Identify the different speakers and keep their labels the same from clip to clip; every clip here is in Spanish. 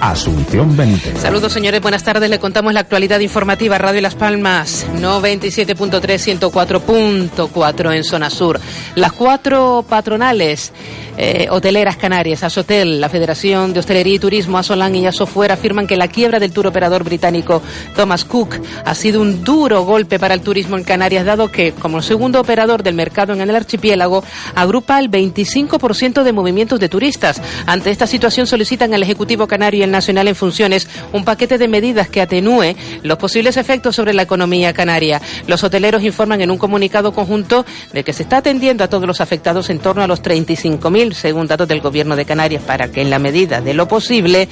Speaker 1: Asunción Benítez.
Speaker 2: Saludos señores, buenas tardes. Le contamos la actualidad informativa. Radio Las Palmas 97.3, 104.4 en zona sur. Las cuatro patronales eh, hoteleras canarias, Asotel, la Federación de Hostelería y Turismo, Asolan y Asofuera afirman que la quiebra del tour operador británico Thomas Cook ha sido un duro golpe para el turismo en Canarias, dado que como segundo operador del mercado en el archipiélago agrupa el 25% de movimientos de turistas. Ante esta situación solicitan al Ejecutivo Canario y el Nacional en funciones un paquete de medidas que atenúe los posibles efectos sobre la economía canaria. Los hoteleros informan en un comunicado conjunto de que se está atendiendo a todos los afectados en torno a los 35.000, según datos del Gobierno de Canarias, para que en la medida de lo posible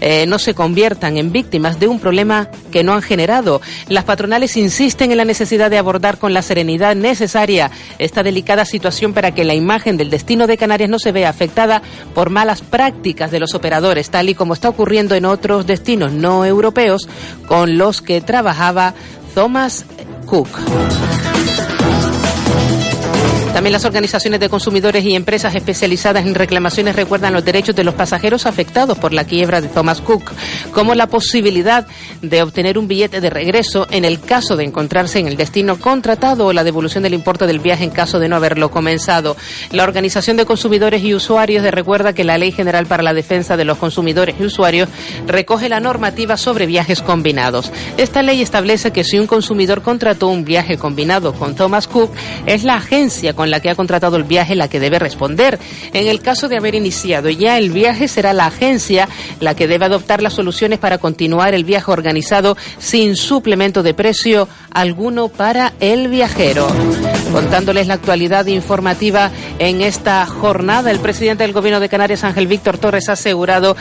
Speaker 2: eh, no se conviertan en víctimas de un problema que no han generado. Las patronales insisten en la necesidad de abordar con la serenidad necesaria esta delicada situación para que la imagen del destino de Canarias no se vea afectada por malas prácticas de los operadores, tal y como está ocurriendo en otros destinos no europeos con los que trabajaba Thomas Cook. También las organizaciones de consumidores y empresas especializadas en reclamaciones recuerdan los derechos de los pasajeros afectados por la quiebra de Thomas Cook, como la posibilidad de obtener un billete de regreso en el caso de encontrarse en el destino contratado o la devolución del importe del viaje en caso de no haberlo comenzado. La Organización de Consumidores y Usuarios recuerda que la Ley General para la Defensa de los Consumidores y Usuarios recoge la normativa sobre viajes combinados. Esta ley establece que si un consumidor contrató un viaje combinado con Thomas Cook, es la agencia con la que ha contratado el viaje la que debe responder. En el caso de haber iniciado ya el viaje, será la agencia la que debe adoptar las soluciones para continuar el viaje organizado sin suplemento de precio alguno para el viajero. Contándoles la actualidad informativa en esta jornada, el presidente del Gobierno de Canarias, Ángel Víctor Torres, ha asegurado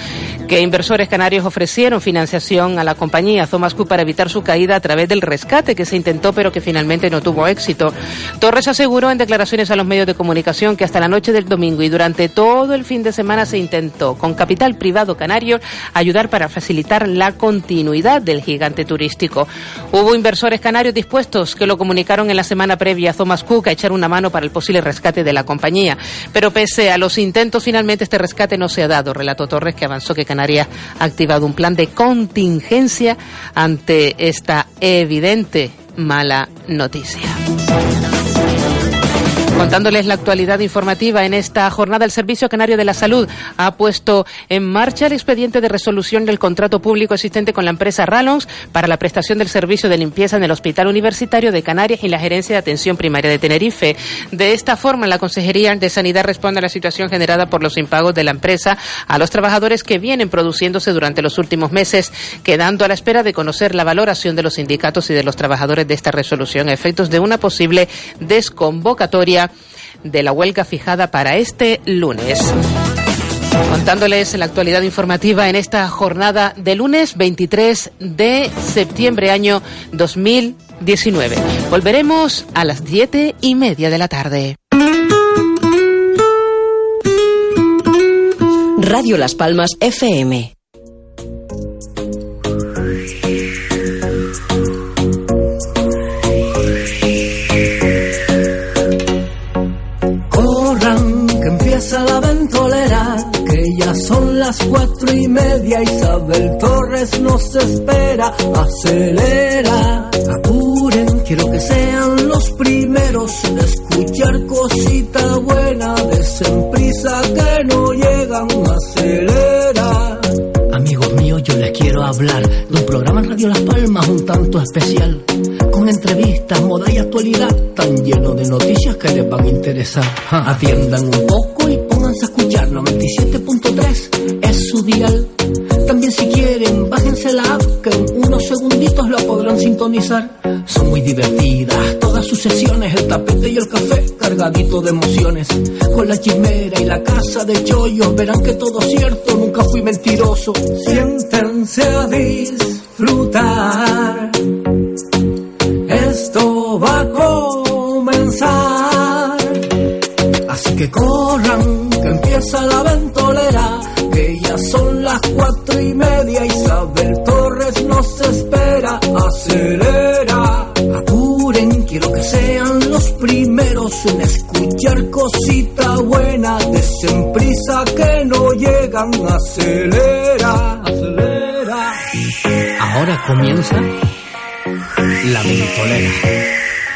Speaker 2: que inversores canarios ofrecieron financiación a la compañía Thomas Cook para evitar su caída a través del rescate que se intentó pero que finalmente no tuvo éxito. Torres aseguró en declaración a los medios de comunicación que hasta la noche del domingo y durante todo el fin de semana se intentó, con capital privado canario, ayudar para facilitar la continuidad del gigante turístico. Hubo inversores canarios dispuestos que lo comunicaron en la semana previa a Thomas Cook a echar una mano para el posible rescate de la compañía. Pero pese a los intentos, finalmente este rescate no se ha dado, relató Torres, que avanzó que Canarias ha activado un plan de contingencia ante esta evidente mala noticia. Contándoles la actualidad informativa en esta jornada, el Servicio Canario de la Salud ha puesto en marcha el expediente de resolución del contrato público existente con la empresa Rallons para la prestación del servicio de limpieza en el Hospital Universitario de Canarias y la Gerencia de Atención Primaria de Tenerife. De esta forma, la Consejería de Sanidad responde a la situación generada por los impagos de la empresa a los trabajadores que vienen produciéndose durante los últimos meses, quedando a la espera de conocer la valoración de los sindicatos y de los trabajadores de esta resolución a efectos de una posible desconvocatoria de la huelga fijada para este lunes. Contándoles la actualidad informativa en esta jornada de lunes 23 de septiembre año 2019. Volveremos a las 7 y media de la tarde.
Speaker 3: Radio Las Palmas FM.
Speaker 4: la ventolera, que ya son las cuatro y media, Isabel Torres nos espera, acelera, apuren, quiero que sean los primeros en escuchar cosita buena, desenprisa que no llegan, acelera.
Speaker 5: Amigos míos, yo les quiero hablar de un programa en Radio Las Palmas un tanto especial, con entrevistas, moda y actualidad, tan lleno de noticias que les van a interesar. Atiendan un poco y pónganse a escuchar 97.3 es su dial. También si quieren, bájense la app que en unos segunditos la podrán sintonizar. Son muy divertidas todas sus sesiones, el tapete y el café cargadito de emociones. Con la chimera y la casa de chollos verán que todo es cierto, nunca fui mentiroso.
Speaker 4: Siéntense a disfrutar. Esto va a comenzar. Así que corran, que empieza la ventolera. Que ya son las cuatro y media. Isabel Torres nos espera. Acelera, apuren, quiero que sean los primeros en escuchar cosita buena. Desen prisa que no llegan. Acelera, acelera.
Speaker 5: Ahora comienza la ventolera.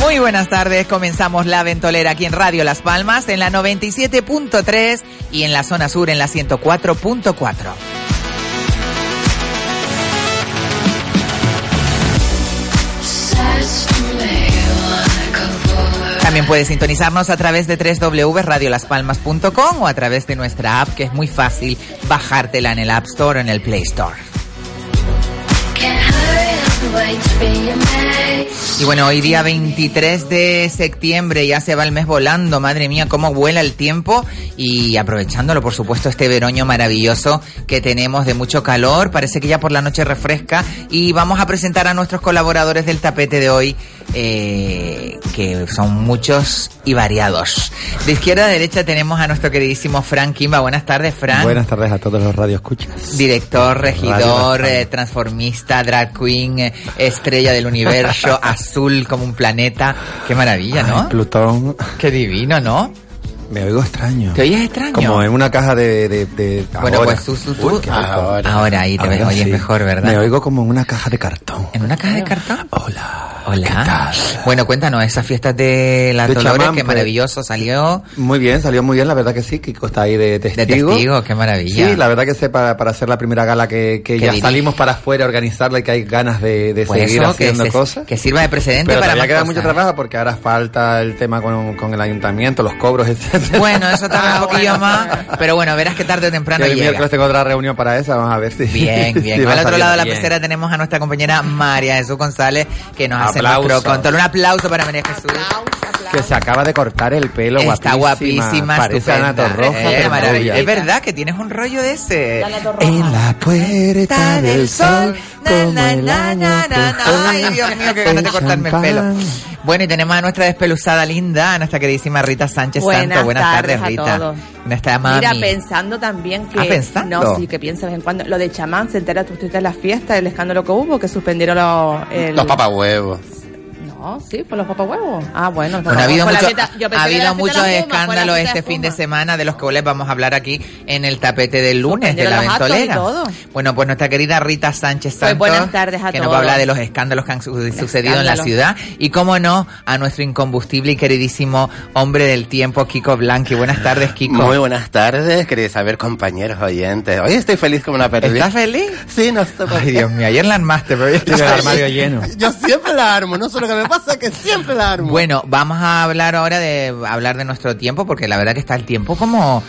Speaker 6: Muy buenas tardes, comenzamos La Ventolera aquí en Radio Las Palmas en la 97.3 y en la zona sur en la 104.4. También puedes sintonizarnos a través de www.radiolaspalmas.com o a través de nuestra app que es muy fácil bajártela en el App Store o en el Play Store. Y bueno, hoy día 23 de septiembre ya se va el mes volando, madre mía, cómo vuela el tiempo y aprovechándolo, por supuesto, este veroño maravilloso que tenemos de mucho calor, parece que ya por la noche refresca y vamos a presentar a nuestros colaboradores del tapete de hoy, eh, que son muchos y variados. De izquierda a derecha tenemos a nuestro queridísimo Frank Kimba, buenas tardes Frank.
Speaker 7: Buenas tardes a todos los radioescuchas.
Speaker 6: Director, regidor,
Speaker 7: Radio Las
Speaker 6: eh, transformista, drag queen, eh, estrella del universo, azul como un planeta. Qué maravilla,
Speaker 7: Ay,
Speaker 6: ¿no?
Speaker 7: Plutón,
Speaker 6: Qué divino, ¿no?
Speaker 7: me oigo extraño.
Speaker 6: ¿Te oyes extraño?
Speaker 7: Como en una caja de... de, de-
Speaker 6: Bueno,
Speaker 7: ahora.
Speaker 6: pues tú, tú, tú.
Speaker 7: Uy, qué rico.
Speaker 6: Ahora. Ahora ahí te ves- oyes mejor, ¿verdad?
Speaker 7: Me oigo como en una caja de cartón.
Speaker 6: ¿En una caja de cartón?
Speaker 7: Hola. ¿qué
Speaker 6: Hola.
Speaker 7: tal?
Speaker 6: Bueno, cuéntanos, esas fiestas de la
Speaker 7: De
Speaker 6: Dolores,
Speaker 7: chamán,
Speaker 6: qué
Speaker 7: pues.
Speaker 6: maravilloso salió.
Speaker 7: Muy bien, salió muy bien, la verdad que sí, Kiko está ahí de
Speaker 6: De
Speaker 7: testigo.
Speaker 6: testigo, qué maravilla.
Speaker 7: Sí, la verdad que sí, para, para hacer la primera gala que, que
Speaker 6: Que
Speaker 7: ya
Speaker 6: dirige.
Speaker 7: salimos para afuera a organizarla y que hay ganas de, de
Speaker 6: Pues
Speaker 7: seguir
Speaker 6: eso, que,
Speaker 7: haciendo
Speaker 6: se-
Speaker 7: cosas.
Speaker 6: que sirva de precedente
Speaker 7: Pero
Speaker 6: para
Speaker 7: todavía
Speaker 6: más
Speaker 7: queda
Speaker 6: cosas,
Speaker 7: mucho
Speaker 6: ¿eh?
Speaker 7: trabajo porque ahora falta el tema con, con el ayuntamiento, los cobros, etc.
Speaker 6: Bueno, eso tarda
Speaker 2: Ah,
Speaker 6: un poquillo
Speaker 2: bueno.
Speaker 6: más, pero bueno, verás que tarde o temprano
Speaker 7: el
Speaker 6: llega.
Speaker 7: miércoles tengo otra reunión para esa, vamos a ver si.
Speaker 6: Bien, bien.
Speaker 7: si va
Speaker 6: Al otro lado de la
Speaker 7: saliendo.
Speaker 6: pecera tenemos a nuestra compañera María Jesús González, que nos hace
Speaker 7: Aplauso.
Speaker 6: nuestro control. Un aplauso para María Jesús.
Speaker 7: Que se acaba de cortar el pelo,
Speaker 6: Está guapísima,
Speaker 7: Parece
Speaker 6: estupenda.
Speaker 7: Ana Torroja,
Speaker 6: Eh,
Speaker 7: pero rubia.
Speaker 6: maravillosa. es verdad que tienes un rollo de ese.
Speaker 7: En la puerta
Speaker 6: Puerta
Speaker 7: del sol,
Speaker 6: na,
Speaker 7: como
Speaker 6: na,
Speaker 7: el
Speaker 6: na, na,
Speaker 7: año
Speaker 6: na, na. Ay,
Speaker 7: pasado.
Speaker 6: Dios mío, que ganas de
Speaker 7: El
Speaker 6: cortarme el pelo.
Speaker 7: champán.
Speaker 6: Bueno, y tenemos a nuestra despeluzada linda, a nuestra queridísima Rita Sánchez
Speaker 8: Buenas
Speaker 6: Santo. Buenas tardes,
Speaker 8: tardes a
Speaker 6: Rita.
Speaker 8: todos.
Speaker 6: Nuestra mami.
Speaker 8: Mira, pensando también que.
Speaker 6: Ah, pensando.
Speaker 8: No, sí, que piensa de vez en cuando. Lo de chamán, se entera tú estuviste en la fiesta, el escándalo que hubo, que suspendieron los. el-
Speaker 9: Los papahuevos.
Speaker 8: No, sí, por los papahuevos. Ah, bueno.
Speaker 6: Bueno, ha habido,
Speaker 8: por la
Speaker 6: mucho-
Speaker 8: fiesta- yo pensé
Speaker 6: ha
Speaker 8: que
Speaker 6: habido
Speaker 8: era la fiesta
Speaker 6: muchos
Speaker 8: de la Puma, fue la
Speaker 6: escándalos
Speaker 8: fiesta
Speaker 6: este
Speaker 8: de
Speaker 6: fin de
Speaker 8: Puma.
Speaker 6: semana de los que les vamos a hablar aquí en el tapete del lunes de
Speaker 8: Suspendieron
Speaker 6: la
Speaker 8: los actos y
Speaker 6: ventolera.
Speaker 8: todo.
Speaker 6: Bueno, pues nuestra querida Rita Sánchez
Speaker 8: Pues
Speaker 6: Santos,
Speaker 8: buenas tardes a
Speaker 6: que nos va a
Speaker 8: todos.
Speaker 6: hablar de los escándalos que han su- sucedido en la
Speaker 8: escándalos.
Speaker 6: ciudad y cómo no a nuestro incombustible y queridísimo hombre del tiempo Kiko Blanqui. Buenas tardes, Kiko.
Speaker 9: Muy buenas tardes, quería saber compañeros oyentes. Hoy estoy feliz como una perdida.
Speaker 6: ¿Estás feliz?
Speaker 9: Sí, no sé por
Speaker 6: Ay,
Speaker 9: qué.
Speaker 6: Dios mío, ayer la armaste, pero hoy estás
Speaker 7: Tiene el
Speaker 6: feliz.
Speaker 7: armario lleno.
Speaker 9: Yo siempre la armo, no sé lo que me pasa, que siempre la armo.
Speaker 6: Bueno, vamos a hablar ahora de hablar de nuestro tiempo, porque la verdad que está el tiempo como.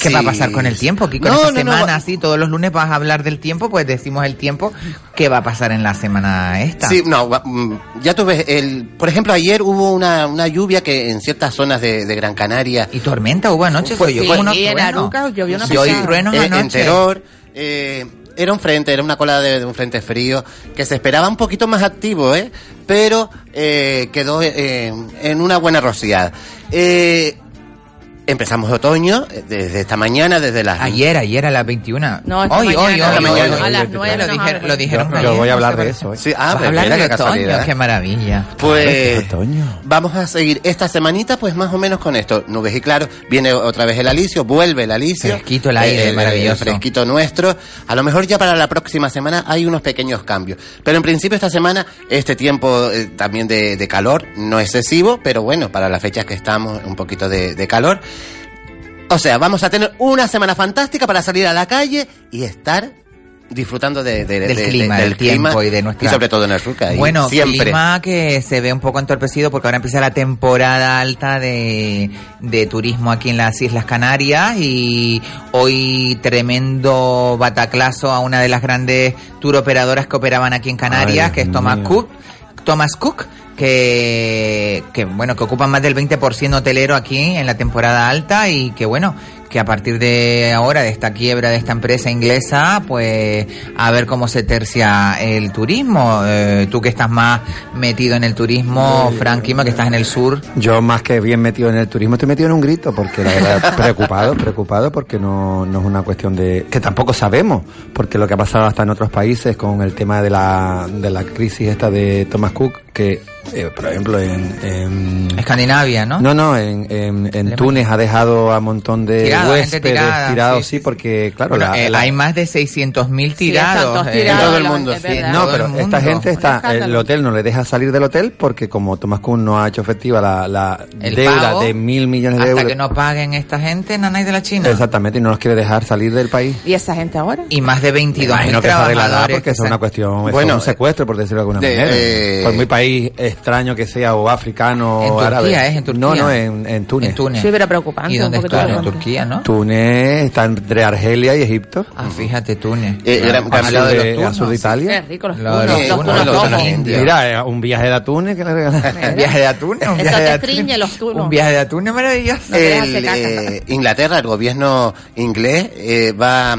Speaker 6: ¿Qué
Speaker 9: Sí.
Speaker 6: va a pasar con el tiempo? Kiko, en
Speaker 9: No,
Speaker 6: esta
Speaker 9: no, no,
Speaker 6: semana,
Speaker 9: va-
Speaker 6: así, todos los lunes vas a hablar del tiempo, pues decimos el tiempo. ¿Qué va a pasar en la semana esta?
Speaker 9: Sí, no, va- mm, ya tú ves, el, por ejemplo, ayer hubo una, una lluvia que en ciertas zonas de, de Gran Canaria.
Speaker 6: Y tormenta hubo anoche, se
Speaker 9: Pues
Speaker 6: oyó
Speaker 9: sí,
Speaker 6: como unos
Speaker 8: y en
Speaker 6: truenos.
Speaker 8: Aruca llovió una
Speaker 6: Se oyó
Speaker 8: pasada.
Speaker 6: truenos
Speaker 9: eh, en
Speaker 6: anoche.
Speaker 9: Teror. eh, era un frente, era una cola de, de un frente frío que se esperaba un poquito más activo, ¿eh? pero eh, quedó eh, en una buena rociada. Eh, empezamos otoño eh, desde esta mañana, desde las...
Speaker 6: Ayer, ayer a las 21.
Speaker 8: No, esta
Speaker 6: hoy, hoy, hoy,
Speaker 8: mañana,
Speaker 9: esta
Speaker 6: hoy,
Speaker 9: mañana.
Speaker 6: hoy.
Speaker 9: A
Speaker 8: las
Speaker 6: Lo
Speaker 8: nueve nos
Speaker 6: dijeron-
Speaker 8: hablan.
Speaker 6: Lo dijeron
Speaker 7: Yo, yo
Speaker 6: ayer,
Speaker 7: voy a
Speaker 6: no
Speaker 7: hablar
Speaker 6: sé
Speaker 7: de
Speaker 6: por qué.
Speaker 7: eso. ¿eh?
Speaker 9: Sí, ah,
Speaker 6: Vas a
Speaker 9: pues,
Speaker 6: hablar
Speaker 9: mira
Speaker 6: de
Speaker 9: qué casualidad.
Speaker 6: otoño, qué maravilla.
Speaker 9: Pues
Speaker 7: Otoño.
Speaker 9: vamos a seguir esta semanita, pues más o menos con esto. Nubes y claro, viene otra vez el Alicio, vuelve el Alicio. Eh,
Speaker 6: Fresquito el aire, maravilloso.
Speaker 9: fresquito nuestro. A lo mejor ya para la próxima semana hay unos pequeños cambios. Pero en principio esta semana, este tiempo eh, también de, de calor, no excesivo, pero bueno, para las fechas que estamos, un poquito de, de calor. O sea, vamos a tener una semana fantástica para salir a la calle y estar disfrutando de- de-
Speaker 6: Del
Speaker 9: de- de-
Speaker 6: clima, del
Speaker 9: clima
Speaker 6: tiempo y de nuestra-
Speaker 9: y sobre todo en el Ruca. y
Speaker 6: Bueno,
Speaker 9: siempre.
Speaker 6: clima que se ve un poco entorpecido porque ahora empieza la temporada alta de, de turismo aquí en las Islas Canarias y hoy tremendo bataclazo a una de las grandes tour operadoras que operaban aquí en Canarias,
Speaker 7: Ay,
Speaker 6: que es
Speaker 7: Dios
Speaker 6: Thomas
Speaker 7: mío.
Speaker 6: Cook. Thomas Cook, que, que bueno, que ocupa más del 20% hotelero aquí en la temporada alta y que bueno, que a partir de ahora, de esta quiebra de esta empresa inglesa, pues a ver cómo se tercia el turismo. Eh, tú que estás más metido en el turismo, Franquima, que estás en el sur.
Speaker 7: Yo más que bien metido en el turismo, estoy metido en un grito, porque la verdad, preocupado, preocupado, porque no, no es una cuestión de... que tampoco sabemos, porque lo que ha pasado hasta en otros países con el tema de la, de la crisis esta de Thomas Cook, que, eh, por ejemplo, en... en-
Speaker 6: Escandinavia, ¿no?
Speaker 7: no, no, en, en, en
Speaker 6: Alemania.
Speaker 7: Túnez ha dejado a un montón de
Speaker 6: Tirada, gente
Speaker 7: huéspedes
Speaker 6: tirada,
Speaker 7: tirados,
Speaker 6: sí,
Speaker 7: sí,
Speaker 6: sí,
Speaker 7: porque, claro,
Speaker 6: Bueno,
Speaker 7: la-
Speaker 6: eh,
Speaker 7: la-
Speaker 6: hay más de 600.000
Speaker 8: Sí, están
Speaker 6: tirados.
Speaker 8: todos
Speaker 6: eh.
Speaker 8: tirados,
Speaker 9: todo el
Speaker 8: la-
Speaker 9: mundo,
Speaker 8: es
Speaker 9: sí.
Speaker 8: verdad.
Speaker 7: No,
Speaker 6: Todo el
Speaker 7: pero
Speaker 6: mundo.
Speaker 7: esta gente está,
Speaker 8: Un escándalo.
Speaker 7: el hotel no le deja salir del hotel porque como Tomás Kuhn no ha hecho efectiva la, la
Speaker 6: El
Speaker 7: deuda
Speaker 6: pago,
Speaker 7: de mil millones de
Speaker 6: Hasta
Speaker 7: euros.
Speaker 6: que no paguen esta gente, nanay de la China.
Speaker 7: Exactamente, y no nos quiere dejar salir del país.
Speaker 8: ¿Y esa gente ahora?
Speaker 6: Y más de 22
Speaker 7: Imagino que se arreglará
Speaker 6: trabajadores.
Speaker 7: porque es
Speaker 6: que se
Speaker 7: una
Speaker 6: han-
Speaker 7: cuestión, bueno,
Speaker 9: Bueno,
Speaker 7: un secuestro, por decirlo de alguna
Speaker 9: de-
Speaker 7: manera.
Speaker 9: eh,
Speaker 7: por muy país extraño que sea, o africano,
Speaker 6: En
Speaker 7: o
Speaker 6: Turquía,
Speaker 7: árabe.
Speaker 6: ¿es? En Turquía.
Speaker 7: No, no, en, en Túnez.
Speaker 6: En Túnez.
Speaker 8: Sí, pero preocupante,
Speaker 6: ¿Y dónde
Speaker 8: un poquito
Speaker 6: está? En
Speaker 8: preocupante.
Speaker 6: Turquía, ¿no?
Speaker 7: Túnez está entre Argelia y Egipto,
Speaker 6: Ah, fíjate, Túnez. Eh,
Speaker 9: Eh, gran-
Speaker 6: Al
Speaker 9: gran-
Speaker 6: lado
Speaker 7: al sur
Speaker 6: de los
Speaker 7: de- al
Speaker 6: turnos.
Speaker 7: sur de
Speaker 8: Qué
Speaker 7: Italia.
Speaker 8: rico los
Speaker 6: Lo de
Speaker 8: culos,
Speaker 9: los
Speaker 8: los
Speaker 9: culos,
Speaker 8: culos
Speaker 9: los
Speaker 8: rojos.
Speaker 9: culos.
Speaker 6: India.
Speaker 7: Mira, eh, un viaje de Túnez que le regalan.
Speaker 6: Un viaje de Túnez, un
Speaker 8: Eso
Speaker 6: viaje
Speaker 8: te
Speaker 6: de a
Speaker 8: triñe
Speaker 6: Túnez.
Speaker 8: los turnos.
Speaker 6: Un viaje de a Túnez maravilloso.
Speaker 8: No te
Speaker 9: El,
Speaker 8: hace caca.
Speaker 9: eh, Inglaterra, el gobierno inglés, eh, va a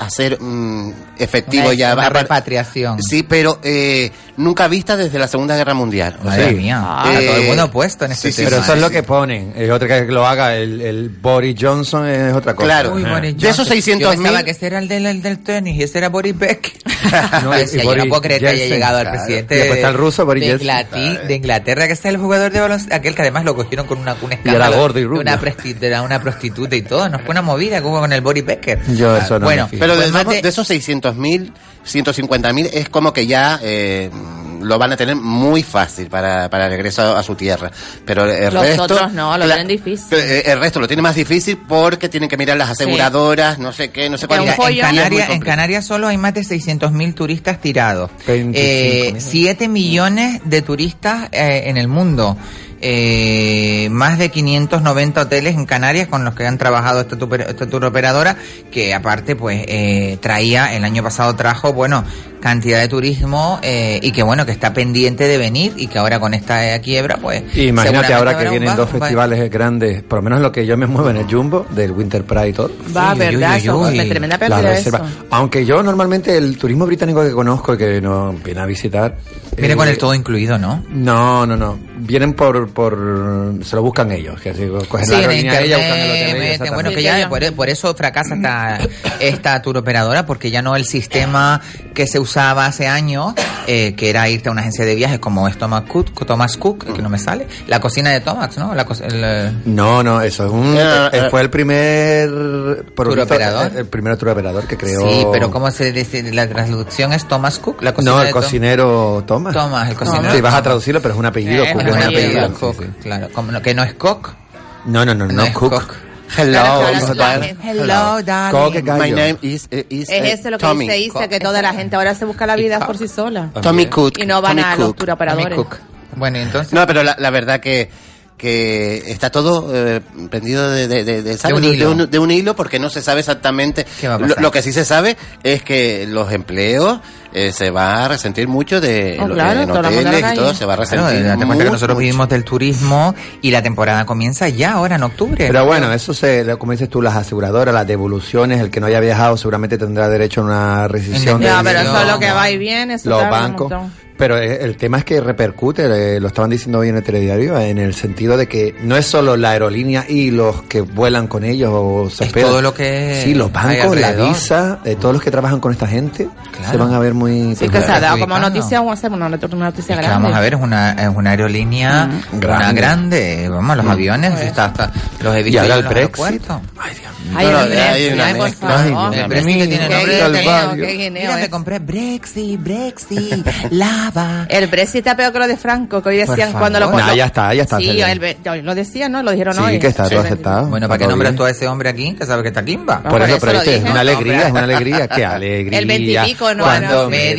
Speaker 9: hacer mm, efectivo
Speaker 6: Una-
Speaker 9: ya.
Speaker 6: una
Speaker 9: va a par-
Speaker 6: repatriación.
Speaker 9: Sí, pero eh, nunca vista desde la Segunda Guerra Mundial. O
Speaker 6: Madre
Speaker 9: sea,
Speaker 6: mía.
Speaker 9: eh,
Speaker 6: está todo el mundo puesto en este
Speaker 9: sí, sí,
Speaker 6: tema.
Speaker 7: Pero eso es
Speaker 9: sí,
Speaker 7: lo
Speaker 9: sí.
Speaker 7: que ponen. El otro que lo haga, el, el Boris Johnson, es otra cosa.
Speaker 9: Claro.
Speaker 6: Uy,
Speaker 9: Ajá.
Speaker 6: Boris
Speaker 9: De esos
Speaker 6: Johnson.
Speaker 9: 600.000
Speaker 6: Yo pensaba que ese era el del, el del tenis y ese era Boris Beck.
Speaker 7: No,
Speaker 6: No,
Speaker 7: y- y
Speaker 6: decía, yo
Speaker 7: Boris
Speaker 6: no puedo creer que haya
Speaker 7: Jensen,
Speaker 6: llegado al
Speaker 7: claro.
Speaker 6: presidente
Speaker 7: Y después está el ruso, Boris
Speaker 6: de,
Speaker 7: Jensen.
Speaker 6: Inglaterra- de Inglaterra, que es el jugador de baloncesto, aquel que además lo cogieron con una, un
Speaker 7: era
Speaker 6: escándalo
Speaker 7: gordo y
Speaker 6: de
Speaker 7: rubio.
Speaker 6: Una, presti- de la- una prostituta y todo. Nos fue una movida que hubo con el Boris Becker.
Speaker 7: Yo eso no
Speaker 6: bueno,
Speaker 7: me fijo.
Speaker 9: Pero
Speaker 6: pues
Speaker 9: de,
Speaker 6: más
Speaker 9: esos- de esos 600.000, 150.000 es como que ya eh, lo van a tener muy fácil para, para el regreso a, su tierra. Pero el
Speaker 8: Los
Speaker 9: resto...
Speaker 8: otros no, lo
Speaker 9: cla-
Speaker 8: tienen difícil.
Speaker 9: eh, El resto lo tiene más difícil porque tienen que mirar las aseguradoras, no sé qué, no sé
Speaker 8: Pero
Speaker 9: cuál.
Speaker 8: un
Speaker 6: Mira, en,
Speaker 8: follón.
Speaker 6: Canarias, en
Speaker 9: complicado.
Speaker 6: Canarias solo hay más de 600.000 turistas tirados.
Speaker 7: 25.000.
Speaker 6: 7 millones de turistas eh, en eh, el mundo. eh, más de 590 hoteles en Canarias con los que han trabajado esta tour, esta tour operadora, que aparte pues eh, traía, el año pasado trajo, bueno, cantidad de turismo eh, y que bueno, que está pendiente de venir y que ahora con esta eh, quiebra pues...
Speaker 7: Y Imagínate
Speaker 6: seguramente
Speaker 7: ahora
Speaker 6: habrá
Speaker 7: que
Speaker 6: un
Speaker 7: vienen
Speaker 6: bajo,
Speaker 7: dos
Speaker 6: vaya.
Speaker 7: festivales grandes, por lo menos lo que yo me muevo en el Jumbo, del Winter Pride y todo.
Speaker 8: Va, ¿verdad? Eso es una tremenda
Speaker 7: La
Speaker 8: pérdida
Speaker 7: reserva.
Speaker 8: eso.
Speaker 7: Aunque yo normalmente el turismo británico que conozco y que nos viene a visitar...
Speaker 6: Viene con el
Speaker 7: todo
Speaker 6: incluido, ¿no?
Speaker 7: No, no, no. Vienen por... por se lo buscan ellos. Que así, cogen
Speaker 6: Sí,
Speaker 7: la
Speaker 6: en
Speaker 7: aerolínea de ellos, buscan el hotel
Speaker 6: internet,
Speaker 7: de ellos,
Speaker 6: meten- bueno,
Speaker 7: exactamente.
Speaker 6: que ya por, por eso fracasa esta, esta tour operadora, porque ya no el sistema que se usaba hace años, eh, que era irte a una agencia de viajes como es Thomas Cook, Thomas Cook, que no me sale, la cocina de Thomas, ¿no? La co- el, eh,
Speaker 7: No, no, eso es un...
Speaker 6: Eh,
Speaker 7: eh,
Speaker 6: eh.
Speaker 7: fue el primer... por
Speaker 6: Tour
Speaker 7: lo visto,
Speaker 6: operador.
Speaker 7: El, el primer tour operador que creó...
Speaker 6: Sí, pero ¿cómo se dice? La traducción es Thomas Cook, la cocina
Speaker 7: No,
Speaker 6: de
Speaker 7: el
Speaker 6: Tom-
Speaker 7: cocinero Thomas.
Speaker 6: Thomas, el cocinero
Speaker 7: Sí, vas a
Speaker 6: Thomas.
Speaker 7: traducirlo, pero es un apellido.
Speaker 6: Eh, es
Speaker 7: Cook,
Speaker 6: un
Speaker 7: es un
Speaker 6: apellido,
Speaker 7: apellido.
Speaker 6: Cook, claro, como no- que no es Cook.
Speaker 7: No, no, no, no,
Speaker 6: es
Speaker 7: Cook.
Speaker 6: Cook.
Speaker 7: Hello,
Speaker 8: Claro,
Speaker 7: hijo
Speaker 8: claro,
Speaker 7: de
Speaker 8: claro.
Speaker 7: tal.
Speaker 8: Hello, darling.
Speaker 7: Cock es gallo.
Speaker 9: My name is, eh, is,
Speaker 8: Es
Speaker 9: eh,
Speaker 8: eso lo que
Speaker 9: Tommy.
Speaker 8: dice Isa, que toda la gente ahora se busca la vida por sí sola.
Speaker 9: Tommy Cook.
Speaker 8: Y no van
Speaker 9: Tommy
Speaker 8: a los
Speaker 9: Cook.
Speaker 8: turoperadores.
Speaker 6: Bueno, entonces.
Speaker 9: No, pero la, la verdad que, que está todo eh, pendido de, de- de- de- ¿sabes?
Speaker 6: un
Speaker 9: De- de
Speaker 6: hilo.
Speaker 9: un- de un hilo porque no se sabe exactamente.
Speaker 6: va a
Speaker 9: Lo,
Speaker 6: pasar?
Speaker 9: lo que sí se sabe es que los empleos eh, se va a resentir mucho de
Speaker 6: Oh,
Speaker 9: lo-
Speaker 6: claro,
Speaker 9: en
Speaker 6: todo el mundo a la
Speaker 9: hoteles y
Speaker 6: calle.
Speaker 9: todo se va a
Speaker 6: Claro,
Speaker 9: resentir.
Speaker 6: date cuenta
Speaker 9: mucho,
Speaker 6: que nosotros
Speaker 9: mucho.
Speaker 6: vivimos del turismo y la temporada comienza ya ahora en octubre.
Speaker 7: Pero bueno, eso se, lo- como dices tú, las aseguradoras, las devoluciones, el que no haya viajado seguramente tendrá derecho a una rescisión. de
Speaker 8: No, pero
Speaker 7: dinero.
Speaker 8: eso es lo que va y viene. Eso
Speaker 7: Los
Speaker 8: tarda un
Speaker 7: bancos.
Speaker 8: montón.
Speaker 7: Pero eh, el tema es que repercute, eh, lo estaban diciendo hoy en el telediario, en el sentido de que no es solo la aerolínea y los que vuelan con ellos o se
Speaker 6: Es
Speaker 7: hospedan.
Speaker 6: todo lo que
Speaker 7: Sí, los
Speaker 6: hay
Speaker 7: bancos, la
Speaker 6: alrededor.
Speaker 7: visa, eh, todos los que trabajan con esta gente se van a ver muy...
Speaker 8: Sí, que se ha dado como
Speaker 6: Republicano.
Speaker 8: noticia, vamos a hacer una not- una noticia
Speaker 6: Es que
Speaker 8: grande.
Speaker 6: vamos a ver, es una, es una aerolínea grande. Una
Speaker 7: Mm. Grande. Mm.
Speaker 6: grande. Vamos, los aviones, está, hasta- los he
Speaker 7: Y
Speaker 6: visto
Speaker 7: ahora
Speaker 6: yo en
Speaker 7: el
Speaker 6: los
Speaker 7: Brexit.
Speaker 6: aeropuertos.
Speaker 8: Ay,
Speaker 6: No, no, hay
Speaker 8: el Brexit,
Speaker 6: una
Speaker 8: ay, por
Speaker 6: mezcla.
Speaker 8: favor.
Speaker 6: El Brexit que tiene
Speaker 8: Qué
Speaker 6: nombre de
Speaker 8: guineo,
Speaker 6: hotel.
Speaker 8: qué guineo
Speaker 6: Mira,
Speaker 8: es.
Speaker 6: me compré Brexit, Brexit, lava.
Speaker 8: El Brexit está peor que lo de Franco, que hoy
Speaker 6: Por
Speaker 8: decían
Speaker 6: favor.
Speaker 8: cuando lo
Speaker 6: Nah,
Speaker 8: lo-
Speaker 7: ya está, ya está,
Speaker 8: Sí,
Speaker 7: Celia.
Speaker 8: el Bre- yo- lo decían, ¿no? Lo dijeron hoy. Sí.
Speaker 6: Bueno, ¿para qué nombras tú a ese hombre aquí que sabe que está Kimba?
Speaker 7: Por eso, pero viste, es una alegría, es una alegría. Qué alegría.
Speaker 6: El 25 no
Speaker 7: Cuando
Speaker 6: van a-
Speaker 7: me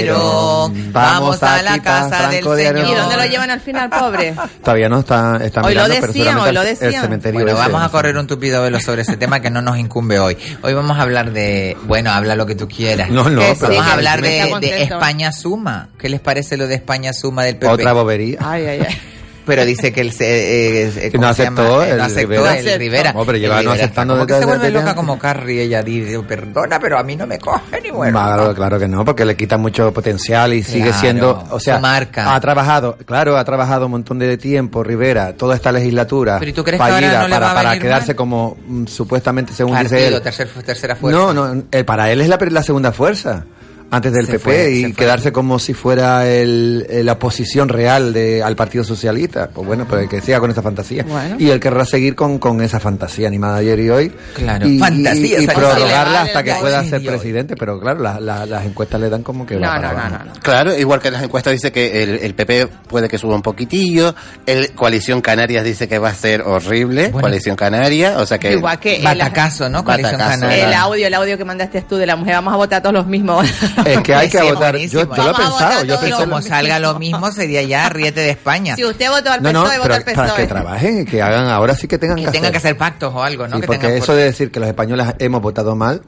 Speaker 7: dijeron, vamos a la casa del
Speaker 8: ¿Y
Speaker 7: señor.
Speaker 8: dónde lo llevan al final, pobre?
Speaker 7: Todavía no está, está
Speaker 8: Hoy lo
Speaker 7: mirando, pero
Speaker 8: decían,
Speaker 7: seguramente
Speaker 8: hoy lo
Speaker 7: el- el
Speaker 8: decían.
Speaker 7: cementerio
Speaker 6: Bueno,
Speaker 7: ese.
Speaker 6: vamos a correr un tupido velo sobre ese tema que no nos incumbe hoy. Hoy vamos a hablar de, bueno, habla lo que tú quieras.
Speaker 7: No, no, Que sí, pero-
Speaker 6: vamos a
Speaker 7: que
Speaker 6: hablar
Speaker 7: me
Speaker 6: de,
Speaker 7: está
Speaker 6: de
Speaker 7: contento.
Speaker 6: España Suma. ¿Qué les parece lo de España Suma del PP?
Speaker 7: Otra bobería.
Speaker 8: Ay, ay, ay.
Speaker 6: Pero dice que él se, eh, eh,
Speaker 7: Que no
Speaker 6: ¿cómo se
Speaker 7: aceptó
Speaker 6: llama? Eh,
Speaker 7: el
Speaker 6: no aceptó
Speaker 7: Rivera.
Speaker 6: el
Speaker 7: Aceptó.
Speaker 6: Rivera.
Speaker 7: No, pero
Speaker 6: El
Speaker 7: lleva no
Speaker 6: Rivera
Speaker 7: aceptando
Speaker 6: está como que
Speaker 7: desde-
Speaker 6: se vuelve
Speaker 7: desde
Speaker 6: loca
Speaker 7: antes.
Speaker 6: como Carrie. Ella dice, "Oh, perdona, pero a mí no me coge ni bueno.
Speaker 7: Claro, claro que no, porque le quita mucho potencial y sigue
Speaker 6: Claro,
Speaker 7: siendo, o sea,
Speaker 6: su marca.
Speaker 7: ha trabajado, claro, ha trabajado un montón de tiempo Rivera, toda esta legislatura
Speaker 6: Pero ¿y tú crees que
Speaker 7: fallida
Speaker 6: ahora no le
Speaker 7: para,
Speaker 6: va a
Speaker 7: para
Speaker 6: venir
Speaker 7: quedarse como mm, supuestamente según dice
Speaker 6: Partido,
Speaker 7: él.
Speaker 6: tercer, tercera fuerza.
Speaker 7: No, no, eh, para él es la, pri- la segunda fuerza antes del
Speaker 6: Se
Speaker 7: PP
Speaker 6: fue, se
Speaker 7: y
Speaker 6: fue.
Speaker 7: quedarse como si fuera el, eh, la posición real de, al Partido Socialista. Pues bueno, pues que siga con esa fantasía.
Speaker 6: Bueno.
Speaker 7: Y él querrá seguir con, con esa fantasía animada ayer y hoy.
Speaker 6: Claro.
Speaker 7: Y, y-
Speaker 6: Fantasía,
Speaker 7: y
Speaker 6: esa cosa le
Speaker 7: prorrogarla
Speaker 6: vale
Speaker 7: hasta que
Speaker 6: el
Speaker 7: pueda
Speaker 6: ayer
Speaker 7: ser
Speaker 6: y hoy.
Speaker 7: presidente, pero claro, la- la- las encuestas le dan como que... va para abajo.
Speaker 9: Claro, igual que las encuestas dice que el, el PP puede que suba un poquitillo, el Coalición Canarias dice que va a ser horrible, Coalición Canaria, o sea que...
Speaker 8: Igual que el-
Speaker 6: Batacazo, ¿no? Coalición
Speaker 9: Batacazo.
Speaker 8: El audio, el audio que mandaste tú de la mujer, vamos a votar todos los mismos.
Speaker 7: Es que hay que
Speaker 6: Sí,
Speaker 7: votar. Yo,
Speaker 6: buenísimo.
Speaker 7: yo lo he
Speaker 6: Vamos a
Speaker 7: pensado. Yo
Speaker 6: Y
Speaker 7: pensé-
Speaker 6: como salga lo mismo, sería ya riete de España.
Speaker 8: Si usted votó al
Speaker 7: No,
Speaker 8: PSOE,
Speaker 7: no,
Speaker 8: votó al
Speaker 7: pero para que
Speaker 8: PSOE.
Speaker 7: trabajen y que hagan ahora sí que tengan que,
Speaker 6: Que tengan
Speaker 7: hacer.
Speaker 6: que hacer pactos o algo, ¿no?
Speaker 7: Sí,
Speaker 6: que
Speaker 7: porque
Speaker 6: tengan
Speaker 7: eso de decir que los españoles hemos votado mal,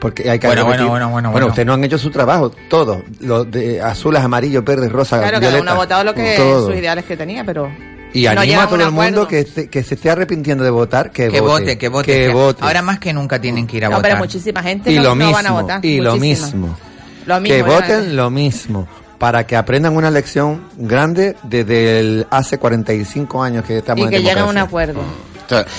Speaker 7: porque hay que
Speaker 6: Bueno,
Speaker 7: admitir-
Speaker 6: bueno, bueno, bueno, bueno.
Speaker 7: ustedes no han hecho su trabajo, todo, los de azules, amarillos, verdes, rosas,
Speaker 8: Claro, cada
Speaker 7: violetas,
Speaker 8: uno ha votado lo que
Speaker 7: todo.
Speaker 8: sus ideales que tenía, pero.
Speaker 7: Y
Speaker 8: no
Speaker 7: anima
Speaker 8: llegan
Speaker 7: a todo
Speaker 8: un
Speaker 7: el mundo
Speaker 8: acuerdo.
Speaker 7: que se, que se esté arrepintiendo de votar, que,
Speaker 6: que
Speaker 7: vote,
Speaker 6: vote, que vote.
Speaker 7: que
Speaker 6: que-
Speaker 7: vote.
Speaker 6: Ahora más que nunca tienen que ir a
Speaker 8: No, pero
Speaker 6: votar.
Speaker 8: muchísima gente
Speaker 7: y
Speaker 8: no,
Speaker 7: lo
Speaker 8: no
Speaker 7: mismo,
Speaker 8: van a votar.
Speaker 7: y lo
Speaker 8: muchísima.
Speaker 7: mismo.
Speaker 8: Lo mismo,
Speaker 7: que
Speaker 8: ¿verdad?
Speaker 7: voten lo mismo para que aprendan una lección grande desde el hace 45 años que estamos
Speaker 8: Y
Speaker 7: en
Speaker 8: que lleguen a un
Speaker 7: democracia.
Speaker 8: acuerdo.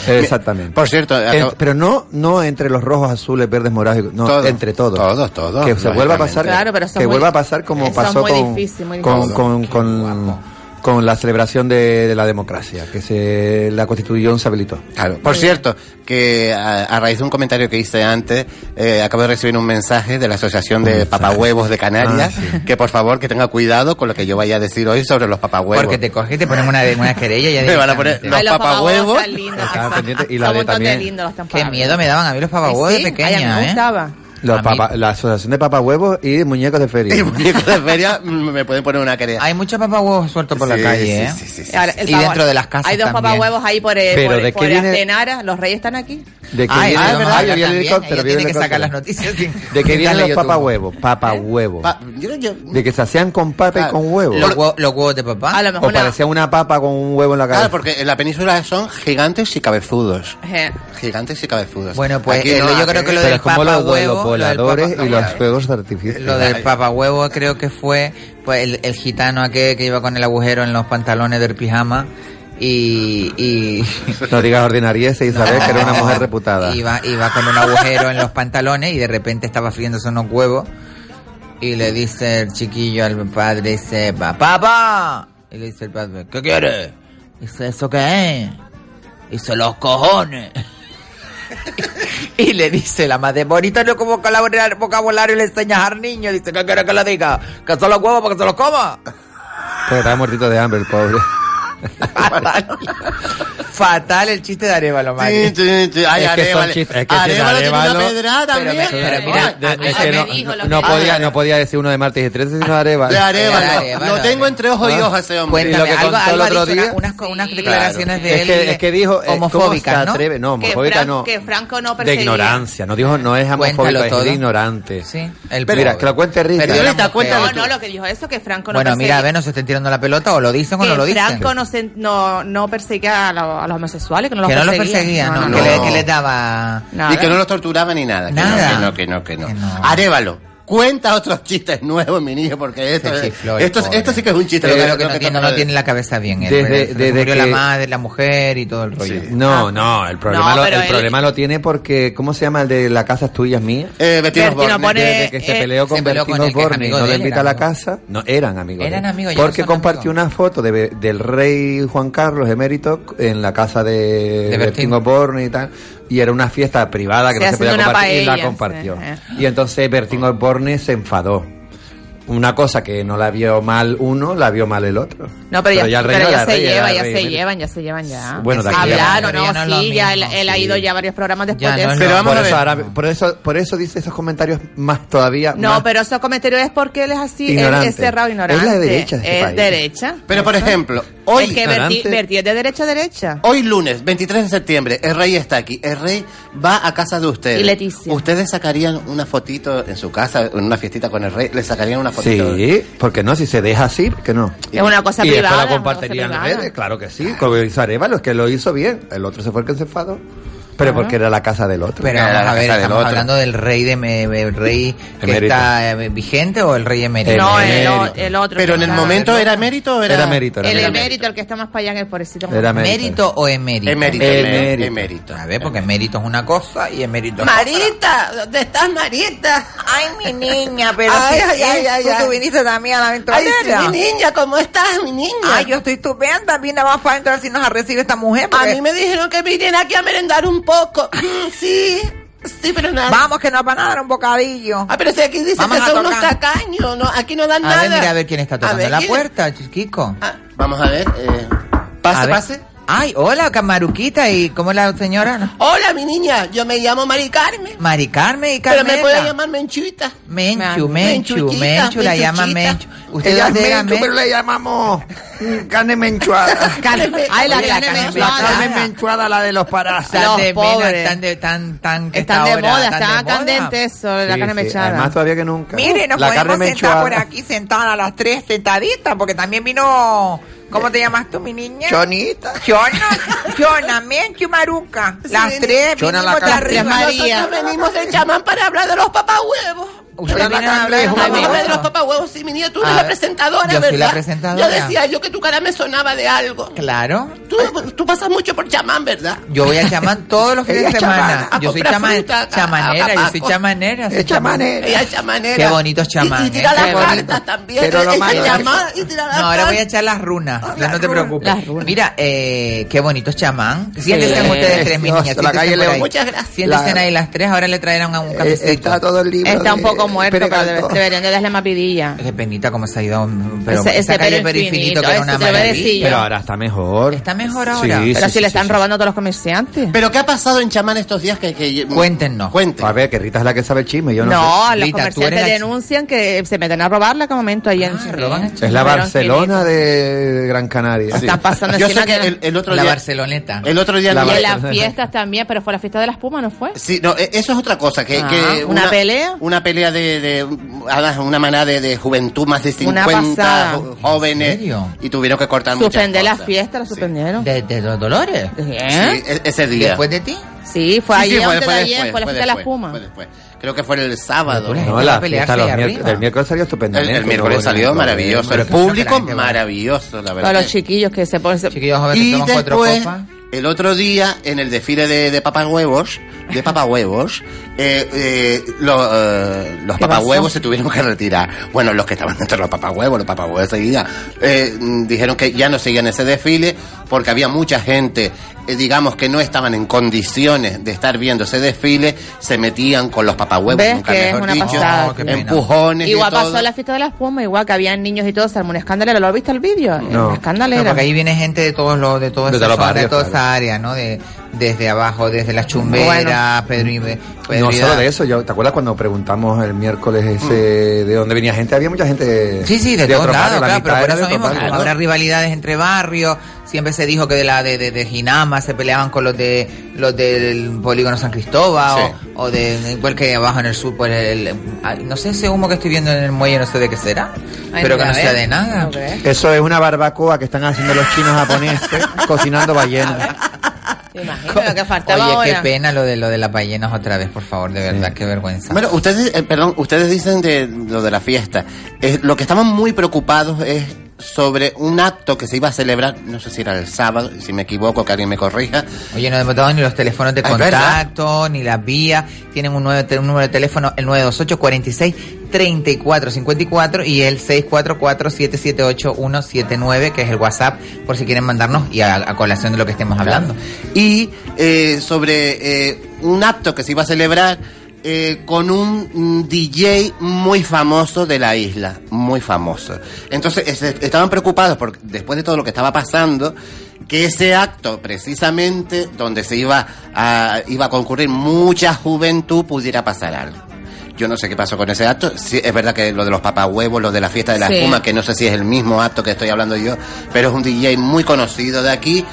Speaker 7: Exactamente.
Speaker 9: Por cierto,
Speaker 7: En-
Speaker 9: acabo-
Speaker 7: pero no no entre los rojos, azules, verdes, morados, y- no,
Speaker 9: Todos.
Speaker 7: entre todos.
Speaker 9: Todos, todos,
Speaker 7: Que se vuelva a pasar,
Speaker 9: lógicamente. Claro, pero eso
Speaker 7: que
Speaker 9: es muy-
Speaker 7: vuelva a pasar como
Speaker 9: eso es
Speaker 7: pasó
Speaker 9: muy
Speaker 7: con,
Speaker 9: difícil, muy
Speaker 7: con,
Speaker 9: difícil.
Speaker 7: con, con, con la celebración de, de la democracia, que se la constitución se habilitó.
Speaker 9: Claro. Por cierto, que a, a raíz de un comentario que hice antes, eh, acabo de recibir un mensaje de la Asociación de Papahuevos de Canarias,
Speaker 6: Ah,
Speaker 9: que por favor que tenga cuidado con lo que yo vaya a decir hoy sobre los papahuevos.
Speaker 6: Porque te coges y te ponen una, una querella y ya
Speaker 9: Me van a poner
Speaker 6: directamente.
Speaker 9: los papahuevos.
Speaker 8: Tan lindos.
Speaker 7: Estaban pendientes y la
Speaker 8: Son un
Speaker 7: de
Speaker 8: montón de
Speaker 7: también
Speaker 8: lindos los tan
Speaker 6: Qué
Speaker 8: padres.
Speaker 6: miedo me daban a mí los
Speaker 8: Eh,
Speaker 6: pavavos de
Speaker 8: sí, ay, a mí
Speaker 6: pequeña,
Speaker 8: me
Speaker 6: ¿eh?
Speaker 8: gustaba.
Speaker 7: Los papa- la asociación de papahuevos y muñecos de feria.
Speaker 9: Y muñecos de feria mm, me pueden poner una querella.
Speaker 6: Hay muchos papahuevos sueltos
Speaker 7: por la calle, ¿eh?
Speaker 8: Ahora, el
Speaker 6: Y
Speaker 8: pavo-
Speaker 6: dentro de las casas
Speaker 8: Hay dos
Speaker 6: también.
Speaker 8: papahuevos ahí por, eh,
Speaker 6: Pero
Speaker 8: por,
Speaker 6: ¿de qué
Speaker 8: por
Speaker 6: viene-
Speaker 8: Astenara. ¿Los reyes están aquí?
Speaker 7: ¿De qué
Speaker 6: Ay,
Speaker 7: viene?
Speaker 6: ah, es verdad,
Speaker 7: Ay, había
Speaker 6: también,
Speaker 7: helicóptero,
Speaker 6: ella
Speaker 7: había
Speaker 6: tiene que sacar
Speaker 7: helicóptero.
Speaker 6: las noticias. sin-
Speaker 7: ¿De qué
Speaker 6: sin
Speaker 7: vienen
Speaker 6: darle
Speaker 7: los
Speaker 6: YouTube. ¿Eh?
Speaker 7: papahuevos? Papahuevos.
Speaker 6: Ah,
Speaker 9: Pa- yo, yo-
Speaker 7: De que se hacían con papa y con huevo.
Speaker 6: Los, huevos- los huevos de papá.
Speaker 8: A lo
Speaker 7: O
Speaker 8: mejor una...
Speaker 7: parecía una papa con un huevo en la cabeza.
Speaker 9: claro, porque en la península son gigantes y cabezudos.
Speaker 8: Ajá.
Speaker 9: Gigantes y cabezudos.
Speaker 6: Bueno, pues,
Speaker 9: Aquí
Speaker 6: eh,
Speaker 9: no,
Speaker 6: yo
Speaker 9: aquí-
Speaker 6: creo que lo
Speaker 7: Pero
Speaker 6: del
Speaker 7: es como los, los
Speaker 6: papahuevo, lo del
Speaker 7: voladores
Speaker 6: papa-
Speaker 7: y los
Speaker 6: no,
Speaker 7: fuegos artificiales.
Speaker 6: Lo del papahuevo creo que fue pues, el, el gitano aquel que iba con el agujero en los pantalones del pijama y... y
Speaker 7: No digas ordinariese, Isabel, que era una mujer reputada.
Speaker 6: Iba, iba con un agujero en los pantalones y de repente estaba friéndose unos huevos y le dice el chiquillo al padre, dice, "Pa- papá. Y le dice el padre, ¿qué quieres? Dice, ¿eso qué es? Dice, los cojones. Y le dice la madre, bonito no como vocabulario, vocabulario le enseñas al niño. Dice, ¿qué quieres que le diga? Que son los huevos para que se los coma.
Speaker 7: Porque estaba muertito de hambre el pobre.
Speaker 6: Fatal. Fatal el chiste de Arevalo, madre.
Speaker 9: Sí, sí, sí. Ay,
Speaker 7: Es que son
Speaker 9: Arevalo.
Speaker 7: chistes, es que si
Speaker 9: Arevalo tiene una
Speaker 7: Arevalo-
Speaker 9: pedrada
Speaker 6: Pero
Speaker 9: también.
Speaker 6: me- pero mira,
Speaker 9: Ay,
Speaker 7: De-
Speaker 6: a mí
Speaker 7: es
Speaker 6: se
Speaker 7: que
Speaker 6: me
Speaker 7: no,
Speaker 6: dijo
Speaker 7: no- no podía, no podía decir uno de martes y 13, sino Areva.
Speaker 9: De Arevalo.
Speaker 6: De Arevalo,
Speaker 9: Lo tengo
Speaker 6: Arevalo.
Speaker 9: entre ojos y ojos ese hombre.
Speaker 6: Cuéntame,
Speaker 7: Y lo que
Speaker 6: algo,
Speaker 7: contó el
Speaker 6: algo ha
Speaker 7: otro
Speaker 6: dicho, una-
Speaker 7: día.
Speaker 6: unas, co- unas
Speaker 8: Sí.
Speaker 6: declaraciones de
Speaker 7: Es
Speaker 6: él
Speaker 7: que, es que dijo. eh, ¿cómo
Speaker 6: homofóbicas,
Speaker 7: se
Speaker 6: ¿no?
Speaker 7: atreve? No,
Speaker 8: Que
Speaker 7: homofóbica
Speaker 8: Fran-
Speaker 7: no.
Speaker 8: que Franco no
Speaker 7: De
Speaker 8: perseguía.
Speaker 7: ignorancia. No dijo, no es
Speaker 6: Cuéntalo
Speaker 7: homofóbica, es
Speaker 6: todo.
Speaker 7: de ignorante.
Speaker 6: Sí, el
Speaker 7: Pero mira,
Speaker 6: pobre.
Speaker 7: que lo cuente Rita.
Speaker 6: Perdió la
Speaker 9: Rita,
Speaker 6: mujer.
Speaker 9: cuéntalo
Speaker 8: No, no, lo que dijo eso, que Franco no
Speaker 6: Bueno, mira, a
Speaker 8: perseguía-
Speaker 6: ver, no se está tirando la pelota, o lo dicen o
Speaker 8: que
Speaker 6: no lo dicen.
Speaker 8: Franco no, se, no, no perseguía a, lo- a los homosexuales, que no los
Speaker 6: que no lo
Speaker 8: perseguía.
Speaker 6: perseguía, no,
Speaker 9: no,
Speaker 6: que, le,
Speaker 9: no.
Speaker 6: que le daba...
Speaker 8: Nada.
Speaker 9: Y que no los torturaba ni nada. que no,
Speaker 6: Nada.
Speaker 9: Que no, que no, que
Speaker 6: Que
Speaker 9: no.
Speaker 6: no.
Speaker 9: Arevalo, cuenta otros chistes nuevos, mi niño, porque esto,
Speaker 6: Se
Speaker 9: es-
Speaker 6: chifló el
Speaker 9: esto, es-
Speaker 6: pobre.
Speaker 9: esto sí que es un chiste.
Speaker 6: Pero
Speaker 9: lo
Speaker 6: claro que
Speaker 9: lo
Speaker 6: no, tiene,
Speaker 9: toca-
Speaker 6: no tiene la cabeza bien. él,
Speaker 7: Desde-
Speaker 6: ¿verdad? Se le
Speaker 7: desde
Speaker 6: murió
Speaker 7: que-
Speaker 6: la madre, la mujer y todo el rollo. Ah.
Speaker 7: No, no, el problema,
Speaker 8: No,
Speaker 7: lo,
Speaker 8: pero
Speaker 7: el
Speaker 8: él-
Speaker 7: problema lo tiene porque, ¿cómo se llama el de la casa es tuya, es mía?
Speaker 9: Eh, Bettino
Speaker 8: Bertino
Speaker 9: Osborne.
Speaker 8: Borne.
Speaker 7: Desde que se
Speaker 8: eh,
Speaker 7: peleó con
Speaker 6: se peleó con
Speaker 7: Bertino
Speaker 6: él, que es
Speaker 7: Borne y
Speaker 6: amigo
Speaker 7: no
Speaker 6: de
Speaker 7: le
Speaker 6: él,
Speaker 7: invita
Speaker 6: era
Speaker 7: a la
Speaker 6: amigo.
Speaker 7: casa, no, eran amigos. de
Speaker 6: Eran
Speaker 7: él.
Speaker 6: amigos, ya
Speaker 7: Porque
Speaker 6: no son
Speaker 7: compartió
Speaker 6: amigos.
Speaker 7: una foto de- del rey Juan Carlos emérito en la casa de,
Speaker 6: De Bertino.
Speaker 7: Bertino Borne y tal. Y era una fiesta privada que
Speaker 8: Sí,
Speaker 7: no se podía
Speaker 8: haciendo una
Speaker 7: compartir y la
Speaker 8: paella,
Speaker 7: compartió.
Speaker 8: sí, ajá.
Speaker 7: Y entonces Bertino Borne se enfadó. Una cosa que no la vio mal uno, la vio mal el otro.
Speaker 8: No, pero, ya,
Speaker 7: el rey
Speaker 8: pero
Speaker 7: no
Speaker 8: ya
Speaker 7: era
Speaker 8: se
Speaker 7: rey, era
Speaker 8: lleva,
Speaker 7: el
Speaker 8: ya
Speaker 7: rey
Speaker 8: se
Speaker 7: emérito.
Speaker 8: llevan, ya se llevan ya.
Speaker 7: Bueno, de aquí
Speaker 6: ya no,
Speaker 8: Hablaron, no,
Speaker 6: ya no es
Speaker 8: sí,
Speaker 6: lo
Speaker 8: ya él,
Speaker 6: mismo,
Speaker 8: él ha
Speaker 6: sí.
Speaker 8: ido ya a varios programas después
Speaker 6: Ya
Speaker 8: de
Speaker 6: no es
Speaker 8: eso.
Speaker 9: Pero vamos
Speaker 7: por
Speaker 9: a
Speaker 7: eso,
Speaker 9: ver.
Speaker 7: ahora- por eso por eso dice esos comentarios más todavía
Speaker 8: No,
Speaker 7: más-
Speaker 8: pero esos comentarios es porque él es así, él
Speaker 7: Ignorante.
Speaker 8: es cerrado,
Speaker 7: Es la
Speaker 8: ignorante.
Speaker 7: derecha de este
Speaker 8: es
Speaker 7: país.
Speaker 8: derecha.
Speaker 9: Pero, por ejemplo, hoy...
Speaker 8: es que Berti,
Speaker 7: ignorante.
Speaker 8: Berti es de derecha a derecha.
Speaker 9: Hoy lunes, 23 de septiembre, el rey está aquí. El rey va a casa de ustedes.
Speaker 8: Y Leticia.
Speaker 9: Ustedes sacarían una fotito en su casa, en una fiestita con el rey, le sacarían una fotito.
Speaker 7: sí porque no si se deja así porque no
Speaker 8: Es una cosa
Speaker 7: y
Speaker 8: privada.
Speaker 7: después
Speaker 8: es
Speaker 7: lo
Speaker 8: una
Speaker 7: compartiría en
Speaker 8: cosa
Speaker 7: las redes
Speaker 8: privada.
Speaker 7: claro que sí como hizo Arevalo es que lo hizo bien el otro se fue el que se enfadó pero porque era la casa del otro
Speaker 6: Pero
Speaker 9: Era la
Speaker 6: vamos a ver,
Speaker 9: casa del
Speaker 6: ¿estamos
Speaker 9: otro.
Speaker 6: hablando del rey de me- el rey que
Speaker 7: Emérito.
Speaker 6: está eh, vigente o el rey emérito?
Speaker 8: No, el,
Speaker 7: Emérito.
Speaker 8: o- el otro.
Speaker 9: Pero en el
Speaker 8: claro,
Speaker 9: momento
Speaker 8: el
Speaker 9: era mérito o era...
Speaker 7: Era mérito,
Speaker 8: otro.
Speaker 7: era
Speaker 8: El
Speaker 7: mérito.
Speaker 8: emérito, el que está más para allá que el pobrecito.
Speaker 7: Era
Speaker 6: ¿Mérito o em- emérito?
Speaker 9: Emérito.
Speaker 7: Emérito.
Speaker 9: Emérito.
Speaker 6: A ver, porque emérito es una cosa y emérito es
Speaker 8: Marita, ¿dónde estás, Marita?
Speaker 6: Ay, mi niña, pero
Speaker 8: Ay, ay, ay, ay, ay.
Speaker 6: viniste también a la
Speaker 8: niña, ¿cómo estás, mi niña?
Speaker 6: estoy estupenda. Vine más para entrar si nos recibe esta mujer.
Speaker 8: A
Speaker 6: porque-
Speaker 8: mí me dijeron que viniera aquí a merendar un poco. Mm, Sí, sí, pero nada.
Speaker 6: Vamos, que nos van a dar un bocadillo.
Speaker 8: Ah, pero si aquí dicen
Speaker 6: Vamos
Speaker 8: que
Speaker 6: a
Speaker 8: son unos
Speaker 6: tocar.
Speaker 8: tacaños, no, aquí no dan
Speaker 6: A
Speaker 8: nada.
Speaker 6: ver, mira a ver quién está
Speaker 8: A
Speaker 6: tocando
Speaker 8: ver,
Speaker 6: la
Speaker 8: ¿quién?
Speaker 6: puerta, chiquico.
Speaker 9: Ah, vamos a ver. eh, pase,
Speaker 6: A ver.
Speaker 9: pase.
Speaker 6: Ay, hola, Camaruquita. ¿Y cómo es la señora? No.
Speaker 8: Hola, mi niña, yo me llamo Mari Carmen,
Speaker 6: Mari Carmen y
Speaker 8: pero
Speaker 6: Carmela.
Speaker 8: me pueden llamar Menchuita.
Speaker 6: Menchu, Menchu,
Speaker 8: Menchuquita,
Speaker 6: Menchu, la llama Menchu.
Speaker 8: Menchuquita.
Speaker 6: ¿Usted
Speaker 7: Ella
Speaker 6: dónde
Speaker 7: es
Speaker 6: era
Speaker 7: Menchu, pero
Speaker 6: Menchu?
Speaker 7: le llamamos mm, carne menchuada
Speaker 8: Ay, la
Speaker 6: Oye, la
Speaker 8: carne
Speaker 6: carne
Speaker 7: la
Speaker 8: menchuada.
Speaker 7: carne menchuada la de los parásitos
Speaker 6: Tan
Speaker 8: Los
Speaker 6: de mena,
Speaker 8: pobres.
Speaker 6: tan de tan tan que
Speaker 8: Están
Speaker 6: está
Speaker 8: de
Speaker 6: ahora,
Speaker 8: moda,
Speaker 6: tan
Speaker 8: está
Speaker 6: de moda.
Speaker 8: candente eso, la
Speaker 7: Sí,
Speaker 8: carne
Speaker 7: sí,
Speaker 8: mechada.
Speaker 7: Además todavía que nunca.
Speaker 10: Mire, nos
Speaker 7: la carne
Speaker 10: podemos sentar
Speaker 7: menchuada.
Speaker 10: por aquí, sentada a las tres, sentaditas, porque también vino. ¿Cómo te llamas tú, mi niña?
Speaker 7: Chonita.
Speaker 10: Chona, Chona, Menchu Maruca. Las tres,
Speaker 7: Chona
Speaker 10: vinimos
Speaker 7: la
Speaker 10: de
Speaker 7: ca-
Speaker 10: arriba.
Speaker 8: Nosotros venimos del chamán para hablar de los papahuevos.
Speaker 6: Usted viene a hablar de
Speaker 8: Vamos a hablar de los
Speaker 6: huevos.
Speaker 8: papahuevos, sí, mi niña, tú eres
Speaker 6: A
Speaker 8: la
Speaker 6: ver,
Speaker 8: presentadora,
Speaker 6: yo
Speaker 8: ¿verdad?
Speaker 6: soy la presentadora.
Speaker 8: Yo decía yo que tu cara me sonaba de algo.
Speaker 6: Claro.
Speaker 8: Tú, tú pasas mucho por chamán, ¿verdad?
Speaker 6: Yo voy a chamán todos los fines
Speaker 7: Ella
Speaker 6: de
Speaker 7: es
Speaker 6: semana.
Speaker 7: chamana.
Speaker 8: A
Speaker 6: Yo soy
Speaker 8: comprar
Speaker 6: chamán-
Speaker 8: fruta, a-
Speaker 6: chamanera, yo
Speaker 8: a
Speaker 6: soy
Speaker 8: Paco.
Speaker 6: chamanera. soy
Speaker 7: Es chamanera.
Speaker 8: Ella es chamanera.
Speaker 6: Qué bonito chamán,
Speaker 8: Y, y tira
Speaker 6: ¿eh? Qué
Speaker 8: las
Speaker 6: bonito.
Speaker 8: cartas también.
Speaker 7: Pero lo
Speaker 8: Es
Speaker 7: malo-
Speaker 8: chamán eh, y tira las
Speaker 6: No, ahora voy a
Speaker 8: cartas.
Speaker 6: echar las runas. Ya no te preocupes.
Speaker 2: Las runas.
Speaker 6: Mira, eh, qué bonito chamán. Siéntense ustedes tres, mis
Speaker 7: Dios,
Speaker 6: niñas.
Speaker 7: la calle
Speaker 6: siéntense por
Speaker 7: León.
Speaker 6: ahí.
Speaker 8: Muchas gracias.
Speaker 6: Siéntense
Speaker 7: La-
Speaker 6: ahí las tres. Ahora le traerán a un
Speaker 7: Eh,
Speaker 6: cafecito.
Speaker 7: Está todo el libro. de-
Speaker 8: todo muerto, pero debe- deberían de darle más vidilla.
Speaker 6: Qué penita como se ha ido. mm, Pero
Speaker 8: Ese-
Speaker 6: esa
Speaker 8: ese
Speaker 6: calle
Speaker 8: pelo infinito,
Speaker 6: Perifinito que era
Speaker 8: ese
Speaker 6: una
Speaker 8: se ve de
Speaker 6: maravilla.
Speaker 8: silla.
Speaker 7: Pero ahora está mejor.
Speaker 6: Está mejor
Speaker 8: ahora.
Speaker 7: Sí,
Speaker 8: pero
Speaker 7: sí,
Speaker 8: si le
Speaker 7: sí,
Speaker 8: están
Speaker 7: sí,
Speaker 8: robando a todos los comerciantes.
Speaker 9: ¿Pero qué ha pasado en Chamán estos días que... que
Speaker 6: Cuéntenos.
Speaker 7: A ver, que Rita es la que sabe el chisme. Yo no,
Speaker 8: No,
Speaker 7: sé.
Speaker 8: los comerciantes denuncian que se meten a robar la momento ahí
Speaker 6: Ah,
Speaker 8: en Chile.
Speaker 7: Es la
Speaker 8: Pero
Speaker 7: Barcelona de Gran Canaria.
Speaker 8: Están pasando
Speaker 9: Yo
Speaker 8: encima
Speaker 9: sé que
Speaker 8: de-
Speaker 9: el, el otro
Speaker 6: La
Speaker 9: día...
Speaker 6: Barceloneta.
Speaker 9: El otro día...
Speaker 8: Y
Speaker 9: no-
Speaker 8: en las fiestas también, pero fue la fiesta de las Pumas, ¿no fue?
Speaker 9: Sí, no, e- eso es otra cosa. Que,
Speaker 8: Ah,
Speaker 9: que
Speaker 8: ¿una pelea?
Speaker 9: Una pelea de, de- además, una manada de, de juventud, más de
Speaker 8: Una
Speaker 9: 50
Speaker 8: pasada.
Speaker 9: jo- jóvenes. Y tuvieron que cortar muchas
Speaker 8: Suspender la
Speaker 9: cosas.
Speaker 8: fiesta, la suspendieron. ¿Eh?
Speaker 6: De, de los dolores.
Speaker 9: Sí, e- ese día.
Speaker 6: ¿Eh? Después de ti.
Speaker 8: Sí, fue
Speaker 9: Sí,
Speaker 8: ayer,
Speaker 9: sí,
Speaker 8: antes de ayer, fue la fiesta de las
Speaker 9: después,
Speaker 8: Pumas.
Speaker 9: fue después. Creo que fue el sábado.
Speaker 7: No, la fiesta los miércoles- el miércoles salió
Speaker 9: El, el
Speaker 7: estupendamente.
Speaker 9: miércoles
Speaker 7: no,
Speaker 9: salió
Speaker 7: no, no,
Speaker 9: maravilloso.
Speaker 7: no,
Speaker 9: El
Speaker 7: no, no, no,
Speaker 9: público
Speaker 7: no, no, no,
Speaker 9: maravilloso, la
Speaker 8: Todos
Speaker 9: verdad.
Speaker 8: los chiquillos que se ponen...
Speaker 6: Chiquillos jóvenes que
Speaker 9: Y
Speaker 6: toman cuatro
Speaker 9: después,
Speaker 6: copas.
Speaker 9: el otro día, en el desfile de, de papahuevos, de papahuevos, eh, eh, lo, eh, los
Speaker 8: ¿Qué
Speaker 9: papahuevos
Speaker 8: pasó?
Speaker 9: se tuvieron que retirar. Bueno, los que estaban dentro de los papahuevos, los papahuevos seguían, eh, mm, dijeron que ya no seguían ese desfile porque había mucha gente, eh, digamos, que no estaban en condiciones de estar viendo ese desfile, se metían con los papahuevos,
Speaker 8: ¿Ves
Speaker 9: nunca
Speaker 8: que es
Speaker 9: mejor
Speaker 8: una
Speaker 9: dicho,
Speaker 8: pasada? Oh, qué pena.
Speaker 9: empujones y,
Speaker 8: Igual
Speaker 9: todo.
Speaker 8: pasó la fiesta de las Pumas, igual que habían niños y todo, se armó un escándalo. ¿Lo has visto el vídeo?
Speaker 6: No.
Speaker 8: Un escándalo
Speaker 6: No,
Speaker 8: era.
Speaker 6: porque ahí viene gente de todos los de todas
Speaker 7: De
Speaker 6: esas
Speaker 7: todos los
Speaker 6: zonas, de
Speaker 7: barrios,
Speaker 6: toda esa
Speaker 7: claro.
Speaker 6: área, ¿no? De desde abajo, desde la chumbera, Pedro y Pedro
Speaker 7: No
Speaker 6: y-
Speaker 7: solo de eso, yo, ¿te acuerdas cuando preguntamos el miércoles ese de dónde venía gente? Había mucha gente
Speaker 6: Mm. Sí, sí, de,
Speaker 7: otro
Speaker 6: todos lados,
Speaker 7: barrio, la
Speaker 6: claro, pero
Speaker 7: mitad
Speaker 6: por
Speaker 7: era de
Speaker 6: eso
Speaker 7: otro
Speaker 6: mismo,
Speaker 7: barrio,
Speaker 6: habrá
Speaker 7: ¿no?
Speaker 6: rivalidades entre barrios, siempre se dijo que de la de, de, de Ginama se peleaban con los de los del polígono San Cristóbal
Speaker 9: Sí.
Speaker 6: o, o de igual que abajo en el sur por el, ay, no sé ese humo que estoy viendo en el muelle, no sé de qué será,
Speaker 8: Ay,
Speaker 6: pero
Speaker 8: mira,
Speaker 6: que no
Speaker 8: a
Speaker 6: sea
Speaker 8: ver.
Speaker 6: de nada.
Speaker 8: No crees.
Speaker 7: Eso es una barbacoa que están haciendo los chinos japoneses cocinando ballenas.
Speaker 8: Te imagino lo que faltaba
Speaker 6: Oye,
Speaker 8: ahora.
Speaker 6: qué pena lo de lo de las ballenas otra vez, por favor, de verdad, qué vergüenza.
Speaker 9: Bueno, ustedes, eh, perdón, ustedes dicen de lo de la fiesta. Eh, lo que estamos muy preocupados es sobre un acto que se iba a celebrar, no sé si era el sábado, si me equivoco, que alguien me corrija.
Speaker 6: Oye, no hemos dado ni los teléfonos de
Speaker 9: Ah, es verdad.
Speaker 6: contacto, ni las vías. Tienen un, nuevo te- un número de teléfono, el 928-46-3454 y el 644-778-179, que es el WhatsApp, por si quieren mandarnos y a, a colación de lo que estemos hablando.
Speaker 9: Y eh, sobre eh, un acto que se iba a celebrar eh, con un mm, DJ muy famoso de la isla, muy famoso. Entonces es- estaban preocupados porque después de todo lo que estaba pasando, que ese acto precisamente donde se iba a, iba a concurrir mucha juventud pudiera pasar algo. Yo no sé qué pasó con ese acto. Sí, es verdad que lo de los papahuevos, lo de la fiesta de la
Speaker 8: Sí.
Speaker 9: espuma, que no sé si es el mismo acto que estoy hablando yo, pero es un DJ muy conocido de aquí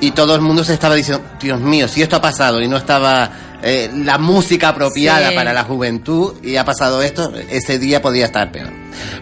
Speaker 9: y todo el mundo se estaba diciendo, Dios mío, si esto ha pasado y no estaba eh, la música apropiada
Speaker 8: Sí.
Speaker 9: para la juventud y ha pasado esto, ese día podía estar peor.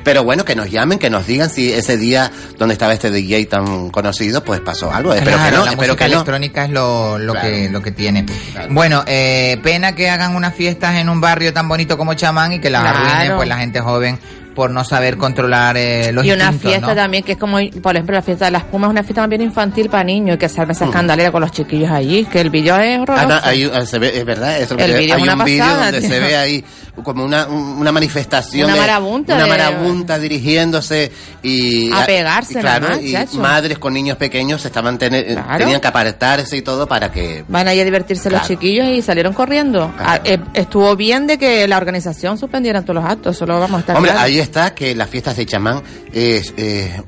Speaker 9: Pero bueno, que nos llamen, que nos digan si ese día donde estaba este DJ tan conocido, pues pasó algo. espero
Speaker 6: Claro,
Speaker 9: que no,
Speaker 6: la
Speaker 9: espero
Speaker 6: música
Speaker 9: que no.
Speaker 6: electrónica es lo, lo
Speaker 9: Claro.
Speaker 6: que lo que tiene.
Speaker 9: Claro.
Speaker 6: Bueno, eh, pena que hagan unas fiestas en un barrio tan bonito como Chamán y que las
Speaker 8: Claro.
Speaker 6: arruinen pues la gente joven por no saber controlar eh, los
Speaker 8: y una
Speaker 6: instintos,
Speaker 8: fiesta
Speaker 6: ¿no?
Speaker 8: también que es como, por ejemplo, la fiesta de las Pumas es una fiesta más bien infantil para niños y que se arma
Speaker 6: Mm.
Speaker 8: esa escandalera con los chiquillos allí, que el vídeo es
Speaker 9: Ah,
Speaker 8: horroroso.
Speaker 9: no, hay un- se ve- es verdad, eso
Speaker 8: El
Speaker 9: que-
Speaker 8: vídeo
Speaker 9: hay
Speaker 8: es una
Speaker 9: un vídeo
Speaker 8: pasada,
Speaker 9: donde
Speaker 8: tío.
Speaker 9: se ve ahí como una, un- una manifestación.
Speaker 8: Una
Speaker 9: de-
Speaker 8: marabunta
Speaker 9: Una
Speaker 8: de-
Speaker 9: marabunta dirigiéndose y...
Speaker 8: A pegarse
Speaker 9: y claro,
Speaker 8: nomás,
Speaker 9: y
Speaker 8: chacho.
Speaker 9: madres con niños pequeños estaban tener-
Speaker 8: Claro.
Speaker 9: tenían que apartarse y todo para que...
Speaker 8: Van ahí a divertirse los
Speaker 9: Claro.
Speaker 8: chiquillos y salieron corriendo.
Speaker 9: Claro.
Speaker 8: Ah, eh, estuvo bien de que la organización suspendiera todos los actos, solo vamos a estar
Speaker 9: Hombre,
Speaker 8: claros.
Speaker 9: ahí está que las fiestas de chamán es... eh,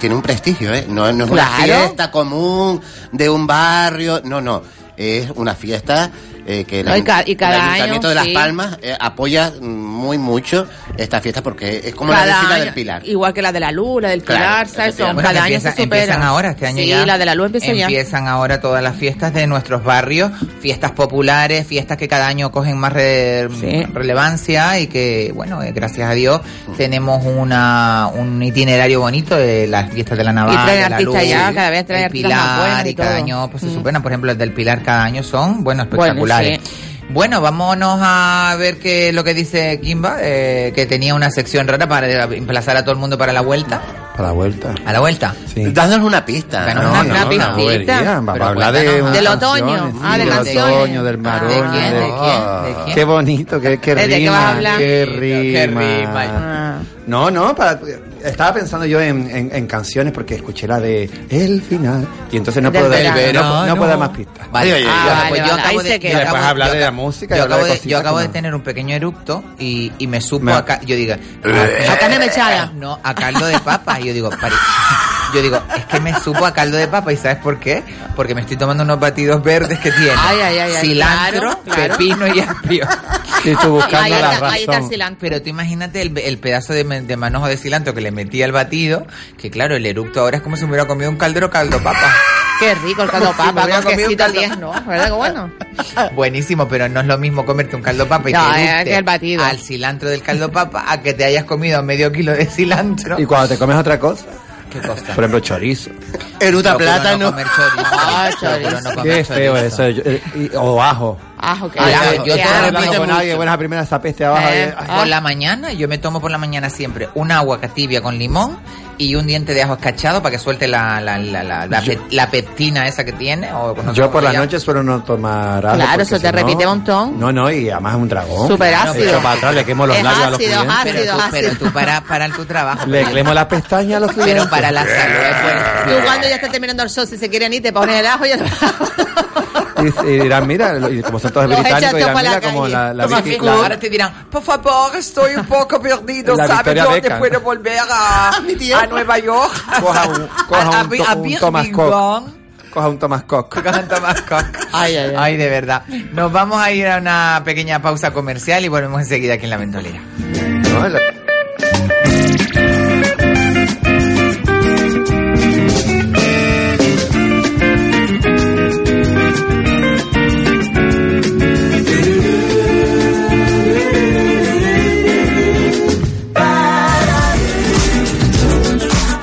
Speaker 9: tiene un prestigio, ¿eh? No, no es una
Speaker 8: Claro.
Speaker 9: fiesta común de un barrio, no, no. Es una fiesta eh, que el,
Speaker 8: No, y
Speaker 9: ayun-
Speaker 8: ca- y
Speaker 9: el
Speaker 8: cada año,
Speaker 9: Ayuntamiento de Las
Speaker 8: sí.
Speaker 9: Palmas eh, apoya muy mucho esta fiesta porque es como la
Speaker 8: Cada
Speaker 9: vecina
Speaker 8: año,
Speaker 9: del Pilar.
Speaker 8: Igual que la de la luz, la del
Speaker 9: Claro,
Speaker 8: Pilar, ¿sabes? Son-
Speaker 9: efectivamente.
Speaker 6: Bueno, que
Speaker 8: cada año
Speaker 6: empieza-
Speaker 8: se supera.
Speaker 6: empiezan ahora, este año
Speaker 8: sí,
Speaker 6: ya.
Speaker 8: la de la luz empieza ya.
Speaker 6: Empiezan ahora todas las fiestas de nuestros barrios, fiestas populares, fiestas que cada año cogen más re-
Speaker 8: Sí.
Speaker 6: relevancia y que, bueno, eh, gracias a Dios tenemos una, un itinerario bonito de las fiestas de la Navarra,
Speaker 8: Y traen
Speaker 6: de la
Speaker 8: artistas
Speaker 6: Luz,
Speaker 8: ya, cada vez traen
Speaker 6: el
Speaker 8: artistas más
Speaker 6: Pilar,
Speaker 8: buenos y
Speaker 6: y cada
Speaker 8: todo.
Speaker 6: año pues, se
Speaker 8: Mm.
Speaker 6: superan. Por ejemplo, el del Pilar cada año son, bueno,
Speaker 8: Bueno,
Speaker 6: espectaculares.
Speaker 8: sí.
Speaker 6: Bueno, vámonos a ver qué lo que dice Kimba, eh, que tenía una sección rara para emplazar a todo el mundo para la vuelta.
Speaker 7: Para la vuelta.
Speaker 6: A la vuelta.
Speaker 7: Sí.
Speaker 9: Dándonos una pista.
Speaker 6: Bueno,
Speaker 9: ¿no?
Speaker 6: una-
Speaker 9: No,
Speaker 8: una
Speaker 9: no,
Speaker 8: pista.
Speaker 9: no.
Speaker 7: bobería,
Speaker 8: Pero
Speaker 7: vamos a hablar de
Speaker 6: cuéntanos.
Speaker 7: unas
Speaker 6: Del
Speaker 8: otoño,
Speaker 7: canciones,
Speaker 8: ah,
Speaker 7: sí,
Speaker 8: de
Speaker 7: del
Speaker 8: canciones.
Speaker 7: otoño, del
Speaker 8: Ah,
Speaker 7: marón.
Speaker 6: ¿De quién? ¿De
Speaker 7: de-
Speaker 6: quién? ¿De quién?
Speaker 7: Qué bonito, qué, qué
Speaker 8: ¿De
Speaker 7: rima.
Speaker 8: qué vas a hablar?
Speaker 7: Qué
Speaker 6: Qué
Speaker 7: rima.
Speaker 6: rima.
Speaker 8: Ah.
Speaker 7: No, no, para, Estaba pensando yo en, en- en canciones porque escuché la de El final. Y entonces no
Speaker 6: Del
Speaker 7: puedo dar,
Speaker 6: verano,
Speaker 7: no, no
Speaker 6: no.
Speaker 7: puedo dar más pistas.
Speaker 6: Vale,
Speaker 7: Oye, oye,
Speaker 6: ah,
Speaker 7: oye.
Speaker 6: vale, pues yo
Speaker 7: vale.
Speaker 6: acabo
Speaker 7: Ahí
Speaker 6: de,
Speaker 7: se queda.
Speaker 6: yo
Speaker 7: Después
Speaker 6: acabo-
Speaker 7: hablar
Speaker 6: yo
Speaker 7: de la
Speaker 6: acabo-
Speaker 7: música y
Speaker 6: Yo
Speaker 7: hablar
Speaker 6: acabo
Speaker 7: de
Speaker 6: de,
Speaker 7: cositas
Speaker 6: yo acabo
Speaker 7: que
Speaker 6: de
Speaker 7: no.
Speaker 6: tener un pequeño eructo y, y me supo
Speaker 7: Me-
Speaker 6: acá. Yo digo, "Ah, a,
Speaker 8: A
Speaker 9: Eh,
Speaker 8: carne mechada.
Speaker 6: No, a caldo de papa. Y yo digo, pare- yo digo, es que me supo a caldo de papa. ¿Y sabes por qué? Porque me estoy tomando unos batidos verdes que tiene
Speaker 8: Ay, ay, ay, ay,
Speaker 6: cilantro,
Speaker 8: claro, claro.
Speaker 6: pepino y apio.
Speaker 7: Sí, estoy buscando
Speaker 8: Ahí
Speaker 7: la
Speaker 8: está- ahí está el
Speaker 7: razón.
Speaker 8: cilantro.
Speaker 6: Pero tú imagínate el, el pedazo de, men- de manojo de cilantro que le metí al batido, que claro, el eructo ahora es como si me hubiera comido un caldero caldo papa.
Speaker 8: Qué rico el caldo
Speaker 6: Como si me
Speaker 8: papa,
Speaker 6: hubiera
Speaker 8: con
Speaker 6: comido un
Speaker 8: quesito
Speaker 6: caldo.
Speaker 8: 10, ¿no? ¿Verdad que bueno?
Speaker 6: Buenísimo, pero no es lo mismo comerte un caldo papa y
Speaker 8: No,
Speaker 6: te
Speaker 8: es
Speaker 6: guste
Speaker 8: que el batido.
Speaker 6: al cilantro del caldo papa a que te hayas comido medio kilo de cilantro.
Speaker 7: Y cuando te comes otra cosa,
Speaker 6: ¿Qué cosa?
Speaker 7: por ejemplo, chorizo.
Speaker 9: Eruta
Speaker 6: Procuro
Speaker 9: plátano.
Speaker 6: No comer chorizo.
Speaker 8: Ah,
Speaker 6: Procuro
Speaker 8: chorizo.
Speaker 6: no comer
Speaker 7: Qué feo
Speaker 6: chorizo.
Speaker 7: eso. yo- eh, y- o ajo. Eh,
Speaker 8: Ah, ok.
Speaker 6: Ay,
Speaker 8: Ah,
Speaker 6: yo- yo todo
Speaker 8: qué asco.
Speaker 6: lo
Speaker 7: hablando
Speaker 6: pillo
Speaker 7: con
Speaker 6: mucho. Ah.
Speaker 7: alguien, buenas primeras apeste abajo.
Speaker 8: Eh,
Speaker 7: ay,
Speaker 6: Por la mañana yo me tomo por la mañana siempre una agua tibia con limón y un diente de ajo escachado para que suelte la, la, la, la, la pe- la pectina esa que tiene. o no sé
Speaker 7: Yo
Speaker 6: cómo
Speaker 7: por
Speaker 6: se
Speaker 7: la
Speaker 6: llama.
Speaker 7: noche suelo no tomar algo.
Speaker 8: Claro,
Speaker 7: porque
Speaker 8: eso
Speaker 7: si
Speaker 8: te
Speaker 7: no-
Speaker 8: repite un montón.
Speaker 7: No, no, y además es un dragón.
Speaker 8: Súper ácido.
Speaker 7: Echo para atrás, le quemo los
Speaker 8: Es
Speaker 7: labios a los
Speaker 8: ácido,
Speaker 7: clientes.
Speaker 6: Pero tú,
Speaker 8: ácido.
Speaker 6: pero tú para, para tu trabajo.
Speaker 7: Le quemo las pestañas a los clientes.
Speaker 6: Ah. Pero para la salud es
Speaker 8: Tú
Speaker 6: bueno.
Speaker 8: cuando ya está terminando el show, si se quieren ir, te pones el ajo y
Speaker 7: Y, y dirán, eh, mira, lo- y como son todos
Speaker 8: Los
Speaker 7: británicos,
Speaker 8: echaste
Speaker 7: dirán,
Speaker 8: pa' la
Speaker 7: mira como
Speaker 8: calle.
Speaker 7: la, la,
Speaker 6: Toma,
Speaker 7: Vicky-
Speaker 6: fijo,
Speaker 7: la-
Speaker 6: ahora te dirán, por favor, estoy un poco perdido,
Speaker 7: La
Speaker 6: ¿sabes
Speaker 7: Victoria
Speaker 6: dónde
Speaker 7: Beckham.
Speaker 6: puedo volver a, a Nueva York?
Speaker 7: coja un, coja un,
Speaker 6: a,
Speaker 7: to- un Thomas Cook.
Speaker 6: Birmingham.
Speaker 7: Coja un Thomas Cook.
Speaker 6: Cojan Thomas Cook.
Speaker 8: Ay, ay, ay.
Speaker 6: de verdad. Nos vamos a ir a una pequeña pausa comercial y volvemos enseguida aquí en La Ventolera.
Speaker 7: No, la-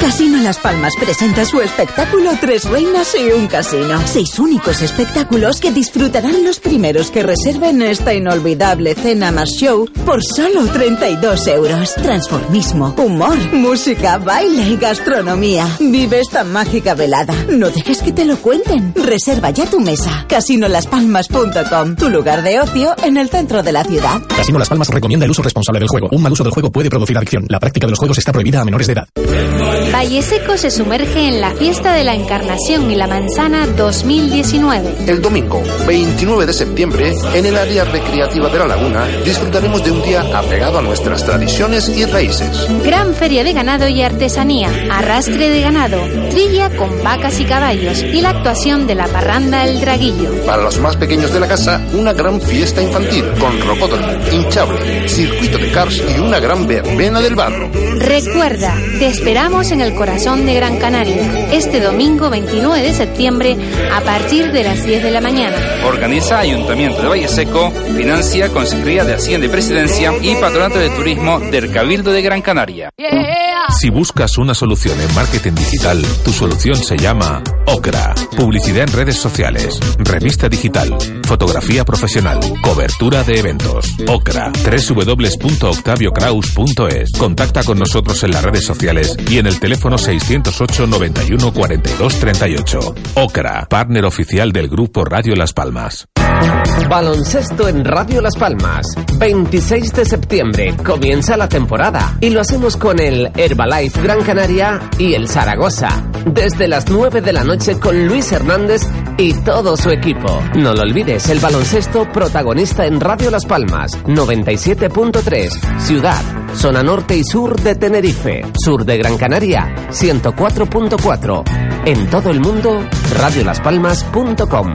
Speaker 3: Casino Las Palmas presenta su espectáculo Tres Reinas y un Casino. Seis únicos espectáculos que disfrutarán los primeros que reserven esta inolvidable cena más show por solo 32 euros. Transformismo, humor, música, baile y gastronomía. Vive esta mágica velada. No dejes que te lo cuenten. Reserva ya tu mesa. Casinolaspalmas.com, tu lugar de ocio en el centro de la ciudad.
Speaker 11: Casino Las Palmas recomienda el uso responsable del juego. Un mal uso del juego puede producir adicción. La práctica de los juegos está prohibida a menores de edad.
Speaker 12: Valle Seco se sumerge en la fiesta de la Encarnación y la Manzana 2019.
Speaker 13: El domingo 29 de septiembre, en el área recreativa de la laguna, disfrutaremos de un día apegado a nuestras tradiciones y raíces.
Speaker 12: Gran feria de ganado y artesanía, arrastre de ganado, trilla con vacas y caballos y la actuación de la parranda El Draguillo.
Speaker 13: Para los más pequeños de la casa, una gran fiesta infantil con rocódromo, hinchable, circuito de cars y una gran verbena del barro.
Speaker 12: Recuerda, te esperamos en el corazón de Gran Canaria, este domingo 29 de septiembre a partir de las 10 de la mañana.
Speaker 14: Organiza Ayuntamiento de Valle Seco, financia Consejería de Hacienda y Presidencia y Patronato de Turismo del Cabildo de Gran Canaria.
Speaker 15: Si buscas una solución en marketing digital, tu solución se llama OCRA. Publicidad en redes sociales, revista digital, fotografía profesional, cobertura de eventos. OCRA, www.octaviocraus.es. Contacta con nosotros en las redes sociales y en el teléfono 608 91 42 38. OCRA, partner oficial del grupo Radio Las Palmas.
Speaker 16: Baloncesto en Radio Las Palmas. 26 de septiembre comienza la temporada y lo hacemos con el Herbalife Gran Canaria y el Zaragoza. Desde las 9 de la noche con Luis Hernández y todo su equipo. No lo olvides, el baloncesto protagonista en Radio Las Palmas. 97.3, Ciudad, zona norte y sur de Tenerife, sur de Gran Canaria, 104.4. En todo el mundo, radiolaspalmas.com.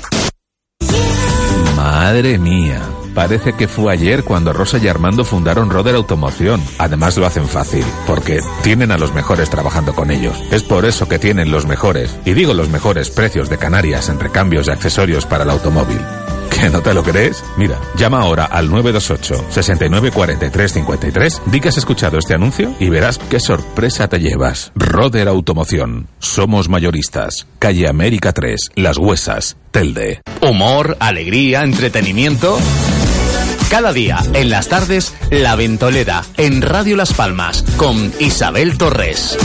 Speaker 17: Madre mía,
Speaker 15: Parece que fue ayer cuando Rosa y Armando fundaron Roder Automoción. Además lo hacen fácil, porque tienen a los mejores trabajando con ellos. Es por eso que tienen los mejores, y digo los mejores precios de Canarias en recambios y accesorios para el automóvil. ¿Que no te lo crees? Mira, llama ahora al 928 69 43 53, di que has escuchado este anuncio y verás qué sorpresa te llevas. Roder Automoción. Somos mayoristas. Calle América 3, Las Huesas, Telde.
Speaker 18: Humor, alegría, entretenimiento. Cada día, en las tardes, La Ventolera, en Radio Las Palmas, con Isabel Torres.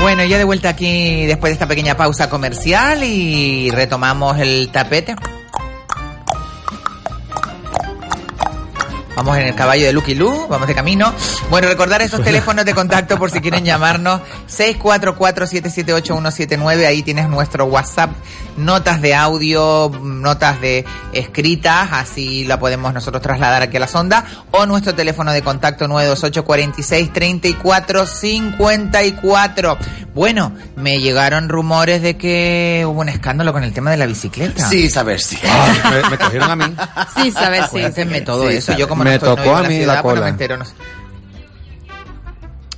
Speaker 6: Bueno, ya de vuelta aquí después de esta pequeña pausa comercial y retomamos el tapete. Vamos en el caballo de Lucky Lu, vamos de camino. Bueno, recordar esos teléfonos de contacto por si quieren llamarnos. 644-778-179, ahí tienes nuestro WhatsApp. Notas de audio, notas de escritas, así la podemos nosotros trasladar aquí a la sonda. O nuestro teléfono de contacto 928-46-34-54. Bueno, me llegaron rumores de que hubo un escándalo con el tema de la bicicleta.
Speaker 9: Sí, saber si.
Speaker 7: Ah, me, me cogieron a mí.
Speaker 8: Sí, sabes, sí.
Speaker 6: Cuéntenme Eh, todo
Speaker 7: Sí,
Speaker 6: eso.
Speaker 7: sabe.
Speaker 6: Yo como
Speaker 7: Me
Speaker 6: no estoy- no
Speaker 7: tocó
Speaker 6: vivo en
Speaker 7: a mí la
Speaker 6: ciudad, pues no
Speaker 7: cola.
Speaker 6: me entero, no sé.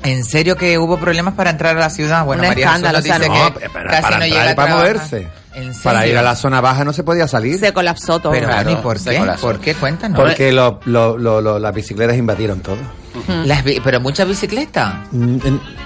Speaker 6: ¿En serio que hubo problemas para entrar a la ciudad? Bueno,
Speaker 7: Un
Speaker 6: María Jesús
Speaker 7: escándalo,
Speaker 6: nos dice
Speaker 7: o sea,
Speaker 6: que
Speaker 7: no, pero
Speaker 6: casi
Speaker 7: para
Speaker 6: no
Speaker 7: entrar
Speaker 6: llega
Speaker 7: y
Speaker 6: a
Speaker 7: para
Speaker 6: trabajar.
Speaker 7: moverse.
Speaker 6: ¿En serio?
Speaker 7: Para ir a la zona baja no se podía salir.
Speaker 8: Se colapsó todo.
Speaker 6: Pero, Dani, ¿por
Speaker 7: se
Speaker 6: qué?
Speaker 7: colapsó.
Speaker 6: ¿Por qué? Cuéntanos.
Speaker 7: Porque lo- lo- lo- lo- las bicicletas invadieron todo.
Speaker 6: Las bi- pero muchas bicicletas.
Speaker 7: Mm, en-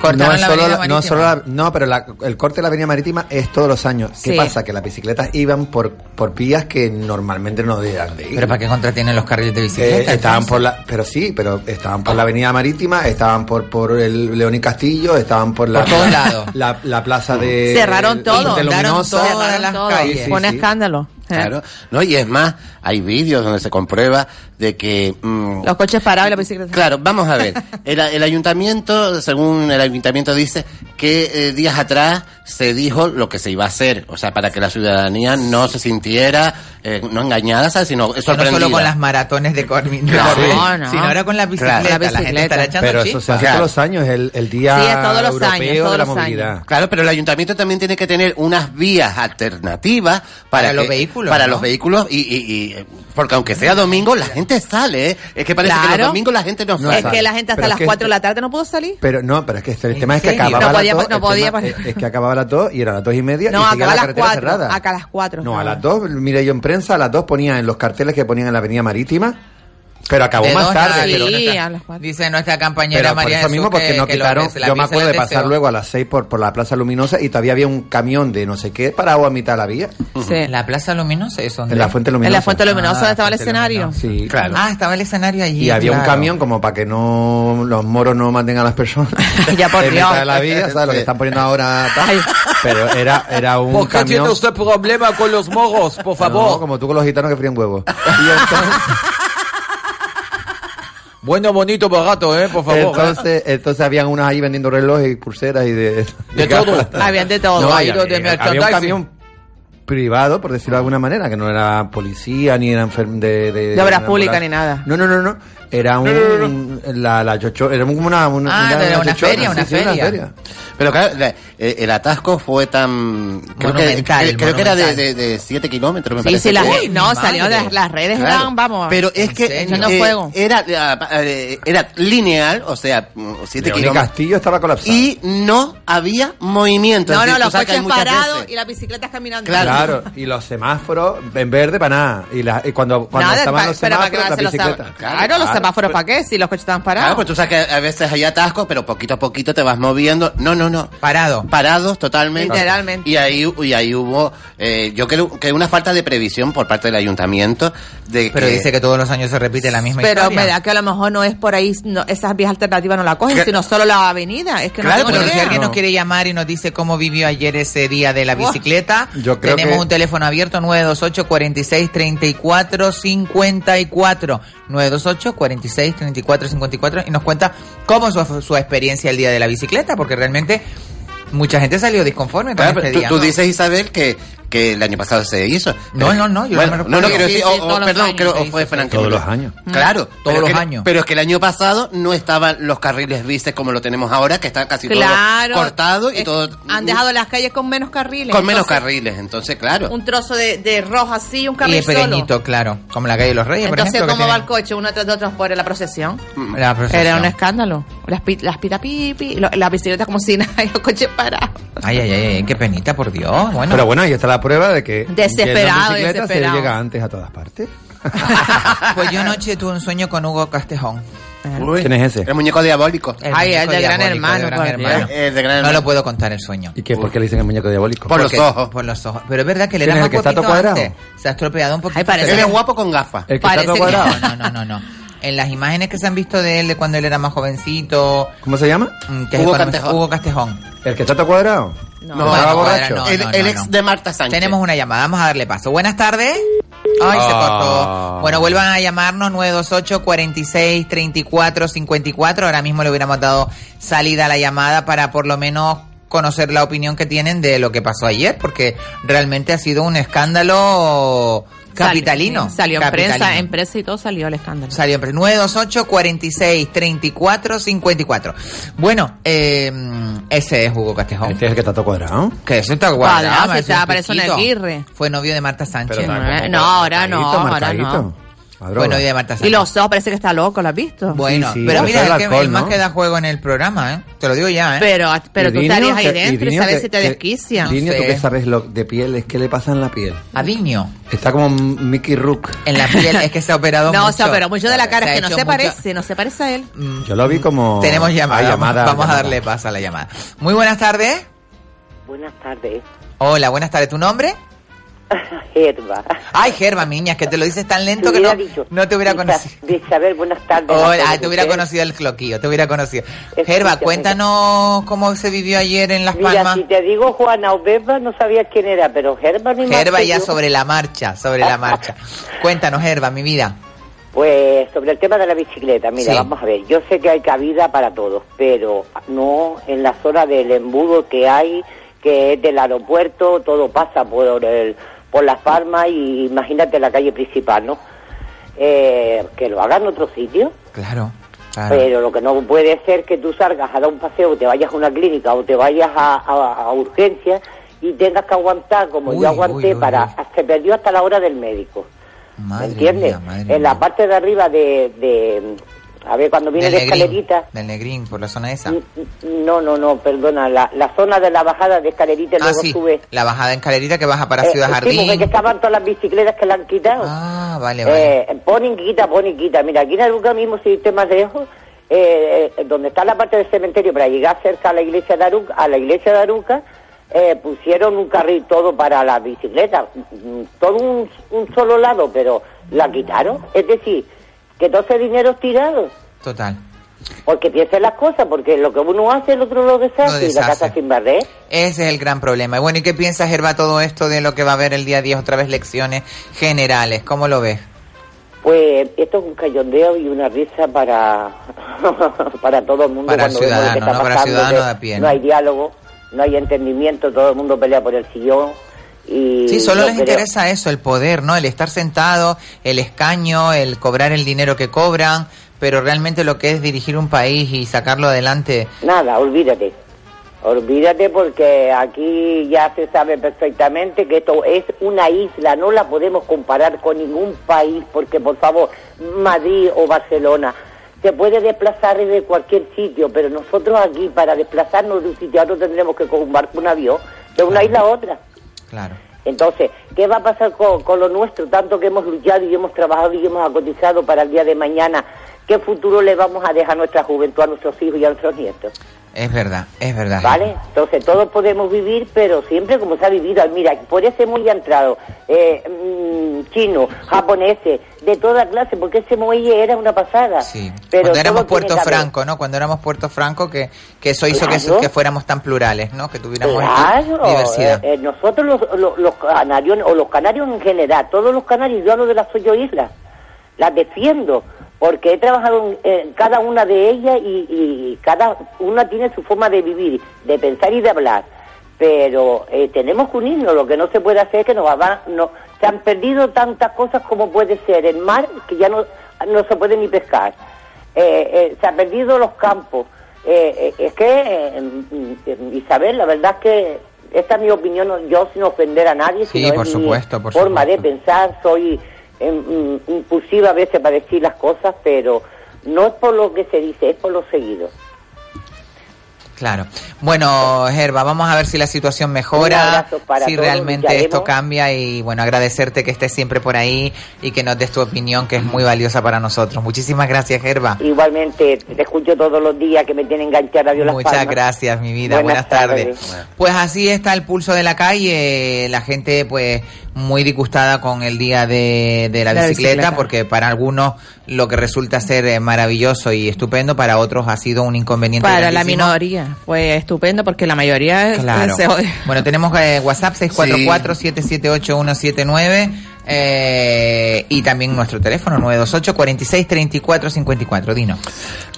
Speaker 6: Cortaron
Speaker 7: no es
Speaker 6: la
Speaker 7: solo, no
Speaker 6: avenida
Speaker 7: es
Speaker 6: marítima.
Speaker 7: solo la- no, pero la- el corte de la avenida marítima es todos los años. ¿Qué
Speaker 6: Sí.
Speaker 7: pasa? Que las bicicletas iban por, por vías que normalmente no debían de ir.
Speaker 6: ¿Pero para qué contratienen los carriles de bicicleta?
Speaker 7: Eh, estaban por la, pero sí, pero estaban por la avenida marítima, estaban por, por el León y Castillo, estaban por la,
Speaker 6: Por todos lados.
Speaker 7: la, la plaza de
Speaker 9: eh,
Speaker 8: Cerraron todo.
Speaker 7: de Luminosa.
Speaker 8: Cerraron todo.
Speaker 9: calles.
Speaker 8: Fue un
Speaker 9: Sí, sí.
Speaker 8: escándalo. Eh.
Speaker 9: Claro, no, y es más, hay vídeos donde se comprueba de que... mm,
Speaker 8: Los coches parados y la bicicleta.
Speaker 9: Claro, vamos a ver. El, el ayuntamiento, según el ayuntamiento dice, que eh, días atrás se dijo lo que se iba a hacer, o sea, para que la ciudadanía no se sintiera, eh, no engañada, ¿sabes? sino
Speaker 6: Que No
Speaker 9: sorprendida.
Speaker 6: solo con las maratones de Cormin.
Speaker 9: Claro,
Speaker 6: no,
Speaker 9: sí.
Speaker 6: no.
Speaker 9: no.
Speaker 6: Sino ahora con las bicicletas.
Speaker 9: Claro.
Speaker 6: La gente estará echando
Speaker 7: Pero eso se hace
Speaker 9: Claro.
Speaker 7: todos los años, el, el día
Speaker 8: Sí, es todos los
Speaker 7: europeo
Speaker 8: años,
Speaker 7: de
Speaker 8: todos
Speaker 7: la
Speaker 8: los
Speaker 7: movilidad.
Speaker 9: Claro, pero el ayuntamiento también tiene que tener unas vías alternativas para,
Speaker 6: Para los
Speaker 9: que-
Speaker 6: vehículos,
Speaker 9: Para
Speaker 6: ¿no?
Speaker 9: los vehículos y, y- y, eh, porque aunque sea domingo, la gente sale. ¿eh? Es que parece que
Speaker 8: Claro.
Speaker 9: los domingos la gente no,
Speaker 7: No
Speaker 9: sale.
Speaker 8: es que la gente hasta
Speaker 7: Pero es
Speaker 8: las
Speaker 7: que
Speaker 8: 4 de la tarde no pudo salir.
Speaker 7: Pero no, pero es que este- el tema es que
Speaker 8: serio?
Speaker 7: acababa
Speaker 8: No
Speaker 7: a las
Speaker 8: podía-
Speaker 7: dos,
Speaker 8: no
Speaker 7: el
Speaker 8: podía
Speaker 7: tema
Speaker 8: poner-
Speaker 7: es, es que acababa a las dos y era a las dos y media
Speaker 8: No,
Speaker 7: y
Speaker 8: acá
Speaker 7: seguía
Speaker 8: a
Speaker 7: la
Speaker 8: las
Speaker 7: carretera
Speaker 8: 4.
Speaker 7: cerrada.
Speaker 8: Acá a las 4.
Speaker 7: No, a las dos, mire yo en prensa, a las dos ponían en los carteles que ponían en la avenida marítima, pero acabó
Speaker 6: De
Speaker 7: más
Speaker 6: dos
Speaker 7: tarde,
Speaker 6: a
Speaker 7: pero,
Speaker 6: diez.
Speaker 8: Sí, a las 4.
Speaker 6: Dice nuestra campañera
Speaker 7: pero por
Speaker 6: María
Speaker 7: eso mismo,
Speaker 6: Jesús
Speaker 7: porque no
Speaker 6: que- que lo-
Speaker 7: quitaron,
Speaker 6: que se la
Speaker 7: yo me
Speaker 6: avisa el
Speaker 7: acuerdo de pasar
Speaker 6: deseo.
Speaker 7: luego a las seis por, por la Plaza Luminosa y todavía había un camión de no sé qué parado a mitad de la vía,
Speaker 8: Sí.
Speaker 6: La Plaza Luminosa es donde...
Speaker 7: en la Fuente Luminosa.
Speaker 8: En la Fuente Luminosa,
Speaker 6: Ah,
Speaker 8: donde estaba el
Speaker 6: Fuente
Speaker 8: escenario.
Speaker 6: Luminosa.
Speaker 7: Sí, claro.
Speaker 6: Ah, estaba el escenario allí.
Speaker 7: Y había un
Speaker 6: claro.
Speaker 7: camión como para que no los moros no maten a las personas.
Speaker 8: ya por
Speaker 7: en
Speaker 8: Dios.
Speaker 7: mitad de la vía, ¿sabes? Lo que están poniendo ahora. tal. Pero era, era un
Speaker 17: ¿Por qué
Speaker 7: camión.
Speaker 17: tiene usted problema con los mogos, por
Speaker 7: No,
Speaker 17: favor?
Speaker 7: como tú con los gitanos que frían huevos.
Speaker 17: Bueno, bonito, barato, ¿eh? Por favor. ¿eh?
Speaker 7: Entonces, entonces habían unas ahí vendiendo relojes y pulseras y de...
Speaker 17: De todo.
Speaker 8: Habían de todo.
Speaker 7: No,
Speaker 8: Ahí
Speaker 7: había,
Speaker 8: donde me
Speaker 7: había un
Speaker 8: alcanzáis.
Speaker 7: camión privado, por decirlo de alguna manera, que no era policía ni era enfermo de, de,
Speaker 8: De obras
Speaker 7: una
Speaker 8: públicas
Speaker 7: ambulancia.
Speaker 8: ni nada.
Speaker 7: eh, No, no, no, no. Era un la la chocho- era como una una,
Speaker 8: Ah,
Speaker 9: era una
Speaker 7: chochona,
Speaker 9: feria,
Speaker 7: sí,
Speaker 9: una
Speaker 7: sí, una
Speaker 9: feria.
Speaker 7: feria.
Speaker 9: Pero claro, la- eh, el atasco fue tan... Creo que,
Speaker 6: Monumental,
Speaker 9: cre- creo que era de-
Speaker 6: monumental.
Speaker 9: de de 7 kilómetros, me
Speaker 8: Sí,
Speaker 9: parece.
Speaker 8: sí, las,
Speaker 9: Uy,
Speaker 8: no,
Speaker 9: madre.
Speaker 8: salió de las, las redes,
Speaker 9: Claro.
Speaker 8: eran, vamos.
Speaker 9: Pero es que
Speaker 8: Yo no
Speaker 9: eh,
Speaker 8: juego.
Speaker 9: era eh, era lineal, o sea, 7
Speaker 7: León y
Speaker 9: kilómetros.
Speaker 7: Castillo estaba colapsado.
Speaker 9: Y no había movimiento.
Speaker 8: No,
Speaker 9: Es
Speaker 8: no,
Speaker 9: decir,
Speaker 8: los
Speaker 9: tú sacas
Speaker 8: coches
Speaker 9: muchas
Speaker 8: parados
Speaker 9: veces.
Speaker 8: y las bicicletas caminando.
Speaker 7: Claro. y los semáforos en verde para nada. Y, la, y cuando, cuando
Speaker 8: Nada,
Speaker 7: estaban
Speaker 8: pa-
Speaker 7: los
Speaker 8: pero para
Speaker 7: semáforos, la
Speaker 8: que los
Speaker 7: bicicleta.
Speaker 8: sema- Claro, los semáforos para qué, si los coches estaban
Speaker 6: Ah.
Speaker 9: Claro, pues
Speaker 8: parados.
Speaker 9: tú sabes que a veces hay atascos, pero poquito a poquito te vas moviendo. No, no, no.
Speaker 6: Parados.
Speaker 9: Parados totalmente.
Speaker 8: Literalmente.
Speaker 9: Y ahí, y ahí hubo, eh, yo creo que una falta de previsión por parte del ayuntamiento. De
Speaker 6: Pero dice que todos los años se repite la misma
Speaker 8: Pero
Speaker 6: historia.
Speaker 8: me da que a lo mejor no es por ahí, no, esas vías alternativas no la cogen,
Speaker 6: Que-
Speaker 8: sino solo la avenida. Es que
Speaker 6: Claro,
Speaker 8: no tengo
Speaker 6: pero
Speaker 8: ni
Speaker 6: si
Speaker 8: idea.
Speaker 6: alguien nos quiere llamar y nos dice cómo vivió ayer ese día de la
Speaker 8: Buah.
Speaker 6: bicicleta,
Speaker 8: Yo creo
Speaker 6: tenemos
Speaker 8: que-
Speaker 6: un teléfono abierto 928 46 34 54 928 46 34 54 y nos cuenta cómo su, su experiencia el día de la bicicleta, porque realmente mucha gente salió disconforme con
Speaker 9: Claro,
Speaker 6: este
Speaker 9: pero tú,
Speaker 6: día.
Speaker 9: tú dices, Isabel, que, que el año pasado se hizo.
Speaker 6: No, no, no, yo
Speaker 9: Bueno,
Speaker 6: no me
Speaker 9: no, no
Speaker 6: recuerdo.
Speaker 9: quiero
Speaker 6: Sí,
Speaker 9: decir,
Speaker 6: sí,
Speaker 9: o- o
Speaker 6: todos los
Speaker 9: perdón,
Speaker 6: años
Speaker 9: creo
Speaker 6: se
Speaker 9: o
Speaker 6: hizo,
Speaker 9: fue
Speaker 6: sí.
Speaker 9: Frank.
Speaker 6: Todos
Speaker 9: Miller.
Speaker 6: los años.
Speaker 9: Claro,
Speaker 6: Todos
Speaker 9: pero
Speaker 6: los
Speaker 9: que-
Speaker 6: años.
Speaker 9: Pero es que el año pasado no estaban los carriles bices como lo tenemos ahora, que está casi
Speaker 8: Claro.
Speaker 9: todo cortado y
Speaker 8: Es-
Speaker 9: todo
Speaker 8: Han dejado las calles con menos carriles.
Speaker 9: con menos
Speaker 8: entonces,
Speaker 9: carriles. Entonces, claro.
Speaker 8: Un trozo de, de rojo así, un
Speaker 6: Y
Speaker 8: carril
Speaker 6: es pequeñito,
Speaker 8: solo.
Speaker 6: claro, como la calle de los Reyes,
Speaker 8: Entonces,
Speaker 6: por ejemplo. que
Speaker 8: ¿cómo va el
Speaker 6: tiene-
Speaker 8: coche? Uno tras de otro por la procesión.
Speaker 6: La procesión.
Speaker 8: Era un escándalo. Las, pi- las pita pipi, lo- las bicicletas como si nada, y los coches parados.
Speaker 6: Ay, ay, ay, ay, qué penita, por Dios. Bueno.
Speaker 7: Pero bueno, ahí está la prueba de que
Speaker 8: Desesperado,
Speaker 7: yendo en bicicleta
Speaker 8: desesperado.
Speaker 7: se llega antes a todas partes.
Speaker 6: Pues yo anoche tuve un sueño con Hugo Castejón.
Speaker 7: ¿Quién es ese?
Speaker 9: El muñeco diabólico.
Speaker 6: Ay, el
Speaker 9: muñeco
Speaker 6: del Gran
Speaker 9: diabólico,
Speaker 6: Hermano,
Speaker 9: el
Speaker 6: por Dios.
Speaker 9: El de Gran
Speaker 6: No
Speaker 9: Hermano.
Speaker 6: lo puedo contar el sueño.
Speaker 7: ¿Y qué? ¿Por qué le dicen el muñeco diabólico?
Speaker 6: Porque- Por los ojos. Pero es verdad que le
Speaker 7: ¿Quién
Speaker 6: da
Speaker 7: es
Speaker 6: más
Speaker 7: el que está todo
Speaker 6: huequito
Speaker 7: cuadrado?
Speaker 6: antes. Se ha estropeado un poquito.
Speaker 9: Él es guapo con gafas.
Speaker 7: El que está todo cuadrado.
Speaker 6: No, no, no, no, no. En las imágenes que se han visto de él de cuando él era más jovencito. mm,
Speaker 7: ¿Cómo se llama?
Speaker 6: que es economista- Hugo Castejón.
Speaker 7: ¿El que está todo cuadrado?
Speaker 6: No,
Speaker 7: ¿Estaba
Speaker 6: no,
Speaker 7: borracho?
Speaker 6: no, no, no,
Speaker 9: el
Speaker 6: no.
Speaker 9: ex de Marta Sánchez.
Speaker 6: Tenemos una llamada, vamos a darle paso. Buenas tardes. Ay, se
Speaker 7: Ah.
Speaker 6: cortó. Bueno, vuelvan a llamarnos 928 46 34 54. Ahora mismo le hubiéramos dado salida a la llamada para por lo menos conocer la opinión que tienen de lo que pasó ayer, porque realmente ha sido un escándalo capitalino.
Speaker 8: Salió en
Speaker 6: Capitalino.
Speaker 8: prensa, en prensa y todo salió el escándalo.
Speaker 6: Salió en prensa. 928 46 34 54. Bueno, eh, ese es Hugo Castejón.
Speaker 7: Este es el que está todo cuadrado.
Speaker 6: Que eso está
Speaker 8: Cuadrado,
Speaker 6: guardado.
Speaker 8: si
Speaker 6: es un
Speaker 8: está- parece un
Speaker 6: chiquito.
Speaker 8: aguirre.
Speaker 6: Fue novio de Marta Sánchez.
Speaker 8: Pero está como No, ahora no, marcadito, ahora no.
Speaker 6: Fue novio de Marta
Speaker 8: Y
Speaker 6: Sánchez.
Speaker 8: los ojos parece que está loco, ¿lo has visto?
Speaker 6: Bueno, pero mira, el, que, el más que da juego en el programa, ¿eh? Te lo digo ya, ¿eh?
Speaker 8: Pero, pero tú
Speaker 7: Dinio,
Speaker 8: estarías ahí
Speaker 7: que-
Speaker 8: dentro y
Speaker 7: Dinio
Speaker 8: sabes
Speaker 7: que-
Speaker 8: si te
Speaker 7: que-
Speaker 8: desquicia.
Speaker 7: Dinio, ¿tú qué sabes lo de piel? ¿Es que le pasa en la piel?
Speaker 6: A Dinio.
Speaker 7: Está como Mickey Rook.
Speaker 6: En la piel es que se ha operado
Speaker 8: No,
Speaker 6: mucho.
Speaker 8: o sea, pero mucho de la cara,
Speaker 6: Se
Speaker 8: es
Speaker 6: ha
Speaker 8: que no
Speaker 6: hecho
Speaker 8: se
Speaker 6: mucho-
Speaker 8: parece, no se parece a él.
Speaker 7: Yo lo vi como...
Speaker 6: Tenemos llamada.
Speaker 7: Ah,
Speaker 6: Vamos a
Speaker 7: llamada.
Speaker 6: darle paso a la llamada. Muy buenas tardes.
Speaker 19: Buenas tardes,
Speaker 6: Hola, buenas tardes. ¿Tu nombre?
Speaker 19: Gerba.
Speaker 6: Ay, Gerba, miña, es que te lo dices tan lento que no, no te hubiera conocido.
Speaker 19: Isabel, buenas tardes.
Speaker 6: Hola,
Speaker 19: Buenas
Speaker 6: ah, te hubiera
Speaker 19: tardes.
Speaker 6: conocido el cloquillo, te hubiera conocido.
Speaker 19: Escúchame.
Speaker 6: Gerba, cuéntanos cómo se vivió ayer en Las
Speaker 19: Mira,
Speaker 6: Palmas.
Speaker 19: si te digo Juana o Beba, no sabía quién era, pero Gerba ni más
Speaker 6: Gerba
Speaker 19: que
Speaker 6: ya
Speaker 19: yo.
Speaker 6: sobre la marcha, sobre la marcha. Cuéntanos, Gerba, mi vida.
Speaker 19: Pues sobre el tema de la bicicleta, mira,
Speaker 6: Sí.
Speaker 19: vamos a ver, yo sé que hay cabida para todos, pero no en la zona del embudo que hay, que es del aeropuerto, todo pasa por el, por las palmas y imagínate la calle principal, ¿no? Eh, que lo hagan en otro sitio.
Speaker 6: Claro, claro.
Speaker 19: Pero lo que no puede ser que tú salgas a dar un paseo, te vayas a una clínica o te vayas a, a- a urgencias y tengas que aguantar como
Speaker 20: Uy,
Speaker 19: yo aguanté
Speaker 20: uy, uy,
Speaker 19: para...
Speaker 20: uy.
Speaker 19: Se perdió hasta la hora del médico.
Speaker 6: Madre
Speaker 19: ¿Entiendes?
Speaker 6: mía, madre
Speaker 19: en la parte de arriba de... de- a ver, cuando viene
Speaker 6: Del
Speaker 19: la
Speaker 6: Negrín,
Speaker 19: escalerita...
Speaker 6: del Negrín, por la zona esa.
Speaker 19: No, no, no, perdona. La, la zona de la bajada de escalerita y
Speaker 6: Ah,
Speaker 19: luego
Speaker 6: sí,
Speaker 19: sube...
Speaker 6: la bajada en calerita que baja para
Speaker 19: Eh,
Speaker 6: Ciudad
Speaker 19: sí,
Speaker 6: Jardín.
Speaker 19: porque que estaban todas las bicicletas que la han quitado.
Speaker 6: Ah, vale, vale.
Speaker 19: Eh, pon y quita, pon y quita. Mira, aquí en Aruca mismo, si te más lejos, eh, eh, donde está la parte del cementerio, para llegar cerca a la iglesia de Aruca, a la iglesia de Aruca, eh, pusieron un carril todo para las bicicletas, mm, todo un, un solo lado, pero la quitaron. Es decir, que 12 dineros tirados.
Speaker 6: Total.
Speaker 19: Porque piensen las cosas, porque lo que uno hace, el otro lo deshace,
Speaker 6: Lo
Speaker 19: y la
Speaker 6: deshace.
Speaker 19: casa sin barrer.
Speaker 6: Ese es el gran problema. Y bueno, ¿y qué piensas, Gerba, todo esto de lo que va a haber el día 10? Otra vez lecciones generales. ¿Cómo lo ves?
Speaker 19: Pues esto es un cayondeo y una risa para, para todo el mundo.
Speaker 6: Para el
Speaker 19: cuando vemos lo que
Speaker 6: ciudadano,
Speaker 19: está
Speaker 6: ¿no? Para el
Speaker 19: pasando,
Speaker 6: ciudadano
Speaker 19: que
Speaker 6: de a pie,
Speaker 19: ¿no?
Speaker 6: ¿no?
Speaker 19: hay diálogo, no hay entendimiento, todo el mundo pelea por el sillón. Y
Speaker 6: Sí, solo
Speaker 19: yo
Speaker 6: les
Speaker 19: creo-
Speaker 6: interesa eso, el poder, ¿no? El estar sentado, el escaño, el cobrar el dinero que cobran, pero realmente lo que es dirigir un país y sacarlo adelante.
Speaker 19: Nada, olvídate. Olvídate porque aquí ya se sabe perfectamente que esto es una isla, no la podemos comparar con ningún país, porque por favor, Madrid o Barcelona se puede desplazar desde cualquier sitio, pero nosotros aquí para desplazarnos de un sitio a otro tendremos que coger un barco, un avión, de una isla a otra.
Speaker 6: Claro.
Speaker 19: Entonces, ¿qué va a pasar con, con lo nuestro? Tanto que hemos luchado y hemos trabajado y hemos acotizado para el día de mañana. ¿Qué futuro le vamos a dejar a nuestra juventud, a nuestros hijos y a nuestros nietos?
Speaker 6: Es verdad, es verdad.
Speaker 19: ¿Vale? Entonces, todos podemos vivir, pero siempre como se ha vivido. Ah, Mira, por ese muelle ha entrado eh, mm, chino, japoneses, de toda clase, porque ese muelle era una pasada.
Speaker 6: Sí.
Speaker 19: Pero
Speaker 6: Cuando
Speaker 19: todo
Speaker 6: éramos
Speaker 19: tiene
Speaker 6: Puerto
Speaker 19: que haber-
Speaker 6: Franco, ¿no? Cuando éramos Puerto Franco, que, que eso hizo que,
Speaker 19: Claro.
Speaker 6: que fuéramos tan plurales, ¿no? Que tuviéramos
Speaker 19: Claro,
Speaker 6: diversidad.
Speaker 19: eh, eh, nosotros los, los, los canarios, o los canarios en general, todos los canarios, yo hablo de las ocho islas, las defiendo, porque he trabajado en, en cada una de ellas y, y cada una tiene su forma de vivir, de pensar y de hablar. Pero eh, tenemos que unirnos, lo que no se puede hacer es que nos hagan- no, se han perdido tantas cosas como puede ser el mar, que ya no, no se puede ni pescar. Eh, eh, se han perdido los campos. Eh, eh, es que, eh, mm, mm, Isabel, la verdad es que esta es mi opinión, no- yo sin ofender a nadie,
Speaker 6: Sí,
Speaker 19: sino
Speaker 6: por
Speaker 19: es
Speaker 6: supuesto,
Speaker 19: mi
Speaker 6: por
Speaker 19: forma de pensar, soy eh, mm, impulsiva a veces para decir las cosas, pero no es por lo que se dice, es por lo seguido.
Speaker 6: Claro. Bueno, Gerba, vamos a ver si la situación
Speaker 19: Un
Speaker 6: mejora,
Speaker 19: abrazo para
Speaker 6: si
Speaker 19: todos,
Speaker 6: realmente
Speaker 19: lucharemos.
Speaker 6: esto cambia y bueno, agradecerte que estés siempre por ahí y que nos des tu opinión que es muy valiosa para nosotros. Muchísimas gracias, Gerba.
Speaker 19: Igualmente, te escucho todos los días que me tienen enganchada a Radio Las
Speaker 6: Muchas
Speaker 19: Palmas.
Speaker 6: gracias, mi vida.
Speaker 19: Buenas
Speaker 6: Buenas, tardes.
Speaker 19: tardes.
Speaker 6: Pues así está el pulso de la calle. La gente, pues, muy disgustada con el día de, de la,
Speaker 10: La
Speaker 6: bicicleta,
Speaker 10: bicicleta.
Speaker 6: porque para algunos lo que resulta ser eh, maravilloso y estupendo, para otros ha sido un inconveniente.
Speaker 8: Para la
Speaker 6: grandísimo.
Speaker 8: minoría fue estupendo porque la mayoría
Speaker 6: Claro.
Speaker 8: se odia.
Speaker 6: Bueno, tenemos eh, WhatsApp 644-778-179 eh, y también nuestro teléfono 928-4634-54. Dino.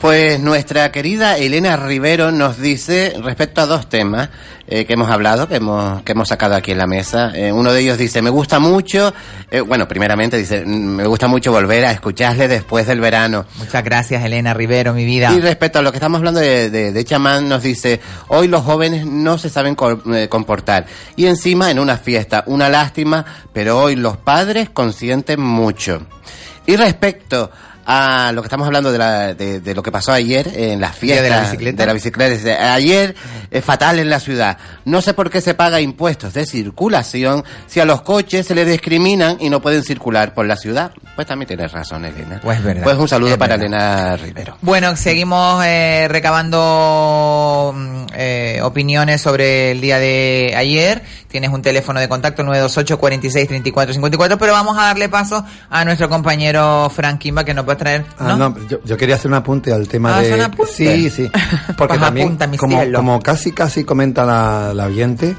Speaker 9: Pues nuestra querida Elena Rivero nos dice respecto a dos temas eh, que hemos hablado, que hemos, que hemos sacado aquí en la mesa. Eh, uno de ellos dice, me gusta mucho, eh, bueno, primeramente dice, "Mm, me gusta mucho volver a escucharle después del verano.
Speaker 6: Muchas gracias, Elena Rivero, mi vida.
Speaker 9: Y respecto a lo que estamos hablando de, de, de chamán, nos dice, hoy los jóvenes no se saben co- eh, comportar. Y encima en una fiesta, una lástima, pero hoy los padres consienten mucho. Y respecto a lo que estamos hablando de, la- de- de lo que pasó ayer en las
Speaker 6: Día
Speaker 9: fiestas
Speaker 6: de la bicicleta.
Speaker 9: de la bicicleta, dice, ayer es fatal en la ciudad. No sé por qué se paga impuestos de circulación si a los coches se les discriminan y no pueden circular por la ciudad. Pues también tienes razón, Elena.
Speaker 6: Pues es verdad.
Speaker 9: Pues un saludo para Elena Rivero.
Speaker 6: Bueno, seguimos eh, recabando mm, eh, opiniones sobre el día de ayer. Tienes un teléfono de contacto 928-4634-54, pero vamos a darle paso a nuestro compañero Frank Kimba que nos va a traer...
Speaker 7: Ah,
Speaker 6: ¿no?
Speaker 7: no, yo, yo quería hacer un apunte al tema
Speaker 6: Ah,
Speaker 7: de.
Speaker 6: ¿hacer un apunte?
Speaker 7: Sí, sí. Porque
Speaker 6: Pues
Speaker 7: también,
Speaker 6: apunta, mi
Speaker 7: como,
Speaker 6: cielo.
Speaker 7: como casi, casi comenta la, la oyente,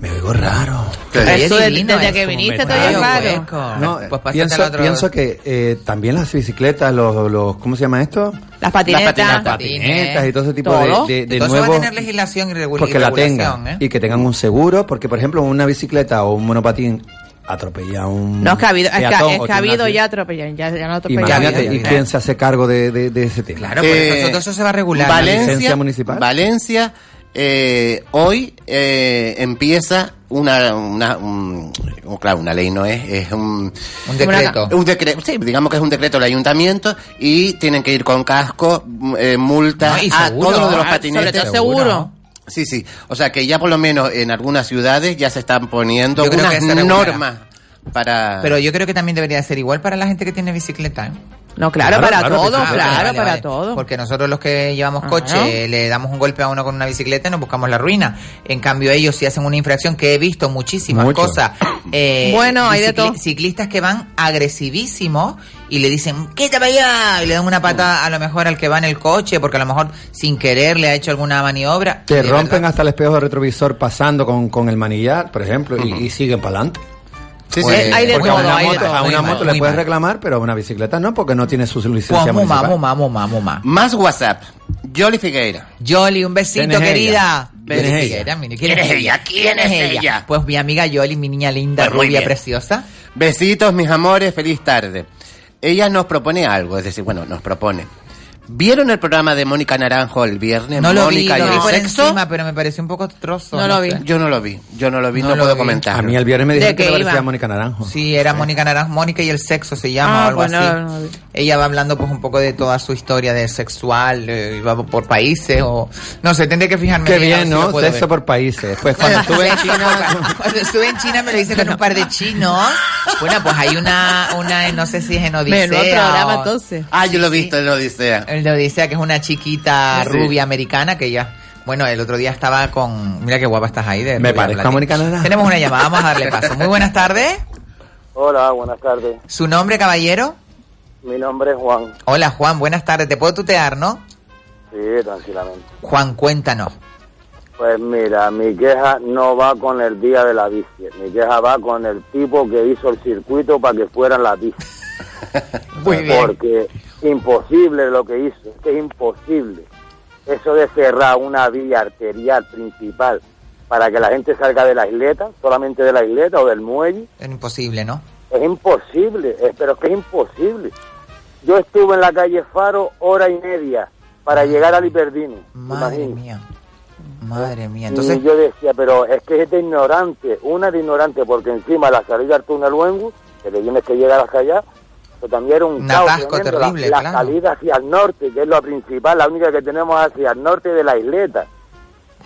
Speaker 7: me oigo raro.
Speaker 8: Eso de-
Speaker 6: divino,
Speaker 8: desde
Speaker 6: es
Speaker 8: que
Speaker 6: como
Speaker 8: viniste
Speaker 6: me
Speaker 8: te oyes
Speaker 6: traigo,
Speaker 8: raro.
Speaker 6: hueco.
Speaker 7: No,
Speaker 6: Pues pásate
Speaker 7: pienso,
Speaker 6: al otro-
Speaker 7: pienso que eh, también las bicicletas, los, los. ¿Cómo se llama esto?
Speaker 8: Las patinetas.
Speaker 7: Las patinetas y todo ese tipo de-
Speaker 6: ¿eh? Todo.
Speaker 7: de, de
Speaker 6: Todo eso va a
Speaker 7: nuevos-
Speaker 6: tener legislación y regul-
Speaker 7: porque la
Speaker 6: regulación,
Speaker 7: tengan
Speaker 6: ¿eh?
Speaker 7: y que tengan un seguro porque por ejemplo una bicicleta o un monopatín atropella a un
Speaker 8: No, es que ha habido, es que,
Speaker 7: peatón
Speaker 8: es
Speaker 7: o
Speaker 8: que
Speaker 7: tiene
Speaker 8: ha
Speaker 7: un
Speaker 8: habido
Speaker 7: accidente.
Speaker 8: ya atropellan, ya, ya no atropellan.
Speaker 7: imagínate y
Speaker 8: Ya.
Speaker 7: quién se hace cargo de, de- de ese tema
Speaker 6: Claro, por eso todo eso se va a regular.
Speaker 7: ¿La
Speaker 9: Valencia,
Speaker 7: licencia municipal?
Speaker 9: Valencia eh, hoy eh, empieza una, una un- oh, claro, una ley no es, es un,
Speaker 6: Un decreto.
Speaker 9: un decreto, sí, digamos que es un decreto del ayuntamiento y tienen que ir con casco, m- eh, multa
Speaker 6: No, y
Speaker 9: a
Speaker 6: seguro,
Speaker 9: todos los de los
Speaker 6: ah,
Speaker 9: patinetes.
Speaker 6: sobre todo seguro.
Speaker 9: Sí, sí. O sea que ya por lo menos en algunas ciudades ya se están poniendo
Speaker 6: Yo creo que
Speaker 9: unas
Speaker 6: se regulará.
Speaker 9: normas para
Speaker 6: Pero yo creo que también debería ser igual para la gente que tiene bicicleta. ¿eh?
Speaker 8: No, claro, para todo, claro, para
Speaker 6: todo. Porque nosotros los que llevamos coche le damos un golpe a uno con una bicicleta y nos buscamos la ruina. En cambio ellos si hacen una infracción que he visto muchísimas
Speaker 10: Mucho.
Speaker 6: cosas. eh,
Speaker 10: Bueno, hay de
Speaker 6: bicicli-
Speaker 10: todo.
Speaker 6: Ciclistas que van agresivísimos y le dicen, quita para allá, y le dan una patada a lo mejor al que va en el coche porque a lo mejor sin querer le ha hecho alguna maniobra.
Speaker 7: te
Speaker 6: De
Speaker 7: rompen
Speaker 6: verdad.
Speaker 7: hasta el espejo retrovisor pasando con, con el manillar por ejemplo y- y, siguen para adelante
Speaker 6: Sí, sí, Pues, sí. hay de
Speaker 7: Porque a
Speaker 6: todo,
Speaker 7: una
Speaker 6: hay de
Speaker 7: moto-
Speaker 6: todo.
Speaker 7: a una
Speaker 6: Muy
Speaker 7: moto
Speaker 6: mal,
Speaker 7: le
Speaker 6: muy
Speaker 7: puedes
Speaker 6: mal.
Speaker 7: reclamar pero a una bicicleta no porque no tiene su licencia
Speaker 6: Pues, muma,
Speaker 7: municipal
Speaker 6: muma, muma, muma.
Speaker 9: Más WhatsApp. Jolly Figueira.
Speaker 6: Yoli, un besito,
Speaker 9: ¿Quién es
Speaker 6: querida.
Speaker 9: ella?
Speaker 6: Yoli
Speaker 9: ¿Quién es
Speaker 6: Figuera,
Speaker 9: ella?
Speaker 6: mire,
Speaker 9: ¿Quién es ella? ¿Quién es ella?
Speaker 6: Pues mi amiga Yoli, mi niña linda,
Speaker 9: Pues muy
Speaker 6: rubia,
Speaker 9: bien.
Speaker 6: preciosa.
Speaker 9: Besitos, mis amores, feliz tarde. Ella nos propone algo, es decir, bueno, nos propone. ¿Vieron el programa de Mónica Naranjo el viernes?
Speaker 6: No lo vi,
Speaker 9: Mónica
Speaker 6: lo
Speaker 9: y
Speaker 6: vi
Speaker 9: el
Speaker 6: por
Speaker 9: sexo.
Speaker 6: encima, pero me pareció un poco trozo. sé.
Speaker 9: Yo no lo vi, yo no lo vi, no,
Speaker 6: lo
Speaker 9: puedo
Speaker 6: vi.
Speaker 9: comentar.
Speaker 7: A mí el viernes me
Speaker 6: ¿De
Speaker 7: dijeron que
Speaker 6: qué
Speaker 7: le
Speaker 6: iba?
Speaker 7: parecía a Mónica Naranjo.
Speaker 6: Sí, era Mónica Naranjo, Mónica y el sexo se llama
Speaker 7: Ah,
Speaker 6: o algo
Speaker 7: pues no,
Speaker 6: así.
Speaker 7: no lo vi.
Speaker 6: Ella va hablando pues un poco de toda su historia de sexual, eh, y va por países o no sé, tendré que fijarme.
Speaker 7: Qué
Speaker 6: a ver
Speaker 7: bien,
Speaker 6: si lo
Speaker 7: ¿no?
Speaker 6: puedo
Speaker 7: Sexo
Speaker 6: ver.
Speaker 7: por países. Pues cuando estuve en China,
Speaker 6: Cuando estuve en China me lo hice con un par de chinos. Bueno, pues hay una, una no sé si es en Odisea.
Speaker 9: Menudo programa,
Speaker 6: o-
Speaker 9: entonces. Ah, yo lo he visto en Odisea.
Speaker 6: El de Odisea, que es una chiquita
Speaker 7: Ah,
Speaker 9: Sí.
Speaker 6: rubia americana que ya... Bueno, el otro día estaba con... Mira qué guapa estás ahí. De
Speaker 7: Me
Speaker 6: rubia
Speaker 7: parezco a
Speaker 6: platina.
Speaker 7: Mónica Naranjo.
Speaker 6: Tenemos una llamada, vamos a darle paso. Muy buenas tardes.
Speaker 21: Hola, buenas tardes.
Speaker 6: ¿Su nombre, caballero?
Speaker 21: Mi nombre es Juan.
Speaker 6: Hola, Juan. Buenas tardes. ¿Te puedo tutear, no?
Speaker 21: Sí, tranquilamente.
Speaker 6: Juan, cuéntanos.
Speaker 21: Pues mira, mi queja no va con el día de la bici. Mi queja va con el tipo que hizo el circuito para que fueran las bici. Porque imposible lo que hizo. Es que es imposible. Eso de cerrar una vía arterial principal para que la gente salga de la isleta, solamente de la isleta o del muelle,
Speaker 6: Es imposible, ¿no?
Speaker 21: Es imposible, eh, pero es que es imposible. Yo estuve en la calle Faro hora y media
Speaker 6: Ah.
Speaker 21: para llegar al Hiperdino.
Speaker 6: Madre mía. Madre mía. Entonces,
Speaker 21: Y yo decía, pero es que es de ignorante, una de ignorante, porque encima la salida al túnel Luengu, que le tienes que llegar hasta allá, pues también era un,
Speaker 6: Un
Speaker 21: caos
Speaker 6: atasco
Speaker 21: tremendo.
Speaker 6: terrible,
Speaker 21: la, la
Speaker 6: claro.
Speaker 21: salida hacia el norte, que es lo principal, la única que tenemos hacia el norte de la isleta.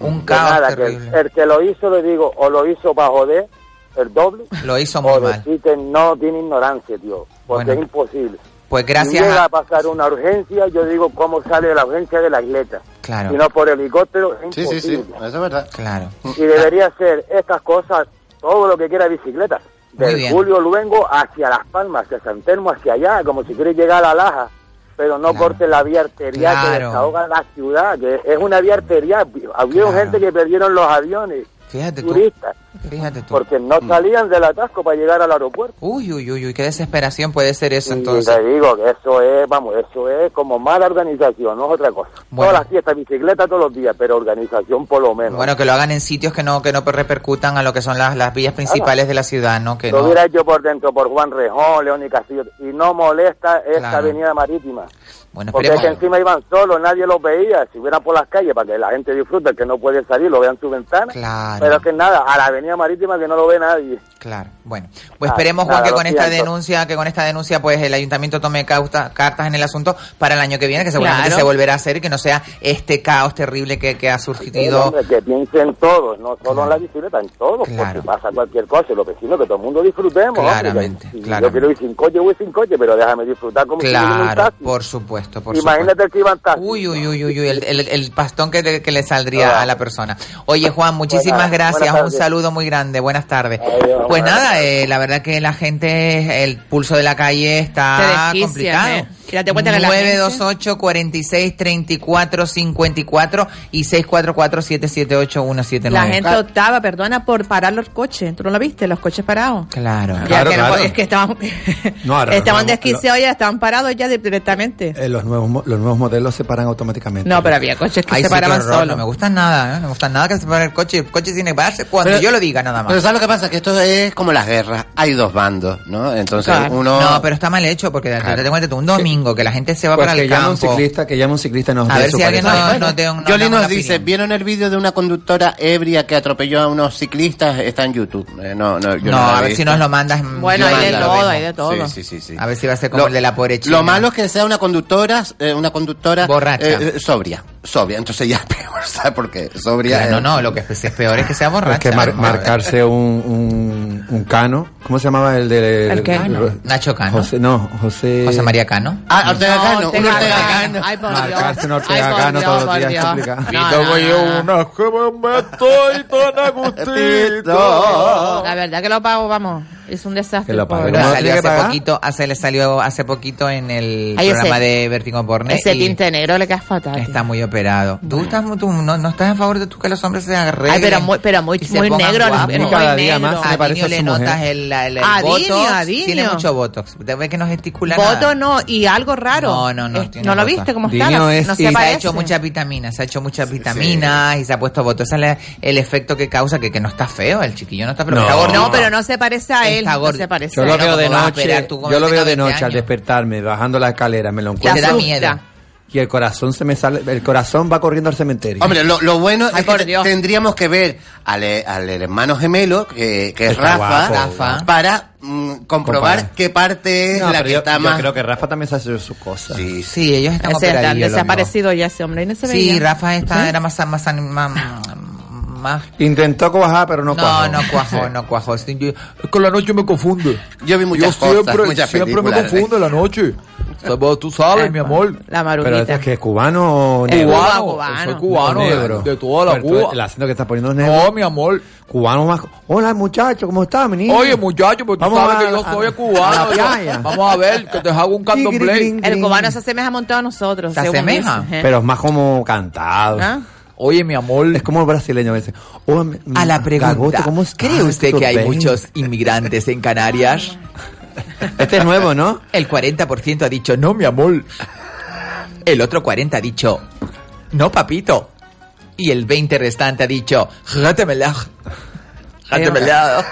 Speaker 6: Un
Speaker 21: caos terrible. el que lo hizo, le digo, o lo hizo para joder, el doble,
Speaker 6: lo hizo muy mal.
Speaker 21: Sí que no tiene ignorancia, tío, porque
Speaker 6: Bueno.
Speaker 21: es imposible.
Speaker 6: Pues
Speaker 21: Si
Speaker 6: gracias
Speaker 21: llega a
Speaker 6: a...
Speaker 21: pasar una urgencia, yo digo cómo sale la urgencia de la isleta.
Speaker 6: Claro.
Speaker 21: Si no por helicóptero, es
Speaker 9: Sí, Mm. sí, sí,
Speaker 21: imposible.
Speaker 9: eso es verdad.
Speaker 6: Claro.
Speaker 21: Y debería ser estas cosas, todo lo que quiera bicicleta.
Speaker 6: Muy
Speaker 21: Del
Speaker 6: bien.
Speaker 21: Julio Luengo hacia Las Palmas, hacia San Telmo, hacia allá, como si quieres llegar a La Laja. Pero no corte la vía arterial que
Speaker 6: Claro.
Speaker 21: desahoga la ciudad, que es una vía arterial. Había gente que perdieron los aviones,
Speaker 6: Fíjate tú. Mm.
Speaker 21: turistas,
Speaker 6: Fíjate tú.
Speaker 21: porque no salían del atasco para llegar al aeropuerto.
Speaker 6: Uy, uy, uy, uy. Qué desesperación puede ser eso
Speaker 21: Y
Speaker 6: entonces.
Speaker 21: te digo que eso es, vamos, eso es como mala organización, no es otra cosa.
Speaker 6: Bueno.
Speaker 21: Todas las fiestas, bicicleta todos los días, pero organización por lo menos.
Speaker 6: Bueno, que lo hagan en sitios que no que no repercutan a lo que son las, las vías principales de la ciudad, ¿no? Que
Speaker 21: lo
Speaker 6: no.
Speaker 21: hubiera hecho por dentro, por Juan Rejón, León y Castillo, y no molesta esta avenida marítima.
Speaker 6: Bueno,
Speaker 21: Porque es que
Speaker 6: esperemos.
Speaker 21: encima iban solos, nadie los veía. Si hubieran por las calles para que la gente disfrute, el que no puede salir, lo vean en su ventana.
Speaker 6: Claro.
Speaker 21: Pero es que nada, a la avenida marítima que no lo ve nadie.
Speaker 6: Claro, bueno. Pues
Speaker 21: Ah,
Speaker 6: esperemos, Juan, que con esta denuncia, que con esta denuncia, pues el ayuntamiento tome cauta- cartas en el asunto para el año que viene, que seguramente
Speaker 21: Claro.
Speaker 6: se volverá a hacer y que no sea este caos terrible que, que ha surgido.
Speaker 21: Que piensen todos, no solo en la bicicleta, en todos. Porque pasa cualquier cosa, y los vecinos, que todo el mundo disfrutemos. hombre,
Speaker 6: Claramente,
Speaker 21: que- si
Speaker 6: claramente.
Speaker 21: Yo quiero ir sin coche, voy sin coche, pero déjame disfrutar como si fuera un
Speaker 6: Claro,
Speaker 21: taxi.
Speaker 6: por supuesto, por
Speaker 21: Imagínate
Speaker 6: supuesto.
Speaker 21: que iban taxi.
Speaker 6: Uy, uy, uy, uy, uy, el, el- el pastón que, le- que le saldría
Speaker 21: Claro.
Speaker 6: a la persona. Oye, Juan, muchísimas
Speaker 21: Ah. Buenas-
Speaker 6: gracias.
Speaker 21: buenas
Speaker 6: Un
Speaker 21: tardes.
Speaker 6: saludo muy grande. Buenas tardes. pues
Speaker 8: buenas
Speaker 6: nada, eh, la verdad que la gente, el pulso de la calle está
Speaker 8: Te desquicia,
Speaker 6: complicado.
Speaker 8: ¿eh? Y date cuenta que la
Speaker 6: 928 46 34 54 y 644 778
Speaker 8: La
Speaker 6: 179.
Speaker 8: gente optaba, perdona, por parar los coches. ¿Tú no lo viste? Los coches parados.
Speaker 6: Claro.
Speaker 8: Ya que no- Es que estaban,
Speaker 7: No, ahora los
Speaker 8: estaban
Speaker 7: nuevos-
Speaker 8: desquiciados, ya estaban parados ya de- directamente.
Speaker 7: eh, los nuevos mo- los nuevos modelos se paran automáticamente.
Speaker 8: No, pero había coches que
Speaker 7: Ay,
Speaker 8: se
Speaker 7: sí, qué
Speaker 8: paraban
Speaker 7: horror,
Speaker 8: solos.
Speaker 6: No me gusta nada, ¿eh? No me gusta nada que se pare el coche. El coche tiene que pararse cuando
Speaker 9: Pero-
Speaker 6: yo lo diga, nada más.
Speaker 9: Pero ¿sabes lo que pasa? Que esto es como las guerras. Hay dos bandos, ¿no? Entonces
Speaker 6: Claro.
Speaker 9: uno...
Speaker 6: No, pero está mal hecho porque te- te, te cuento tú, un domingo que la gente se va
Speaker 7: Pues
Speaker 6: para
Speaker 7: que
Speaker 6: el
Speaker 7: llame un
Speaker 6: campo.
Speaker 7: ciclista, que llame un ciclista y nos dé su parecer.
Speaker 9: Yoli nos dice, ¿vieron el vídeo de una conductora ebria que atropelló a unos ciclistas? Está en YouTube. Eh, no, no, yo
Speaker 6: No,
Speaker 9: no la he
Speaker 6: a ver
Speaker 9: visto.
Speaker 6: si nos lo mandas. mm,
Speaker 9: Bueno,
Speaker 6: yo
Speaker 9: hay de
Speaker 6: mando,
Speaker 9: todo,
Speaker 6: vemos.
Speaker 9: hay de todo. Sí, sí,
Speaker 6: A ver si va a ser como
Speaker 9: Lo-
Speaker 6: el de la pobre chica.
Speaker 9: Lo malo es que sea una conductora, eh, una conductora borracha, sobria, sobria. Entonces ya es peor, ¿sabes? Porque sobria.
Speaker 6: Claro,
Speaker 9: eh,
Speaker 6: no, no, lo que es es peor es que sea borracha.
Speaker 7: Es que mar-
Speaker 6: Vamos a ver.
Speaker 7: marcarse un, un, un cano. ¿Cómo se llamaba el de.
Speaker 6: ¿El qué? Nacho Cano.
Speaker 7: José, no, José.
Speaker 6: José María Cano.
Speaker 9: Ah, Ortega
Speaker 7: No,
Speaker 9: Cano,
Speaker 7: Ortega
Speaker 9: un Ortega
Speaker 7: Cano.
Speaker 9: Cano.
Speaker 7: Ay, por Marcarse un Ortega Cano todos los días es complicado.
Speaker 17: Y tomo yo una que me estoy tan a gustito.
Speaker 8: La verdad que lo pago, vamos. Es un
Speaker 7: Que
Speaker 8: desastre.
Speaker 7: lo pague.
Speaker 8: pobre.
Speaker 7: ¿Cómo lo
Speaker 6: salió
Speaker 7: tiene que
Speaker 6: hace
Speaker 7: pagar?
Speaker 6: poquito, hace, le salió hace poquito en el
Speaker 8: Ay, ese-
Speaker 6: programa de Vertigo Porne.
Speaker 8: Ese
Speaker 6: y
Speaker 8: tinte negro le queda fatal.
Speaker 6: Está muy operado. Tú, estás, mu- tú no, no estás a favor de tú que los hombres se arreglen.
Speaker 8: Ay, pero muy- pero muy-
Speaker 6: y se
Speaker 8: muy
Speaker 6: pongan
Speaker 8: negro,
Speaker 6: guapos.
Speaker 8: es muy Cada día negro. más se
Speaker 6: A
Speaker 8: parece
Speaker 6: Dinio
Speaker 8: a su
Speaker 6: le
Speaker 8: mujer.
Speaker 6: notas el, el, el
Speaker 8: A Dinio,
Speaker 6: botox.
Speaker 8: a Dinio.
Speaker 6: Tiene mucho botox. Te ves que no gesticula
Speaker 8: Voto
Speaker 6: nada.
Speaker 8: no, y algo raro.
Speaker 6: No, no, no.
Speaker 8: Es-
Speaker 6: tiene
Speaker 8: ¿No lo
Speaker 6: botox.
Speaker 8: viste cómo está? No, no se
Speaker 6: ha
Speaker 8: parece.
Speaker 6: hecho muchas vitaminas, se ha hecho muchas vitaminas y se ha puesto botox. Ese es la- el efecto que causa, que, que no está feo, el chiquillo no está, pero
Speaker 7: No.
Speaker 6: está gordito.
Speaker 8: No, pero no se parece a él. No se parece
Speaker 7: Yo
Speaker 8: a
Speaker 7: lo
Speaker 8: él.
Speaker 7: veo de
Speaker 6: ¿cómo vas a
Speaker 7: noche,
Speaker 6: operar tú con
Speaker 7: yo lo veo de
Speaker 6: 20
Speaker 7: noche al
Speaker 6: años?
Speaker 7: despertarme, bajando la escalera, me lo
Speaker 6: Te
Speaker 7: encuentro.
Speaker 6: da miedo.
Speaker 7: Y el corazón se me sale, el corazón va corriendo al cementerio.
Speaker 9: Hombre, lo, lo bueno es que tendríamos que ver al, eh, al hermano gemelo, que, que es
Speaker 7: Está
Speaker 9: Rafa,
Speaker 7: guapo,
Speaker 9: Rafa,
Speaker 7: ¿no?
Speaker 9: para mm, comprobar
Speaker 7: Comparar.
Speaker 9: qué parte es
Speaker 7: No,
Speaker 9: la
Speaker 7: pero
Speaker 9: que
Speaker 7: yo,
Speaker 9: está
Speaker 7: yo
Speaker 9: más...
Speaker 7: creo que Rafa también se hace su cosa.
Speaker 9: Sí,
Speaker 6: Sí, ellos están
Speaker 8: Ese está
Speaker 6: operadillos, los dos.
Speaker 8: desaparecido ya ese hombre. Y no se veía.
Speaker 6: Sí, Rafa esta
Speaker 8: ¿Sí?
Speaker 6: era más, más, más, más
Speaker 7: Intentó cuajar, pero no cuajó.
Speaker 6: No, no cuajo, no cuajo. Es que la noche me confunde.
Speaker 9: Yo vi
Speaker 7: muchas
Speaker 6: Yo siempre-
Speaker 7: cosas, muchas
Speaker 6: siempre me
Speaker 7: películas.
Speaker 6: confunde la noche. Sabes, Tú sabes, mi amor.
Speaker 8: La
Speaker 7: Pero
Speaker 8: marujita.
Speaker 7: es que es cubano o
Speaker 6: Es
Speaker 7: negro.
Speaker 6: cubano, cubano. soy cubano,
Speaker 7: No,
Speaker 6: de- de toda la
Speaker 7: Pero tú,
Speaker 6: Cuba.
Speaker 7: El acento que estás poniendo es negro. No,
Speaker 6: mi amor.
Speaker 7: Cubano más. Hola, muchacho, ¿cómo estás, mi niño?
Speaker 17: Oye, muchacho, pues tú
Speaker 7: Vamos
Speaker 17: sabes
Speaker 7: a-
Speaker 17: que yo
Speaker 7: a-
Speaker 17: soy
Speaker 7: a
Speaker 17: cubano.
Speaker 7: la playa.
Speaker 17: Vamos a ver, que te hago un candomblé.
Speaker 8: El cubano se asemeja montado a nosotros.
Speaker 7: ¿Se
Speaker 8: según
Speaker 7: asemeja?
Speaker 8: dicen, ¿eh?
Speaker 7: Pero es más como cantado.
Speaker 8: ¿Ah?
Speaker 7: Oye, mi amor. Es como el brasileño a veces. Oh,
Speaker 6: A la pregunta,
Speaker 7: Ah,
Speaker 6: ¿cree usted que hay muchos
Speaker 7: inmigrantes en Canarias? Este es nuevo, ¿no?
Speaker 6: El 40% ha dicho, no, mi amor. El otro 40% ha dicho, no, papito. Y el 20% restante ha dicho, játemela. Játemela.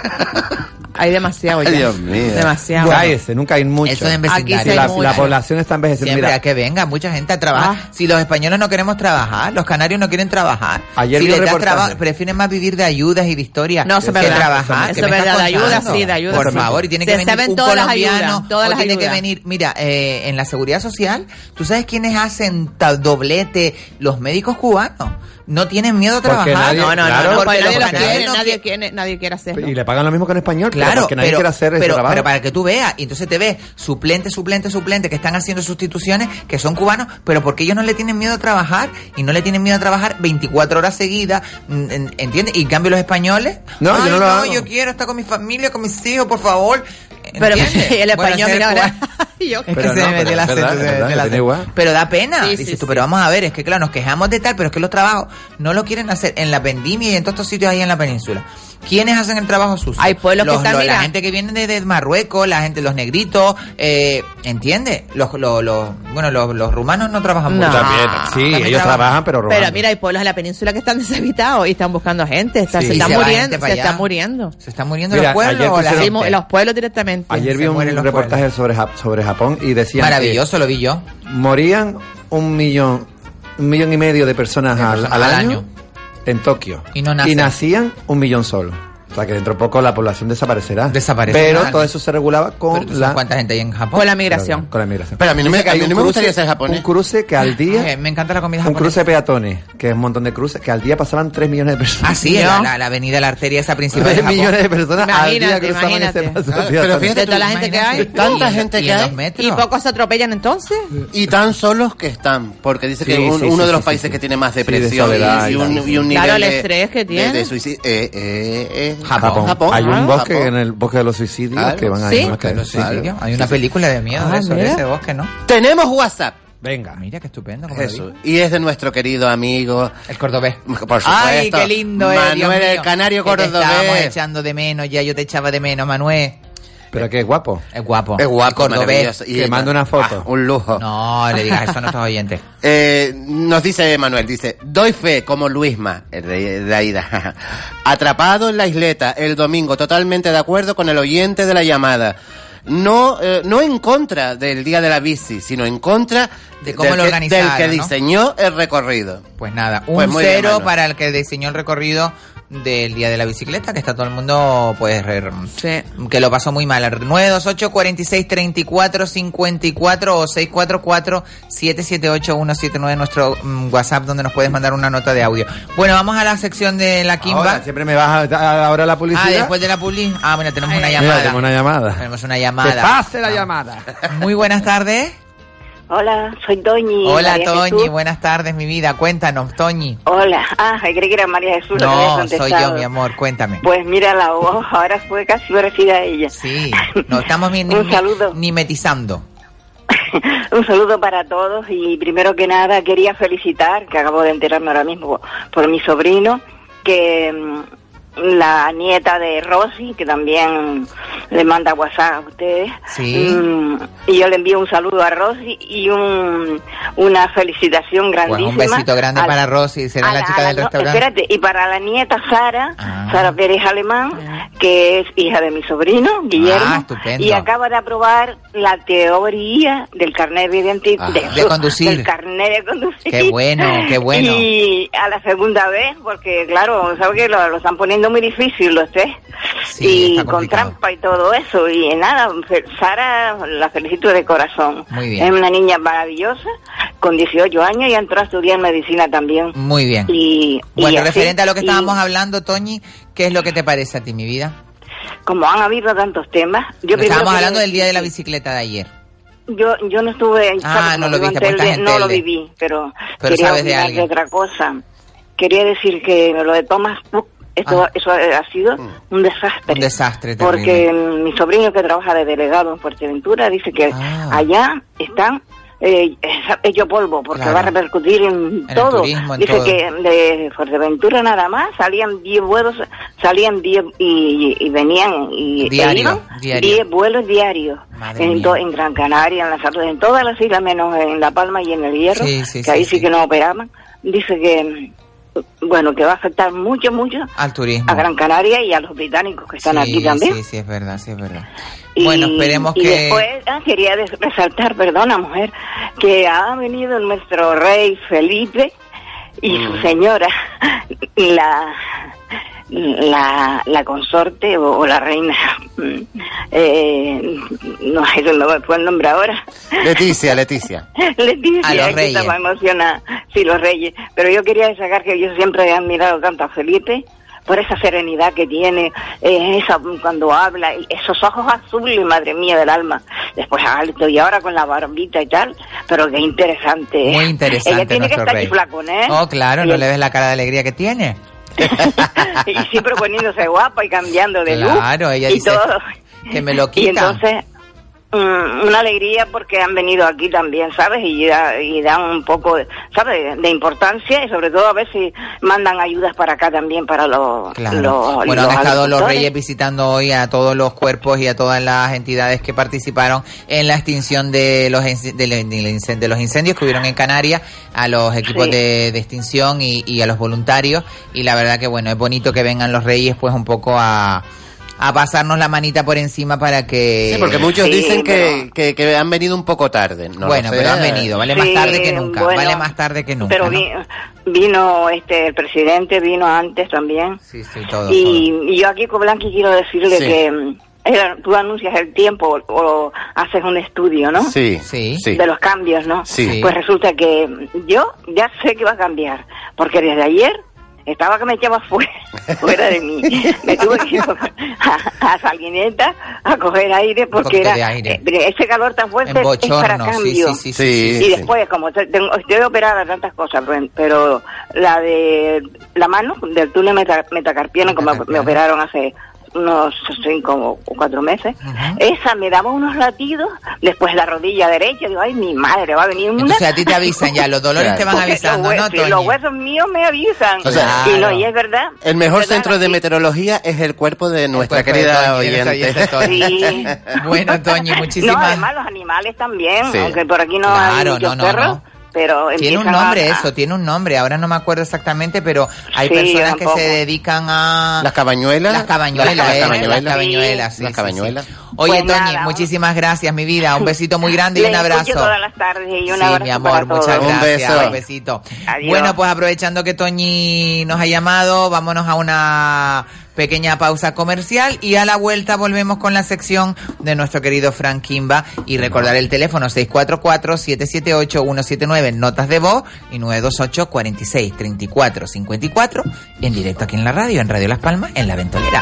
Speaker 8: Hay demasiado ya. Demasiado.
Speaker 7: Cállese, nunca hay mucho.
Speaker 6: Eso en
Speaker 7: Aquí
Speaker 6: vecindario.
Speaker 7: sí hay la, la población está envejeciendo.
Speaker 6: Siempre
Speaker 7: Mira,
Speaker 6: a que venga mucha gente a trabajar.
Speaker 8: Ah.
Speaker 6: Si los españoles no queremos trabajar, los canarios no quieren trabajar.
Speaker 7: Ayer
Speaker 6: si
Speaker 7: vi un
Speaker 6: les da
Speaker 7: reportaje.
Speaker 6: traba- prefieren más vivir de ayudas y de historias
Speaker 8: No, eso
Speaker 6: que
Speaker 8: es verdad.
Speaker 6: trabajar.
Speaker 8: Eso
Speaker 6: que
Speaker 8: es
Speaker 6: me
Speaker 8: verdad,
Speaker 6: estás
Speaker 8: de ayudas,
Speaker 6: contando.
Speaker 8: sí, de ayudas,
Speaker 6: Por
Speaker 8: sí.
Speaker 6: favor, y tiene
Speaker 8: Se
Speaker 6: que venir
Speaker 8: saben
Speaker 6: un
Speaker 8: todas las
Speaker 6: colombiano.
Speaker 8: ayudas, todas
Speaker 6: o
Speaker 8: las
Speaker 6: tiene
Speaker 8: ayudas.
Speaker 6: que venir, mira, eh, en la seguridad social, ¿tú sabes quiénes hacen tal doblete? Los médicos cubanos. No tienen miedo a
Speaker 7: Porque
Speaker 6: trabajar.
Speaker 7: nadie- No, no, no, claro, no,
Speaker 6: porque
Speaker 7: porque
Speaker 6: los
Speaker 7: nadie lo
Speaker 6: canarios
Speaker 7: quiere,
Speaker 6: no
Speaker 8: Nadie quiere, nadie quiere hacerlo.
Speaker 7: y le pagan lo mismo que en español.
Speaker 6: Claro,
Speaker 7: porque nadie
Speaker 6: pero,
Speaker 7: quiere hacer ese
Speaker 6: pero,
Speaker 7: trabajo.
Speaker 6: pero para que tú veas, y entonces te ves suplente, suplente, suplente que están haciendo sustituciones, que son cubanos, pero porque ellos no le tienen miedo a trabajar y no le tienen miedo a trabajar 24 horas seguidas, mm, en- ¿entiendes? Y en cambio los españoles,
Speaker 7: No,
Speaker 6: "Ay,
Speaker 7: yo no lo hago".
Speaker 6: yo quiero estar con mi familia, con mis hijos, por favor.
Speaker 8: Pero
Speaker 6: ¿Entiendes?
Speaker 8: el
Speaker 6: Bueno,
Speaker 8: español,
Speaker 6: ser
Speaker 8: mira,
Speaker 6: cubano-
Speaker 8: ahora. Yo-
Speaker 6: es que se me metió el
Speaker 7: es verdad,
Speaker 6: acento, se
Speaker 7: es
Speaker 6: me
Speaker 7: verdad,
Speaker 6: metió el
Speaker 7: que
Speaker 6: acento.
Speaker 7: tiene igual.
Speaker 6: Pero da pena.
Speaker 8: Sí,
Speaker 6: Dices
Speaker 8: sí,
Speaker 6: tú, pero vamos a ver, es que claro, nos quejamos de tal, pero es que los trabajos no lo quieren hacer en la vendimia y en todos estos sitios ahí en la península. ¿Quiénes hacen el trabajo sucio? Hay pueblos
Speaker 8: que están,
Speaker 6: La
Speaker 8: mira.
Speaker 6: gente que viene desde Marruecos, la gente, los negritos, eh, ¿entiendes? Los, los, los- bueno, los, los rumanos no trabajan mucho.
Speaker 7: También, sí, ellos trabajan, pero roban.
Speaker 8: Ah, Pero mira, hay pueblos en la península que están deshabitados y están buscando gente. Está,
Speaker 6: Sí.
Speaker 8: Se
Speaker 6: Y
Speaker 8: están
Speaker 6: se va gente
Speaker 8: muriendo.
Speaker 6: para
Speaker 8: Se
Speaker 6: allá.
Speaker 8: están muriendo.
Speaker 6: Se están muriendo
Speaker 7: Mira,
Speaker 6: los pueblos
Speaker 7: ayer
Speaker 6: o la
Speaker 7: pusieron-
Speaker 6: gente?
Speaker 8: Los pueblos directamente.
Speaker 7: Ayer
Speaker 8: Se
Speaker 7: vi un
Speaker 8: mueren los pueblos.
Speaker 7: reportaje sobre, Jap- sobre Japón y decían.
Speaker 6: Maravilloso, lo vi yo.
Speaker 7: Morían un millón, un millón y medio de personas, al, al
Speaker 6: al
Speaker 7: año,
Speaker 6: año.
Speaker 7: en Tokio.
Speaker 6: Y no nacen.
Speaker 7: nacían un millón solo. O sea que dentro de poco la población desaparecerá.
Speaker 6: Desaparecerá.
Speaker 7: Pero todo eso se regulaba con
Speaker 6: ¿Tú sabes
Speaker 7: la.
Speaker 6: ¿Cuánta gente hay en Japón?
Speaker 8: Con la migración.
Speaker 7: Con la migración.
Speaker 9: Pero a mí no me-
Speaker 7: Dice que
Speaker 9: a
Speaker 7: hay
Speaker 9: mí
Speaker 7: un
Speaker 9: no me gustaría
Speaker 7: cruce-
Speaker 9: ser japonés.
Speaker 7: Un cruce que al día.
Speaker 6: Ay, Ah, me encanta la comida
Speaker 7: Un
Speaker 6: japonesa.
Speaker 7: cruce de peatones, que es un montón de cruces, que al día pasaban 3 millones de personas.
Speaker 6: Ah, sí, la, la- la avenida, la arteria esa principal.
Speaker 7: 3
Speaker 6: de Japón.
Speaker 7: millones de personas al día
Speaker 8: Imagínate,
Speaker 7: cruzaban
Speaker 8: imagínate.
Speaker 7: ese paso.
Speaker 9: Ah,
Speaker 7: de
Speaker 9: pero
Speaker 7: peatones.
Speaker 9: fíjate
Speaker 8: De toda la gente que hay.
Speaker 9: Tanta
Speaker 8: Y-
Speaker 9: gente
Speaker 8: y
Speaker 9: que
Speaker 8: en
Speaker 9: hay.
Speaker 8: los metros. Y pocos se atropellan entonces.
Speaker 9: Y tan solos que están, porque dice que
Speaker 7: Sí,
Speaker 9: un-
Speaker 7: sí,
Speaker 9: uno
Speaker 7: sí,
Speaker 9: de los
Speaker 7: sí,
Speaker 9: países
Speaker 7: sí,
Speaker 9: que
Speaker 7: sí.
Speaker 9: tiene más
Speaker 7: Sí, de
Speaker 9: depresión y-
Speaker 7: soledad
Speaker 9: y,
Speaker 7: y
Speaker 9: un,
Speaker 7: tal.
Speaker 9: y un nivel
Speaker 8: Claro, el
Speaker 9: de-
Speaker 8: estrés que
Speaker 9: de-
Speaker 8: tiene.
Speaker 9: de suicidio. Eh, eh, eh,
Speaker 7: Japón.
Speaker 9: Japón.
Speaker 7: Hay un
Speaker 9: Ah,
Speaker 7: bosque
Speaker 9: Japón.
Speaker 7: en el bosque de los suicidios
Speaker 9: Claro.
Speaker 7: que van a
Speaker 9: Sí.
Speaker 7: ir más que-
Speaker 9: Pero
Speaker 7: sí,
Speaker 9: claro.
Speaker 7: sí.
Speaker 6: Hay una película de miedo de
Speaker 9: Ah,
Speaker 6: eso, de
Speaker 9: mira.
Speaker 6: ese bosque, ¿no?
Speaker 9: Tenemos WhatsApp.
Speaker 7: Venga.
Speaker 6: Mira qué estupendo. como lo
Speaker 9: Eso.
Speaker 6: digo.
Speaker 9: Y es de nuestro querido amigo.
Speaker 6: El cordobés.
Speaker 9: Por supuesto.
Speaker 6: Ay, qué lindo es. Dios
Speaker 9: Manuel el
Speaker 6: mío,
Speaker 9: Canario
Speaker 6: que te Estábamos
Speaker 9: Cordobés.
Speaker 6: echando de menos, ya yo te echaba de menos, Manuel.
Speaker 7: Pero que es guapo.
Speaker 6: Es guapo.
Speaker 9: Es guapo,
Speaker 6: El cordobés.
Speaker 9: maravilloso. Y-
Speaker 7: Te mando una foto.
Speaker 9: Un lujo.
Speaker 6: No, le digas eso a nuestros oyentes.
Speaker 9: Eh, nos dice Manuel, dice, doy fe como Luisma, el de, de Aida, atrapado en la isleta el domingo, totalmente de acuerdo con el oyente de la llamada. No, eh, no en contra del día de la bici, sino en contra
Speaker 6: De cómo
Speaker 9: del
Speaker 6: lo
Speaker 9: que-
Speaker 6: organizaron,
Speaker 9: del que
Speaker 6: ¿no?
Speaker 9: diseñó el recorrido.
Speaker 6: Pues nada, un
Speaker 9: Pues muy bien,
Speaker 6: cero
Speaker 9: Manuel.
Speaker 6: para el que diseñó el recorrido del día de la bicicleta, que está todo el mundo, pues, re- que lo pasó muy mal. 928 46 34 54 o 644 778 179 nuestro mm, WhatsApp donde nos puedes mandar una nota de audio. Bueno, vamos a la sección de la Kimba.
Speaker 7: Ahora, siempre me vas a- a- ahora la publicidad.
Speaker 6: ah, después de la publi. Ah, bueno, tenemos
Speaker 9: Eh,
Speaker 6: una
Speaker 7: Mira,
Speaker 6: llamada.
Speaker 7: tenemos una llamada.
Speaker 6: Tenemos una llamada.
Speaker 7: Que pase la llamada.
Speaker 6: Muy buenas tardes.
Speaker 1: Hola, soy Toñi.
Speaker 6: Hola,
Speaker 1: María
Speaker 6: Toñi.
Speaker 1: Jesús.
Speaker 6: Buenas tardes, mi vida. Cuéntanos, Toñi.
Speaker 1: Hola. Ah, creí que era María Jesús. la que
Speaker 6: No,
Speaker 1: había
Speaker 6: soy
Speaker 1: contestado.
Speaker 6: yo, mi amor. Cuéntame.
Speaker 1: Pues mira la voz, ahora fue casi parecida a ella.
Speaker 6: Sí, no estamos ni, ni- mimetizando.
Speaker 1: Un saludo para todos y primero que nada quería felicitar, que acabo de enterarme ahora mismo por mi sobrino, que mm, la nieta de Rosy, que también le manda WhatsApp a ustedes,
Speaker 6: Sí.
Speaker 1: mm, y yo le envío un saludo a Rosy y un, una felicitación
Speaker 6: Pues
Speaker 1: grandísima.
Speaker 6: un besito grande
Speaker 1: a-
Speaker 6: para Rosy. Será
Speaker 1: a
Speaker 6: la
Speaker 1: la-
Speaker 6: chica
Speaker 1: a la-
Speaker 6: del
Speaker 1: no,
Speaker 6: restaurante. Ah.
Speaker 1: Espérate, y para la nieta Sara, Sara Pérez Alemán, que es hija de mi sobrino, Guillermo,
Speaker 6: Ah, estupendo.
Speaker 1: y acaba de aprobar la teoría del carnet de identi-
Speaker 6: Ah,
Speaker 1: de,
Speaker 6: de conducir.
Speaker 1: del carnet de conducir.
Speaker 6: Qué bueno, qué bueno.
Speaker 1: Y a la segunda vez, porque claro, sabes que lo, lo están poniendo muy difícil los tres, y con trampa y todo eso, y nada, fe- Sara la felicito de corazón.
Speaker 6: Muy bien.
Speaker 1: Es una niña maravillosa, con 18 años y entró a estudiar medicina también.
Speaker 6: Muy bien.
Speaker 1: Y, y
Speaker 6: Bueno,
Speaker 1: así,
Speaker 6: referente a lo que
Speaker 1: y
Speaker 6: estábamos hablando, Toñi, ¿qué es lo que te parece a ti, mi vida?
Speaker 1: Como han habido tantos temas, yo primero
Speaker 6: Estábamos
Speaker 1: quería
Speaker 6: hablando del día de la
Speaker 1: decir-
Speaker 6: bicicleta de ayer.
Speaker 1: Yo, yo no estuve en
Speaker 6: Ah,
Speaker 1: Charlotte,
Speaker 6: no lo
Speaker 1: vivo en
Speaker 6: viste, porque
Speaker 1: Telde,
Speaker 6: estás en
Speaker 1: no lo
Speaker 6: Telde.
Speaker 1: viví, pero,
Speaker 6: Pero
Speaker 1: quería
Speaker 6: sabes de
Speaker 1: opinar
Speaker 6: alguien.
Speaker 1: otra cosa. Quería decir que lo de Thomas Cook, esto,
Speaker 6: Ah.
Speaker 1: eso ha ha sido un desastre.
Speaker 6: Un desastre terrible.
Speaker 1: Porque mm, mi sobrino que trabaja de delegado en Fuerteventura dice que
Speaker 6: Ah.
Speaker 1: allá están eh, hecho polvo porque
Speaker 6: Claro.
Speaker 1: va a repercutir en,
Speaker 6: el
Speaker 1: todo.
Speaker 6: turismo, en
Speaker 1: dice
Speaker 6: todo.
Speaker 1: que de Fuerteventura nada más salían 10 vuelos, salían 10 y, y- y venían y
Speaker 6: Diario,
Speaker 1: e iban
Speaker 6: diario.
Speaker 1: 10 vuelos diarios
Speaker 6: Madre
Speaker 1: en,
Speaker 6: mía.
Speaker 1: to- en Gran Canaria, en las Azores, en todas las islas menos en La Palma y en el Hierro,
Speaker 6: Sí, sí,
Speaker 1: que
Speaker 6: sí,
Speaker 1: ahí sí, que no operaban. Dice que mm, bueno, que va a afectar mucho mucho
Speaker 6: Al turismo.
Speaker 1: a Gran Canaria y a los británicos que están
Speaker 6: Sí,
Speaker 1: aquí también.
Speaker 6: Sí, sí, es verdad, sí, es verdad.
Speaker 1: Y-
Speaker 6: bueno, esperemos
Speaker 1: y
Speaker 6: que...
Speaker 1: después ah, quería des- resaltar, perdona mujer, que ha venido nuestro rey Felipe y
Speaker 6: Mm.
Speaker 1: su señora, la, la, la consorte o, o la reina, eh, no sé no me fue el nombre ahora,
Speaker 9: Leticia, Leticia.
Speaker 1: Leticia,
Speaker 9: A los
Speaker 1: que
Speaker 9: reyes.
Speaker 1: estaba emocionada, sí, los reyes, pero yo quería destacar que yo siempre he admirado tanto a Felipe por esa serenidad que tiene, eh, esa, cuando habla, y esos ojos azules, madre mía del alma, después alto y ahora con la barbita y tal, pero qué interesante. ¿eh?
Speaker 6: Muy interesante
Speaker 1: Ella tiene que
Speaker 6: nuestro
Speaker 1: estar
Speaker 6: rey.
Speaker 1: chiflacón, ¿eh?
Speaker 6: Oh, claro,
Speaker 1: Y
Speaker 6: no
Speaker 1: el-
Speaker 6: le ves la cara de alegría que tiene.
Speaker 1: y siempre poniéndose guapa y cambiando de luz.
Speaker 6: Claro, ella
Speaker 1: y
Speaker 6: dice,
Speaker 1: todo.
Speaker 6: que me lo
Speaker 1: Y
Speaker 6: quitan.
Speaker 1: entonces, mm, una alegría porque han venido aquí también, ¿sabes? Y, da- y dan un poco, ¿sabes? De importancia y sobre todo a ver si mandan ayudas para acá también para los...
Speaker 6: Claro.
Speaker 1: los-
Speaker 6: bueno, han
Speaker 1: los
Speaker 6: estado los
Speaker 1: agricultores.
Speaker 6: reyes visitando hoy a todos los cuerpos y a todas las entidades que participaron en la extinción de los inc- de, la- de la incen- de los incendios que hubieron en Canarias, a los equipos
Speaker 1: Sí.
Speaker 6: de, de extinción y, y a los voluntarios. Y la verdad que, bueno, es bonito que vengan los reyes pues un poco a, a pasarnos la manita por encima para que...
Speaker 9: Sí, porque muchos dicen que, que, que han venido un poco tarde. No lo
Speaker 6: Bueno,
Speaker 9: sé.
Speaker 6: pero han venido, vale más
Speaker 1: Sí,
Speaker 6: tarde que nunca,
Speaker 1: bueno,
Speaker 6: vale más tarde que nunca.
Speaker 1: Pero
Speaker 6: ¿no?
Speaker 1: vi- vino este el presidente, vino antes también.
Speaker 6: Sí, sí, todo,
Speaker 1: Y, y yo aquí, Blanqui quiero decirle
Speaker 6: Sí.
Speaker 1: que mm, eh, tú anuncias el tiempo o, o haces un estudio, ¿no?
Speaker 9: Sí, sí.
Speaker 1: De los cambios, ¿no?
Speaker 9: Sí.
Speaker 1: Pues resulta que mm, yo ya sé que va a cambiar, porque desde ayer estaba que me echaba fuera, fuera de mí. Me tuve que ir a, a Salineta a coger aire porque
Speaker 6: poquito
Speaker 1: era
Speaker 6: de aire.
Speaker 1: eh, ese calor tan fuerte
Speaker 6: En
Speaker 1: es para
Speaker 6: bochorno, sí,
Speaker 1: cambio.
Speaker 6: sí, sí, sí, Sí, sí,
Speaker 1: y
Speaker 6: sí.
Speaker 1: después, como te- tengo- estoy operada de tantas cosas, pero- pero la de la mano del túnel meta- metacarpiano, como me operaron hace unos cinco o cuatro meses, esa me daba unos latidos, después la rodilla derecha, digo, ay, mi madre, va a venir una...
Speaker 6: Entonces a ti te avisan ya, los dolores te van
Speaker 1: Porque
Speaker 6: avisando,
Speaker 1: los
Speaker 6: ¿no,
Speaker 1: huesos, sí, los
Speaker 6: Toñi?
Speaker 1: huesos míos me avisan.
Speaker 9: O sea,
Speaker 1: y no,
Speaker 9: claro.
Speaker 1: y es verdad.
Speaker 9: El mejor centro de meteorología es el cuerpo de nuestra
Speaker 6: cuerpo de
Speaker 9: querida
Speaker 6: Toñi, de nuestra
Speaker 9: oyente.
Speaker 1: oyente Toñi.
Speaker 6: Bueno, Toñi,
Speaker 1: No,
Speaker 6: muchísimas
Speaker 1: además los animales también,
Speaker 6: Sí.
Speaker 1: aunque por aquí no
Speaker 6: Claro,
Speaker 1: hay muchos
Speaker 6: no, no,
Speaker 1: perros,
Speaker 6: no.
Speaker 1: pero
Speaker 6: Tiene un
Speaker 1: empiezan a-
Speaker 6: nombre
Speaker 1: a-
Speaker 6: eso, tiene un nombre. Ahora no me acuerdo exactamente, pero hay
Speaker 1: Sí,
Speaker 6: personas que
Speaker 1: tampoco.
Speaker 6: se dedican a...
Speaker 9: Las cabañuelas.
Speaker 6: Las cabañuelas,
Speaker 9: Las
Speaker 6: ¿eh?
Speaker 9: cabañuelas.
Speaker 6: Las cabañuelas,
Speaker 9: Sí.
Speaker 6: sí,
Speaker 9: Las
Speaker 6: sí,
Speaker 9: cabañuelas.
Speaker 6: sí. Oye,
Speaker 1: Pues
Speaker 6: Toñi,
Speaker 1: nada.
Speaker 6: muchísimas gracias, mi vida. Un besito muy grande y
Speaker 1: Les
Speaker 6: un abrazo.
Speaker 1: escucho todas las tardes y un
Speaker 6: Sí,
Speaker 1: abrazo
Speaker 6: mi
Speaker 1: para
Speaker 6: amor, muchas
Speaker 1: todos.
Speaker 6: gracias. Un besito. Bueno, pues aprovechando que Toñi nos ha llamado, vámonos a una pequeña pausa comercial y a la vuelta volvemos con la sección de nuestro querido Frank Kimba y recordar el teléfono 644-778-179 en notas de voz y 928-46-34-54 en directo aquí en la radio, en Radio Las Palmas, en La Ventolera.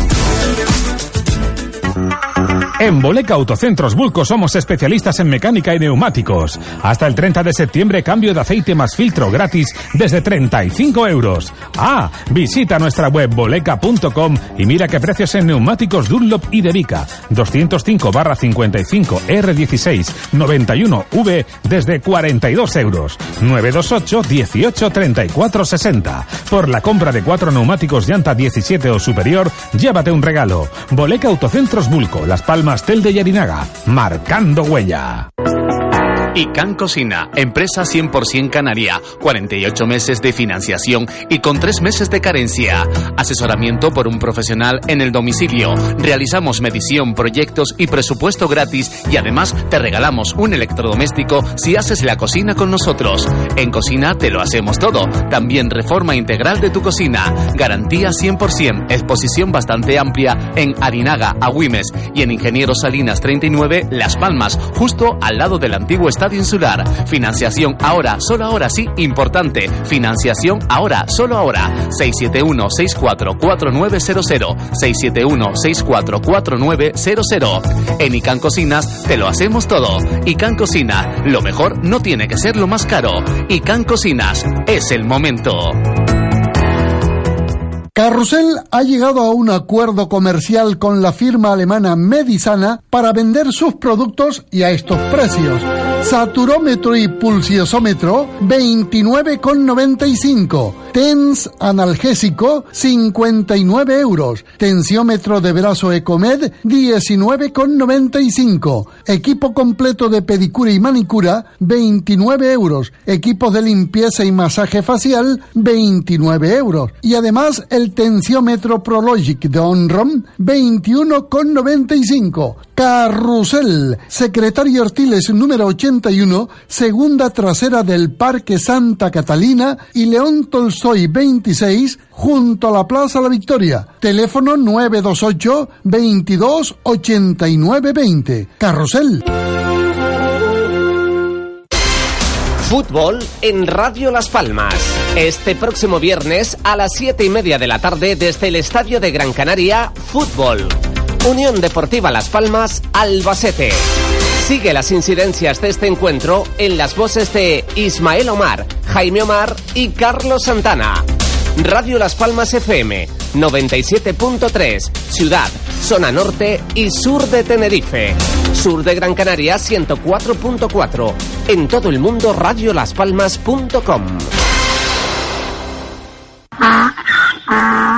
Speaker 4: En Boleca Autocentros Bulco somos especialistas en mecánica y neumáticos. Hasta el 30 de septiembre, cambio de aceite más filtro gratis desde 35 euros. Ah, visita nuestra web boleca.com y mira qué precios en neumáticos Dunlop y Derica. 205 barra 55 R16 91 V desde 42 euros. 928 18 34 60. Por la compra de cuatro neumáticos llanta 17 o superior, llévate un regalo. Boleca Autocentros Bulco, Las Palmas Mastel de Yarinaga, marcando huella.
Speaker 18: ICANN Cocina, empresa 100% canaria, 48 meses de financiación y con 3 meses de carencia. Asesoramiento por un profesional en el domicilio. Realizamos medición, proyectos y presupuesto gratis y además te regalamos un electrodoméstico si haces la cocina con nosotros. En cocina te lo hacemos todo. También reforma integral de tu cocina. Garantía 100%, exposición bastante amplia en Arinaga, Agüimes y en Ingeniero Salinas 39, Las Palmas, justo al lado del antiguo Estadio Insular. Financiación ahora, solo ahora sí, importante. Financiación ahora, solo ahora. 671-644900. 671-644900. En Ican Cocinas te lo hacemos todo. Ican Cocina, lo mejor no tiene que ser lo más caro. Ican Cocinas, es el momento.
Speaker 20: Carrusel ha llegado a un acuerdo comercial con la firma alemana Medisana para vender sus productos y a estos precios. Saturómetro y pulsiosómetro 29,95. TENS analgésico 59 euros. Tensiómetro de brazo Ecomed 19,95. Equipo completo de pedicura y manicura 29 euros. Equipos de limpieza y masaje facial 29 euros. Y además el tensiómetro Prologic de Onrom 21,95. Carrusel, secretario Ortiles número 81, segunda trasera del Parque Santa Catalina y León Tolsoy 26, junto a la Plaza La Victoria. Teléfono 928 22 89 20. Carrusel.
Speaker 16: Fútbol en Radio Las Palmas. Este próximo viernes a las 7 y media de la tarde desde el Estadio de Gran Canaria, Fútbol. Unión Deportiva Las Palmas, Albacete. Sigue las incidencias de este encuentro en las voces de Ismael Omar, Jaime Omar y Carlos Santana. Radio Las Palmas FM 97.3, Ciudad, Zona Norte y Sur de Tenerife. Sur de Gran Canaria 104.4. En todo el mundo, radiolaspalmas.com.
Speaker 1: Ờ,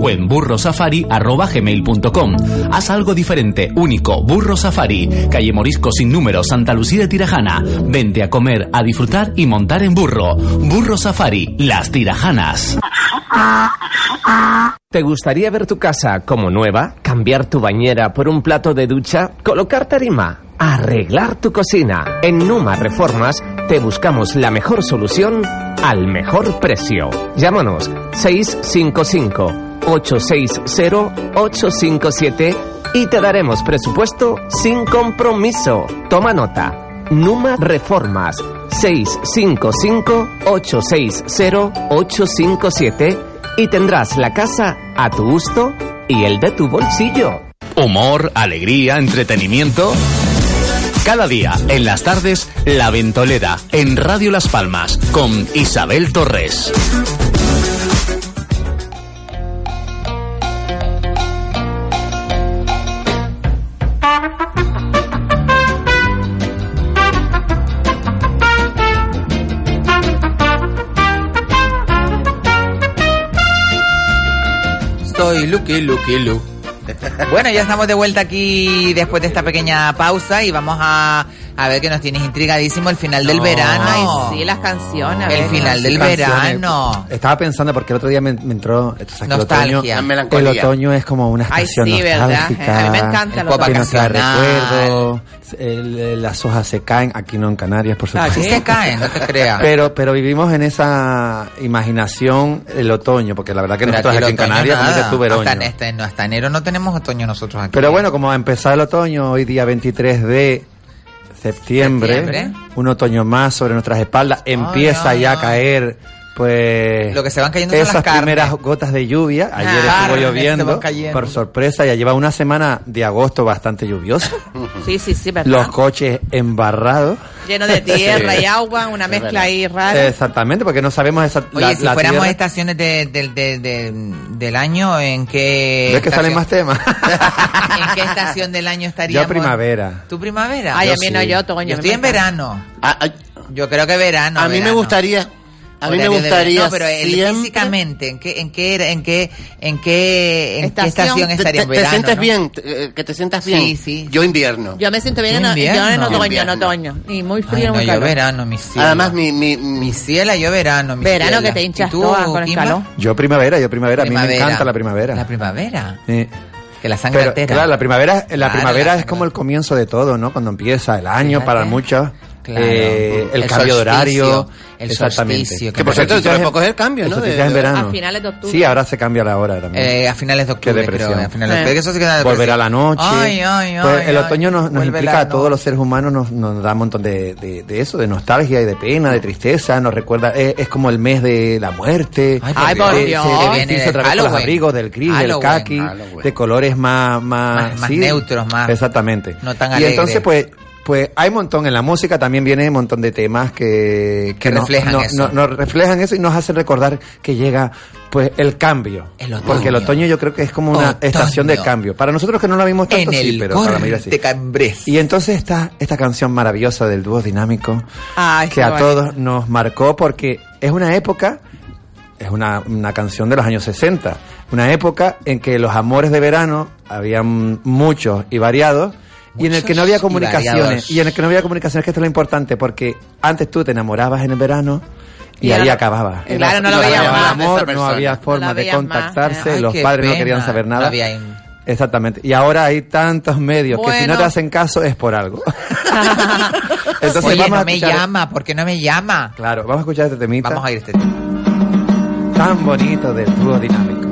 Speaker 18: o en burrosafari.gmail.com. Haz algo diferente, único, Burro Safari, calle Morisco sin número, Santa Lucía de Tirajana. Vente a comer, a disfrutar y montar en burro. Burro Safari, las tirajanas.
Speaker 1: ờ,
Speaker 16: ¿Te gustaría ver tu casa como nueva? ¿Cambiar tu bañera por un plato de ducha? ¿Colocar tarima? ¿Arreglar tu cocina? En Numa Reformas te buscamos la mejor solución al mejor precio. Llámanos 655-860-857 y te daremos presupuesto sin compromiso. Toma nota. Numa Reformas 655-860-857 y tendrás la casa a tu gusto y el de tu bolsillo.
Speaker 18: Humor, alegría, entretenimiento. Cada día, en las tardes, La Ventolera, en Radio Las Palmas, con Isabel Torres.
Speaker 17: Estoy lucky, lucky, lu.
Speaker 6: Bueno, ya estamos de vuelta aquí después de esta pequeña pausa y vamos a, a ver que nos tienes intrigadísimo el final del
Speaker 8: No.
Speaker 6: verano.
Speaker 8: Ay, sí, las canciones. a
Speaker 6: El
Speaker 8: ver,
Speaker 6: final
Speaker 8: las
Speaker 6: del
Speaker 8: canciones.
Speaker 6: verano.
Speaker 7: Estaba pensando porque el otro día me, me entró. esto es que
Speaker 6: Nostalgia. La
Speaker 7: El otoño, el
Speaker 6: melancolía.
Speaker 7: otoño es como una
Speaker 6: Ay,
Speaker 7: estación
Speaker 6: sí, ¿verdad?
Speaker 7: nostálgica.
Speaker 6: Eh, a mí me encanta
Speaker 7: el
Speaker 6: el otoño.
Speaker 7: que nos trae
Speaker 6: Vacacional.
Speaker 7: recuerdos, el- las hojas se caen, aquí no en Canarias, por supuesto.
Speaker 6: Ah, Aquí se caen, no te creas.
Speaker 7: Pero, pero vivimos en esa imaginación el otoño, porque la verdad que
Speaker 6: Pero
Speaker 7: nosotros
Speaker 6: el
Speaker 7: aquí en
Speaker 6: otoño
Speaker 7: Canarias, como
Speaker 6: nada.
Speaker 7: dices tú, Veroño.
Speaker 6: Hasta, este- no, hasta enero no tenemos otoño nosotros aquí.
Speaker 7: Pero bueno, como a empezar el otoño, hoy día 23 de septiembre,
Speaker 6: Septiembre.
Speaker 7: un otoño más sobre nuestras espaldas, empieza ya a caer, pues...
Speaker 6: Lo que se van cayendo son
Speaker 7: esas
Speaker 6: las carnes.
Speaker 7: primeras gotas de lluvia, ayer
Speaker 6: Ah,
Speaker 7: estuvo
Speaker 6: carnes se
Speaker 7: lloviendo,
Speaker 6: van cayendo.
Speaker 7: por sorpresa, ya lleva una semana de agosto bastante lluviosa,
Speaker 8: Sí, sí, sí, ¿verdad?
Speaker 7: los coches embarrados.
Speaker 8: Lleno de tierra
Speaker 7: Sí.
Speaker 8: y agua, una
Speaker 6: Eh,
Speaker 7: Es
Speaker 8: mezcla
Speaker 7: verdad.
Speaker 8: ahí rara.
Speaker 7: Exactamente, porque no sabemos exactamente
Speaker 6: Oye, si fuéramos estaciones de, del- del- del- del año, ¿en qué
Speaker 7: ¿Ves que salen
Speaker 6: estación-
Speaker 7: más temas?
Speaker 6: ¿En qué estación del año estaríamos?
Speaker 7: Ya primavera.
Speaker 6: ¿Tu primavera?
Speaker 8: Ay, a mí no, yo, Toño,
Speaker 6: Yo
Speaker 8: a mí
Speaker 6: estoy
Speaker 8: me
Speaker 6: en verano. yo creo que verano.
Speaker 9: Ah, A mí me gustaría- a mí me gustaría
Speaker 6: No, pero el-
Speaker 9: siempre-
Speaker 6: físicamente, ¿en qué, en qué, era- en qué, en qué, en qué estación
Speaker 9: Te-
Speaker 6: estaría
Speaker 9: te,
Speaker 6: en verano?
Speaker 9: te sientes
Speaker 6: no?
Speaker 9: bien, te- eh, que te sientas bien.
Speaker 6: Sí, sí.
Speaker 9: Yo invierno.
Speaker 8: Yo me siento bien en,
Speaker 6: Invierno.
Speaker 8: yo en otoño,
Speaker 9: Invierno.
Speaker 8: en otoño. Ni muy
Speaker 6: Ay,
Speaker 8: frío, ni
Speaker 6: no,
Speaker 8: muy
Speaker 6: yo
Speaker 8: calor.
Speaker 6: verano, mi ciela.
Speaker 9: Además, mi, mi,
Speaker 6: mi ciela, yo verano. Mi
Speaker 8: Verano
Speaker 6: ciela.
Speaker 8: que te hinchas
Speaker 6: ¿Y tú,
Speaker 8: todas con el
Speaker 6: Kima?
Speaker 8: calor.
Speaker 7: Yo primavera, yo primavera, a mí me
Speaker 6: Primavera.
Speaker 7: encanta la primavera.
Speaker 6: La primavera.
Speaker 7: Sí.
Speaker 6: Que la sangre
Speaker 7: Pero,
Speaker 6: altera.
Speaker 7: Claro, la primavera, la
Speaker 6: Claro,
Speaker 7: primavera
Speaker 6: la
Speaker 7: es como el comienzo de todo, ¿no? Cuando empieza el año
Speaker 6: Fíjate.
Speaker 7: para muchos.
Speaker 6: Claro.
Speaker 7: eh, el,
Speaker 6: El
Speaker 7: cambio de horario.
Speaker 6: solsticio, el
Speaker 7: exactamente.
Speaker 6: solsticio, que por cierto,
Speaker 7: solsticio
Speaker 6: dentro de
Speaker 7: en-
Speaker 6: poco es el cambio, ¿no?
Speaker 7: solsticio
Speaker 6: De-
Speaker 7: es en
Speaker 6: de-
Speaker 7: verano.
Speaker 6: a finales de octubre.
Speaker 7: Sí, ahora se cambia la hora también.
Speaker 6: Eh, a finales de
Speaker 7: Qué
Speaker 6: octubre,
Speaker 7: depresión.
Speaker 6: creo. A finales de octubre, que eso sí que da depresión.
Speaker 7: Volver a la noche.
Speaker 6: Ay, ay, ay,
Speaker 7: Pues el
Speaker 6: ay.
Speaker 7: otoño nos, nos
Speaker 6: Vuelve la
Speaker 7: implica a todos los seres humanos, nos, nos da un montón de, de- de eso, de nostalgia y de pena, de tristeza, nos recuerda, es, es como el mes de la muerte.
Speaker 6: Ay, por Ay, por
Speaker 7: Eh,
Speaker 6: Dios. Ah,
Speaker 7: se
Speaker 6: Que viene
Speaker 7: matiza
Speaker 6: del
Speaker 7: otra vez con los
Speaker 6: Halloween.
Speaker 7: abrigos, del gris,
Speaker 6: Halloween,
Speaker 7: del khaki,
Speaker 6: Halloween.
Speaker 7: de colores más, más,
Speaker 6: Más- más
Speaker 7: sí,
Speaker 6: neutros, más-
Speaker 7: Exactamente.
Speaker 6: No tan
Speaker 7: y
Speaker 6: alegres.
Speaker 7: entonces, pues, pues hay montón en la música, también viene un montón de temas que,
Speaker 6: Que
Speaker 7: nos-
Speaker 6: reflejan
Speaker 7: nos-
Speaker 6: eso.
Speaker 7: nos- nos reflejan eso y nos hacen recordar que llega pues el cambio. Porque el otoño yo creo que es como una
Speaker 6: Otoño.
Speaker 7: estación de cambio. Para nosotros que no la vimos tanto,
Speaker 6: En
Speaker 7: sí,
Speaker 6: el
Speaker 7: pero para la
Speaker 6: corte
Speaker 7: mayoría sí. Y entonces está esta canción maravillosa del dúo dinámico
Speaker 8: Ay,
Speaker 7: que a
Speaker 8: qué
Speaker 7: todos nos marcó porque es una época, es una, una canción de los años 60, una época en que los amores de verano habían muchos y variados. Y en el que no había
Speaker 6: Muchos y
Speaker 7: comunicaciones.
Speaker 6: variados.
Speaker 7: Y, en el que no había comunicaciones, que esto es lo importante, porque antes tú te enamorabas en el verano y,
Speaker 6: Y
Speaker 7: ahí
Speaker 6: ahora-
Speaker 7: acababa.
Speaker 6: Claro, no lo veías
Speaker 7: había
Speaker 6: más.
Speaker 7: amor,
Speaker 6: Esa
Speaker 7: no
Speaker 6: persona.
Speaker 7: había forma
Speaker 6: No la
Speaker 7: de
Speaker 6: veías más.
Speaker 7: contactarse,
Speaker 6: Ay,
Speaker 7: los
Speaker 6: qué
Speaker 7: padres no
Speaker 6: pena.
Speaker 7: querían saber nada.
Speaker 6: No había in-
Speaker 7: Exactamente. Y ahora hay tantos medios que si no
Speaker 6: Bueno.
Speaker 7: te hacen caso es por algo. Entonces
Speaker 6: Oye,
Speaker 7: vamos a
Speaker 6: no me
Speaker 7: escuchar-
Speaker 6: llama, ¿por qué no me llama?
Speaker 7: Claro, vamos a escuchar este temita. Vamos
Speaker 6: a ir este tema.
Speaker 7: Tan bonito del dúo dinámico.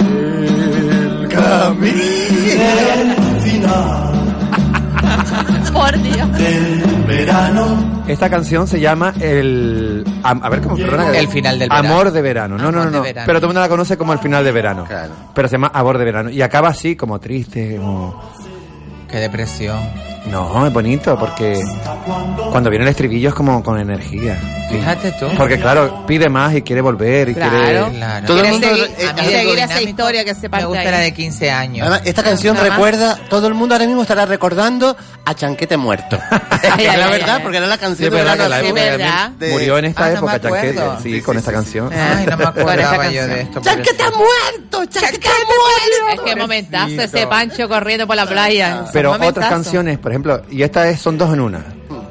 Speaker 2: El camino final
Speaker 8: Por Dios.
Speaker 2: del verano.
Speaker 7: Esta canción se llama el a, a ver cómo perdona,
Speaker 6: El final del
Speaker 7: Amor
Speaker 6: verano.
Speaker 7: de verano. No, no,
Speaker 6: Amor
Speaker 7: no,
Speaker 6: de
Speaker 7: no.
Speaker 6: verano.
Speaker 7: Pero todo el mundo la conoce como el final de verano. Pero se llama Amor de verano y acaba así como triste, como
Speaker 6: Qué depresión.
Speaker 7: no, es bonito porque cuando viene el estribillo es como con energía. Sí.
Speaker 6: Fíjate tú.
Speaker 7: Porque claro, pide más y quiere volver y
Speaker 8: Claro.
Speaker 7: quiere
Speaker 6: Claro.
Speaker 7: Todo el mundo-
Speaker 8: Quiere seguir,
Speaker 9: eh,
Speaker 8: quiere
Speaker 9: algo
Speaker 8: seguir esa
Speaker 9: dinámico.
Speaker 8: historia que se parte
Speaker 6: Me gusta
Speaker 8: ahí.
Speaker 6: la de 15 años.
Speaker 9: Además, esta canción
Speaker 8: Nada más.
Speaker 9: recuerda, todo el mundo ahora mismo estará recordando a Chanquete Muerto. Que es la verdad, porque era la
Speaker 7: Sí,
Speaker 9: canción
Speaker 7: es verdad que
Speaker 9: verano
Speaker 7: la
Speaker 9: de-
Speaker 7: época
Speaker 9: de-
Speaker 7: también murió en esta
Speaker 9: Ah, no me
Speaker 7: época, Chanquete,
Speaker 9: acuerdo.
Speaker 7: sí, con esta canción.
Speaker 6: Ay, no me acordaba yo de esto.
Speaker 8: ¡Chac, que está
Speaker 9: muerto! ¡Chac, que está
Speaker 8: muerto! Es que momentazo ese Pancho corriendo por la
Speaker 6: Ah.
Speaker 8: playa.
Speaker 7: Pero
Speaker 8: Momentazo.
Speaker 7: otras canciones, por ejemplo, y esta es, son dos en una.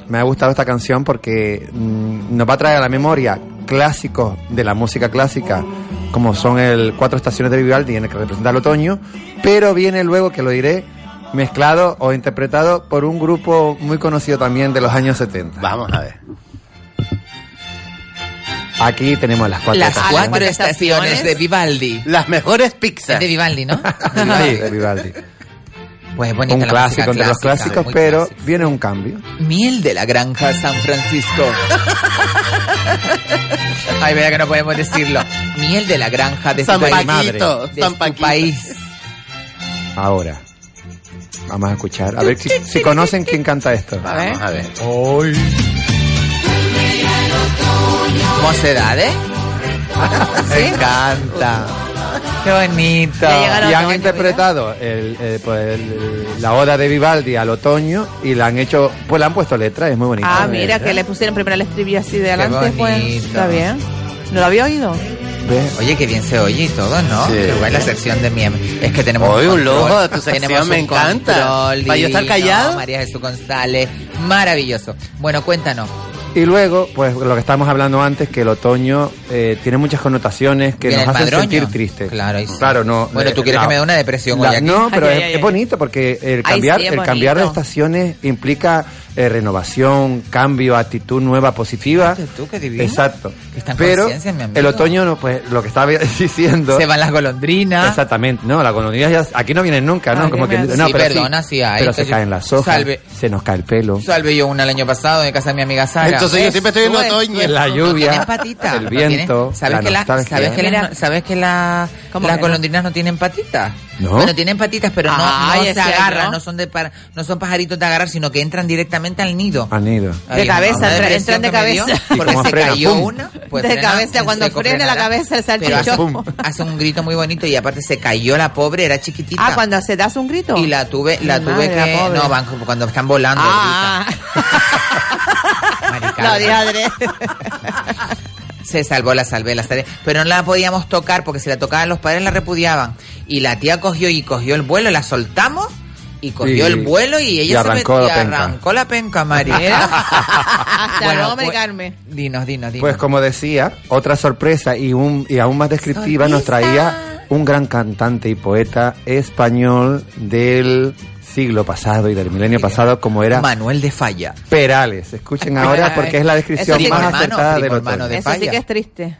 Speaker 7: Me ha gustado esta canción porque mm, nos va a traer a la memoria clásicos de la música clásica, como son el Cuatro Estaciones de Vivaldi, en el que representa el otoño, pero viene luego, que lo diré, mezclado o interpretado por un grupo muy conocido también de los años 70.
Speaker 9: Vamos a ver.
Speaker 7: Aquí tenemos las cuatro
Speaker 6: Las
Speaker 7: estaciones.
Speaker 6: cuatro estaciones de Vivaldi.
Speaker 9: Las mejores pizzas.
Speaker 6: De Vivaldi, ¿no?
Speaker 7: Sí, de Vivaldi.
Speaker 6: Pues bonita
Speaker 7: un
Speaker 6: la
Speaker 7: clásico
Speaker 6: música
Speaker 7: entre los
Speaker 6: clásica,
Speaker 7: clásicos,
Speaker 6: muy
Speaker 7: pero viene un cambio.
Speaker 6: Miel de la granja San Francisco. Ay, vea que no podemos decirlo. Miel de la granja de
Speaker 9: San
Speaker 6: tu país.
Speaker 9: Paquito,
Speaker 6: Madre, de
Speaker 9: San
Speaker 6: tu
Speaker 9: Paquito.
Speaker 6: país.
Speaker 7: Ahora. Vamos a escuchar. A ver si, si conocen quién canta esto.
Speaker 6: Vamos
Speaker 9: a ver.
Speaker 7: Hoy.
Speaker 6: Mocedades.
Speaker 7: Me encanta.
Speaker 6: Qué bonito.
Speaker 7: Y han interpretado el, eh, pues, el- la oda de Vivaldi al otoño y la han hecho, pues la han puesto letra, es muy
Speaker 6: Ah,
Speaker 7: bonita.
Speaker 8: Ah, mira, que le pusieron primero el estribillo así de adelante, pues.
Speaker 7: bonito.
Speaker 8: Está bien. ¿No lo había oído?
Speaker 7: ¿Ves?
Speaker 6: Oye, qué bien se oye y todo, ¿no?
Speaker 9: Sí.
Speaker 6: Qué guay la sección de mi... Es que tenemos
Speaker 9: Oye, un
Speaker 6: control,
Speaker 9: lujo, tu sección
Speaker 6: tenemos
Speaker 9: me
Speaker 6: un
Speaker 9: encanta.
Speaker 6: control
Speaker 9: Para yo estar
Speaker 6: divino,
Speaker 9: callado.
Speaker 6: María Jesús González, maravilloso. Bueno, cuéntanos.
Speaker 7: Y luego, pues lo que estábamos hablando antes, que el otoño eh, tiene muchas connotaciones que
Speaker 6: Viene
Speaker 7: nos
Speaker 6: el
Speaker 7: hacen
Speaker 6: madroño.
Speaker 7: sentir tristes.
Speaker 6: Claro, ahí sí.
Speaker 7: no.
Speaker 6: Bueno,
Speaker 7: eh,
Speaker 6: tú quieres
Speaker 7: no.
Speaker 6: que me dé una depresión
Speaker 7: La-
Speaker 6: hoy aquí.
Speaker 7: No, pero
Speaker 6: Ay,
Speaker 7: es,
Speaker 6: ay,
Speaker 7: es
Speaker 6: ay.
Speaker 7: bonito porque el
Speaker 6: Ay,
Speaker 7: cambiar,
Speaker 6: sí, es
Speaker 7: el cambiar de
Speaker 6: bonito.
Speaker 7: estaciones implica eh, renovación, cambio, actitud nueva, positiva.
Speaker 6: Fíjate tú, qué divino.
Speaker 7: Exacto.
Speaker 6: Está en
Speaker 7: Pero
Speaker 6: conciencia, mi amigo.
Speaker 7: el otoño, no, pues lo que estaba diciendo.
Speaker 6: Se van las golondrinas.
Speaker 7: Exactamente. No, las golondrinas ya- aquí no vienen nunca, ¿no?
Speaker 6: Ay,
Speaker 7: Como
Speaker 6: qué
Speaker 7: que,
Speaker 6: mal.
Speaker 7: no,
Speaker 6: Sí,
Speaker 7: pero
Speaker 6: perdona, sí hay,
Speaker 7: Pero
Speaker 6: que
Speaker 7: se
Speaker 6: yo-
Speaker 7: caen las hojas,
Speaker 6: Salve.
Speaker 7: se nos cae el pelo.
Speaker 6: Salve yo una el año pasado de casa de mi amiga Sara.
Speaker 9: Entonces yo siempre estoy en
Speaker 6: Eso es,
Speaker 9: otoño.
Speaker 6: eso es.
Speaker 7: La
Speaker 6: No
Speaker 7: lluvia,
Speaker 6: tienen patita,
Speaker 7: el
Speaker 6: no tienen-
Speaker 7: viento,
Speaker 6: ¿Sabes
Speaker 7: la
Speaker 6: que, las-
Speaker 7: nostalgia.
Speaker 6: sabes que,
Speaker 7: Mira.
Speaker 6: las- sabes que la-
Speaker 8: ¿Cómo
Speaker 6: las
Speaker 8: que no?
Speaker 6: golondrinas no tienen patitas?
Speaker 7: ¿No?
Speaker 6: Bueno, tienen patitas, pero no,
Speaker 8: Ay,
Speaker 6: no se
Speaker 8: decía
Speaker 6: agarran,
Speaker 8: yo.
Speaker 6: no son, de par- no son pajaritos de agarrar, sino que entran directamente al nido.
Speaker 7: Han ido.
Speaker 6: Ay,
Speaker 8: De cabeza,
Speaker 6: una
Speaker 8: entra-
Speaker 6: depresión
Speaker 8: entran de
Speaker 6: que me dio,
Speaker 8: cabeza.
Speaker 7: Y
Speaker 6: Porque
Speaker 7: como
Speaker 6: se
Speaker 7: frena,
Speaker 6: cayó
Speaker 7: ¡pum!
Speaker 6: una. pues
Speaker 8: De
Speaker 6: frena,
Speaker 8: cabeza,
Speaker 6: en
Speaker 8: cuando
Speaker 6: seco
Speaker 8: frena la
Speaker 6: frenará.
Speaker 8: cabeza el
Speaker 6: Pero hace,
Speaker 8: salchichón.
Speaker 6: hace un grito muy bonito y aparte se cayó la pobre, era chiquitita.
Speaker 8: Ah, cuando se das un grito.
Speaker 6: Y la tuve, la
Speaker 8: Mi
Speaker 6: tuve
Speaker 8: madre, la
Speaker 6: que.
Speaker 8: pobre.
Speaker 6: no, van como cuando están volando.
Speaker 8: Ah,
Speaker 6: grita,
Speaker 8: lo
Speaker 6: maricada.
Speaker 8: dije adrede.
Speaker 6: Se salvó, la salvé, la salvé. Pero no la podíamos tocar porque si la tocaban los padres la repudiaban. Y la tía cogió y cogió el vuelo, la soltamos y cogió
Speaker 7: Y-
Speaker 6: el vuelo y ella
Speaker 7: y arrancó
Speaker 6: se
Speaker 7: la
Speaker 6: metió,
Speaker 7: penca.
Speaker 6: arrancó la penca, María.
Speaker 8: Hasta
Speaker 6: Bueno,
Speaker 8: luego, Mari
Speaker 6: pues-
Speaker 8: Carmen.
Speaker 6: dinos, dinos, dinos.
Speaker 7: Pues como decía, otra sorpresa y, un, y aún más descriptiva nos traía un gran cantante y poeta español del siglo pasado y del milenio pasado como era
Speaker 6: Manuel de Falla.
Speaker 7: Perales. Escuchen ahora porque es la descripción
Speaker 6: Eso sí,
Speaker 7: más
Speaker 6: hermano,
Speaker 7: acertada
Speaker 6: primo
Speaker 7: del
Speaker 6: hermano
Speaker 7: otoño.
Speaker 6: de
Speaker 8: Eso sí
Speaker 6: Falla.
Speaker 8: que es triste.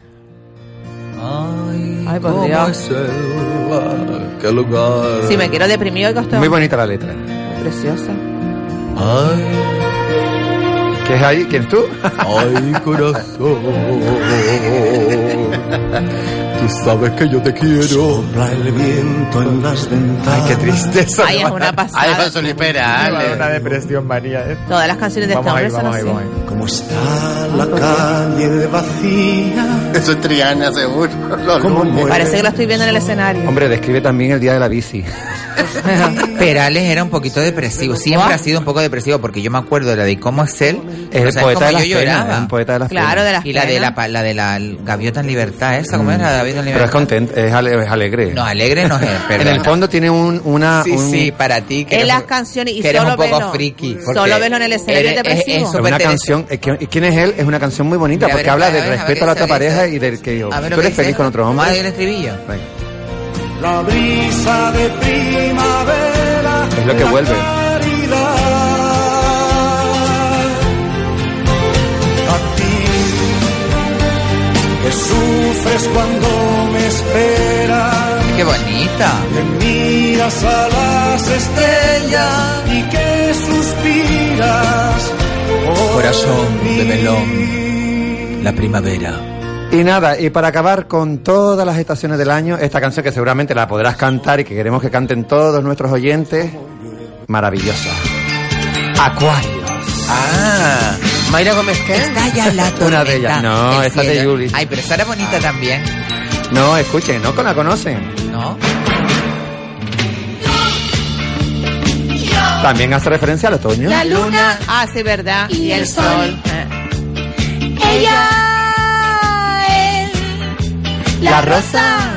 Speaker 6: Ay,
Speaker 8: Ay, por
Speaker 17: ¿Cómo
Speaker 8: Dios.
Speaker 17: es el bar? ¿Qué lugar?
Speaker 8: Si me quiero deprimir hoy costó
Speaker 7: Muy bonita la letra.
Speaker 8: preciosa.
Speaker 17: Ay,
Speaker 7: ¿Qué es ahí? ¿Quién es tú?
Speaker 17: ay, corazón. Tú sabes que yo te quiero.
Speaker 2: Sopla el viento en las ventanas.
Speaker 7: Ay, qué tristeza.
Speaker 8: Ay, es una
Speaker 9: Ay,
Speaker 8: pasada.
Speaker 9: José Luis Perales.
Speaker 7: Una depresión, María. ¿eh?
Speaker 8: Todas las canciones de este
Speaker 7: Vamos ahí,
Speaker 8: hombre son
Speaker 7: vamos ahí,
Speaker 8: así.
Speaker 7: vamos ahí.
Speaker 2: Como está la calle vacía.
Speaker 9: Eso es Triana, seguro. Los
Speaker 2: Como
Speaker 9: lunes.
Speaker 8: Parece que la estoy viendo en el escenario.
Speaker 7: Pues, Hombre, describe también el día de la bici.
Speaker 6: Perales era un poquito depresivo, siempre ha sido un poco depresivo porque yo me acuerdo de la de cómo es él,
Speaker 7: Es
Speaker 6: o
Speaker 7: el
Speaker 6: sea,
Speaker 7: poeta de
Speaker 6: cómo
Speaker 7: las
Speaker 6: yo
Speaker 7: penas.
Speaker 6: lloraba.
Speaker 7: es un poeta de las
Speaker 8: Claro,
Speaker 7: penas.
Speaker 8: de las
Speaker 6: y la de la,
Speaker 8: penas.
Speaker 6: pa- la de la gaviota en libertad, esa cómo era la gaviota en
Speaker 7: Pero es
Speaker 6: libertad.
Speaker 7: contento, es, ale- es alegre.
Speaker 6: no, alegre no es,
Speaker 7: en
Speaker 6: perdona.
Speaker 7: el fondo tiene un, una...
Speaker 6: sí,
Speaker 7: un-
Speaker 6: sí, para ti que
Speaker 8: En
Speaker 6: eres-
Speaker 8: las canciones y
Speaker 6: que eres
Speaker 8: solo
Speaker 6: un poco
Speaker 8: velo. Mm.
Speaker 6: friki, porque
Speaker 8: Solo velo en el escenario
Speaker 6: eres- es-
Speaker 8: depresivo.
Speaker 6: es
Speaker 7: Es
Speaker 6: súper
Speaker 7: una
Speaker 6: tereso.
Speaker 7: canción, es que- ¿quién es él? Es una canción muy bonita
Speaker 6: Mira, a
Speaker 7: porque
Speaker 6: ver,
Speaker 7: habla
Speaker 6: a ver,
Speaker 7: del
Speaker 6: a ver,
Speaker 7: respeto
Speaker 6: a
Speaker 7: a la
Speaker 6: ver qué
Speaker 7: otra
Speaker 6: dice.
Speaker 7: pareja y del que
Speaker 6: A ver
Speaker 7: tú
Speaker 6: lo que
Speaker 7: eres feliz
Speaker 6: dice.
Speaker 7: con otros
Speaker 6: Madre del
Speaker 7: hombres.
Speaker 6: estribillo.
Speaker 7: Venga,
Speaker 2: La brisa de primavera.
Speaker 7: Es lo que
Speaker 2: la
Speaker 7: vuelve.
Speaker 2: caridad. A ti que sufres cuando me esperas.
Speaker 6: Qué bonita.
Speaker 2: Le miras a las estrellas y que suspiras. por
Speaker 17: Corazón de
Speaker 2: mí.
Speaker 17: melón. La primavera.
Speaker 7: Y nada, y para acabar con todas las estaciones del año, esta canción que seguramente la podrás cantar y que queremos que canten todos nuestros oyentes, maravillosa. Acuarios.
Speaker 9: Ah, Mayra Gómez, ¿qué?
Speaker 6: Estalla la tormenta.
Speaker 7: Una de ellas. No,
Speaker 6: El
Speaker 7: esa es de
Speaker 6: cielo.
Speaker 7: Yuri.
Speaker 6: Ay, pero esa era bonita también,
Speaker 7: No, escuchen, no la conocen.
Speaker 6: ¿no?
Speaker 7: También hace referencia al otoño.
Speaker 8: La luna, ah, sí, verdad. Y, el sol. Eh.
Speaker 7: La rosa.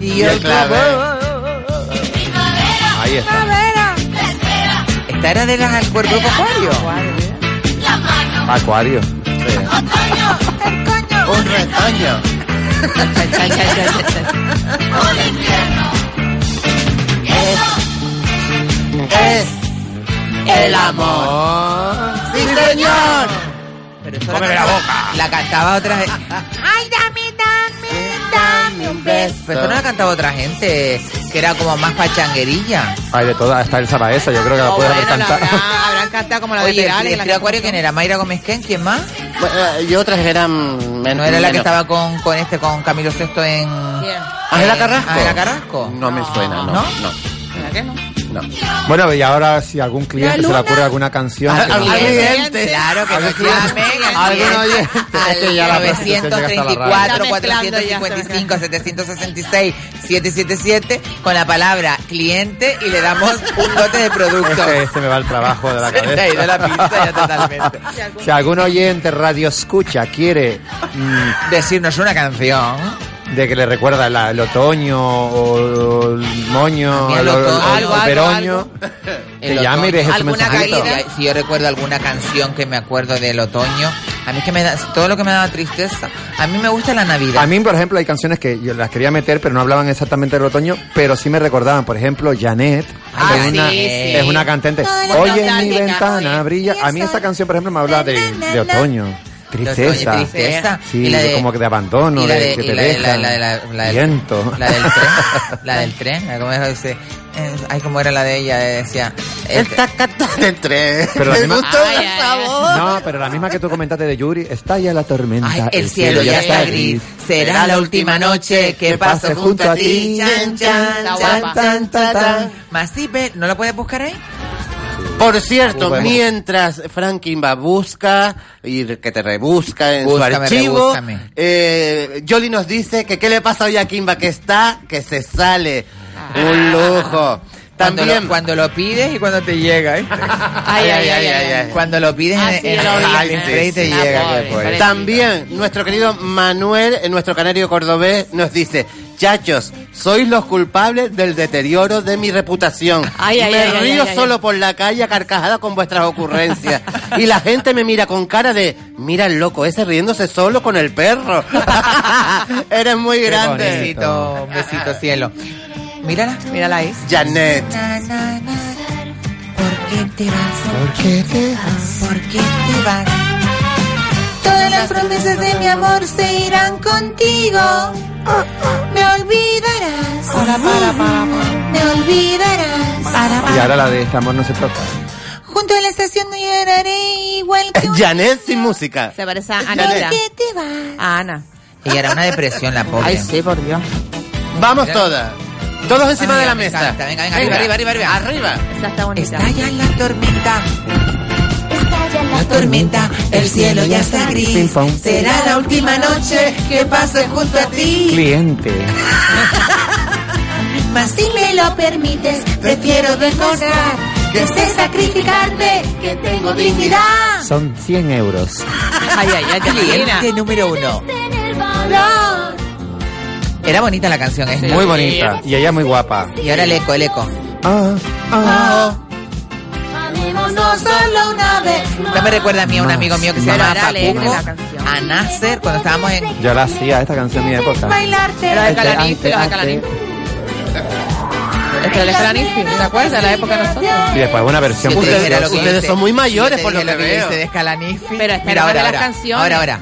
Speaker 6: Y
Speaker 9: Y el clavel.
Speaker 7: Ahí está.
Speaker 6: Esta era de las del grupo Acuario.
Speaker 7: Acuario.
Speaker 9: Un retoño.
Speaker 8: Cha, cha, cha, cha, cha, cha.
Speaker 9: Es el amor. ¡Sí, señor!
Speaker 6: Pero eso la, boca. La cantaba otra gente. Ay, dame, dame, dame un beso. Pero esto no la cantaba otra gente, que era como más pachanguerilla.
Speaker 7: Hay de todas, está el Sabaesa, yo creo que la
Speaker 8: Oh,
Speaker 7: puede
Speaker 8: bueno, la
Speaker 7: cantar.
Speaker 8: habrán, habrán cantado como la de
Speaker 6: Oye,
Speaker 8: Perales.
Speaker 6: el
Speaker 8: la
Speaker 6: trío Acuario,
Speaker 8: canción.
Speaker 6: ¿quién era? Mayra Gómez Ken, ¿quién más?
Speaker 9: Bueno, eh, y otras eran men-
Speaker 6: No era la que
Speaker 9: menos.
Speaker 6: estaba con, con este, con Camilo VI en...
Speaker 8: ¿Quién?
Speaker 9: Ángela
Speaker 6: en-
Speaker 9: Carrasco.
Speaker 6: Ángela Carrasco.
Speaker 9: No me suena, no.
Speaker 6: ¿No?
Speaker 9: No.
Speaker 8: ¿Verdad que no?
Speaker 9: no.
Speaker 7: Bueno, y ahora si algún cliente se le ocurre alguna canción. que
Speaker 9: Ah,
Speaker 7: no- este
Speaker 9: ah,
Speaker 6: cliente. Claro que no llamen al
Speaker 7: Algún oyente. Es que ya la presentación llega hasta la radio.
Speaker 6: 934
Speaker 8: Está mezclando
Speaker 6: 455 766 777 con la palabra cliente y le damos un lote de producto.
Speaker 7: Este, este me va el trabajo de la
Speaker 6: Se te ha
Speaker 7: cabeza.
Speaker 6: ido la pinza ya totalmente.
Speaker 7: Si algún oyente radio escucha quiere mm,
Speaker 6: Decirnos una canción.
Speaker 7: de que le recuerda la- el otoño o el moño,
Speaker 6: mí el
Speaker 7: el, el-
Speaker 6: otoño,
Speaker 7: el
Speaker 6: algo, algo,
Speaker 7: peroño.
Speaker 6: algo.
Speaker 7: Que llame y deje su
Speaker 6: alguna
Speaker 7: mensajito.
Speaker 6: caída. Si yo recuerdo alguna canción que me acuerdo del otoño, a mí es que me da todo lo que me daba tristeza. A mí me gusta la Navidad.
Speaker 7: A mí, por ejemplo, hay canciones que yo las quería meter, pero no hablaban exactamente del otoño, pero sí me recordaban. Por ejemplo, Janet,
Speaker 6: Ah,
Speaker 7: que es,
Speaker 6: sí,
Speaker 7: una,
Speaker 6: sí.
Speaker 7: es una cantante.
Speaker 6: Todo
Speaker 7: Oye, en mi
Speaker 6: nostálgica,
Speaker 7: ventana brilla. A mí esa canción, por ejemplo, me habla de, de otoño. Tristeza.
Speaker 6: otoño, tristeza.
Speaker 7: Sí,
Speaker 6: Y la de-
Speaker 7: como que de abandono,
Speaker 6: y la
Speaker 7: de,
Speaker 6: de-
Speaker 7: que
Speaker 6: y
Speaker 7: te
Speaker 6: la de- la-
Speaker 7: dejan.
Speaker 6: la de- la- la del-
Speaker 7: Viento.
Speaker 6: La del tren, la del tren, la- como ella dice, eh, ay, como era la de ella, eh, decía, el tacato del tren.
Speaker 7: Pero la misma-
Speaker 6: ay, ay, ay.
Speaker 7: No, pero la misma que tú comentaste de Yuri, estalla la tormenta.
Speaker 6: Ay, el cielo ya está gris, será la última noche que paso junto a ti. Chan, chan,
Speaker 10: Está
Speaker 6: chan,
Speaker 10: guapa.
Speaker 6: tan, tan, tan. Mastipe, ¿no la puedes buscar ahí?
Speaker 9: Por cierto,
Speaker 6: Bueno.
Speaker 9: mientras Franklin va busca y que te rebusca en
Speaker 6: Búscame,
Speaker 9: su archivo,
Speaker 6: rebúscame.
Speaker 9: eh, Jolly nos dice que qué le pasa hoy a Kimba que está, que se sale. Un lujo.
Speaker 6: Cuando
Speaker 9: También
Speaker 6: lo, cuando lo pides y cuando te llega, ¿eh?
Speaker 9: Ay, ay, ay, ay, ay.
Speaker 6: Cuando lo pides
Speaker 9: Ah,
Speaker 6: en,
Speaker 9: sí,
Speaker 6: en,
Speaker 9: lo vi.
Speaker 6: al entrega y te
Speaker 9: Sí, sí.
Speaker 6: llega.
Speaker 9: Ah,
Speaker 6: qué pobre.
Speaker 9: También nuestro querido Manuel, eh, nuestro canario cordobés, nos dice, chachos, sois los culpables del deterioro de mi reputación.
Speaker 3: Ay, ay,
Speaker 9: me
Speaker 3: ay, ay,
Speaker 9: río
Speaker 3: ay, ay.
Speaker 9: solo por la calle a carcajada con vuestras ocurrencias. y la gente me mira con cara de, mira el loco ese riéndose solo con el perro. Eres muy
Speaker 6: Qué
Speaker 9: grande.
Speaker 6: bonito. Ah, Un besito, cielo. Mírala, mírala ahí.
Speaker 9: Janet.
Speaker 6: ¿Por qué te vas?
Speaker 7: ¿Por qué te
Speaker 6: vas? ¿Por qué te vas? Todas las promesas de mi amor se irán contigo. Me olvidarás. Me olvidarás.
Speaker 7: Y ahora la de este amor no se toca.
Speaker 6: Junto a la estación no lloraré igual que
Speaker 9: Janet sin música.
Speaker 8: Se parece a
Speaker 9: Janet.
Speaker 8: Anita. A Ana.
Speaker 6: Ella era una depresión, la pobre.
Speaker 8: Ay, sí, por Dios.
Speaker 9: Vamos todas. Todos encima
Speaker 6: Ay,
Speaker 9: de la
Speaker 6: me
Speaker 9: mesa.
Speaker 6: encanta. Venga, venga, arriba, arriba, arriba.
Speaker 9: Arriba.
Speaker 8: Esa está bonita.
Speaker 6: Estalla la tormenta. La tormenta, el cielo ya está
Speaker 7: Ping
Speaker 6: gris.
Speaker 7: pong.
Speaker 6: Será la última noche que pase junto a ti.
Speaker 7: Cliente.
Speaker 6: Mas si me lo permites, prefiero demostrar que sé sacrificarte, que tengo dignidad.
Speaker 7: Son 100 euros.
Speaker 6: Ay, ay, ay, Cliente número uno. Era bonita la canción, es
Speaker 7: Muy bonita. Y ella muy guapa.
Speaker 6: Y ahora el eco, el eco.
Speaker 7: Ah, ah.
Speaker 6: No solo una vez. No me recuerda a mí a un
Speaker 7: Más,
Speaker 6: amigo mío que se
Speaker 7: más.
Speaker 6: llamaba
Speaker 7: Era alegre
Speaker 6: Facundo,
Speaker 7: la
Speaker 6: a Nasser, cuando estábamos en
Speaker 7: Yo la hacía, esta canción de mi época.
Speaker 8: Era de
Speaker 7: Este,
Speaker 8: Calanifi,
Speaker 7: este,
Speaker 8: los de
Speaker 7: este.
Speaker 8: Calanifi. Este era de Calanifi, ¿te acuerdas? La época de nosotros.
Speaker 7: Y después una versión
Speaker 6: Yo te dijera
Speaker 7: preciosa.
Speaker 6: lo que
Speaker 9: Ustedes
Speaker 6: hice.
Speaker 9: son muy mayores,
Speaker 6: Yo te
Speaker 9: por lo
Speaker 6: dije
Speaker 9: que
Speaker 6: yo
Speaker 9: veo.
Speaker 6: hice de Escalanifi.
Speaker 8: Pero esta
Speaker 6: Mira,
Speaker 8: era una
Speaker 6: ahora,
Speaker 8: de
Speaker 6: ahora,
Speaker 8: las canciones.
Speaker 6: ahora, ahora.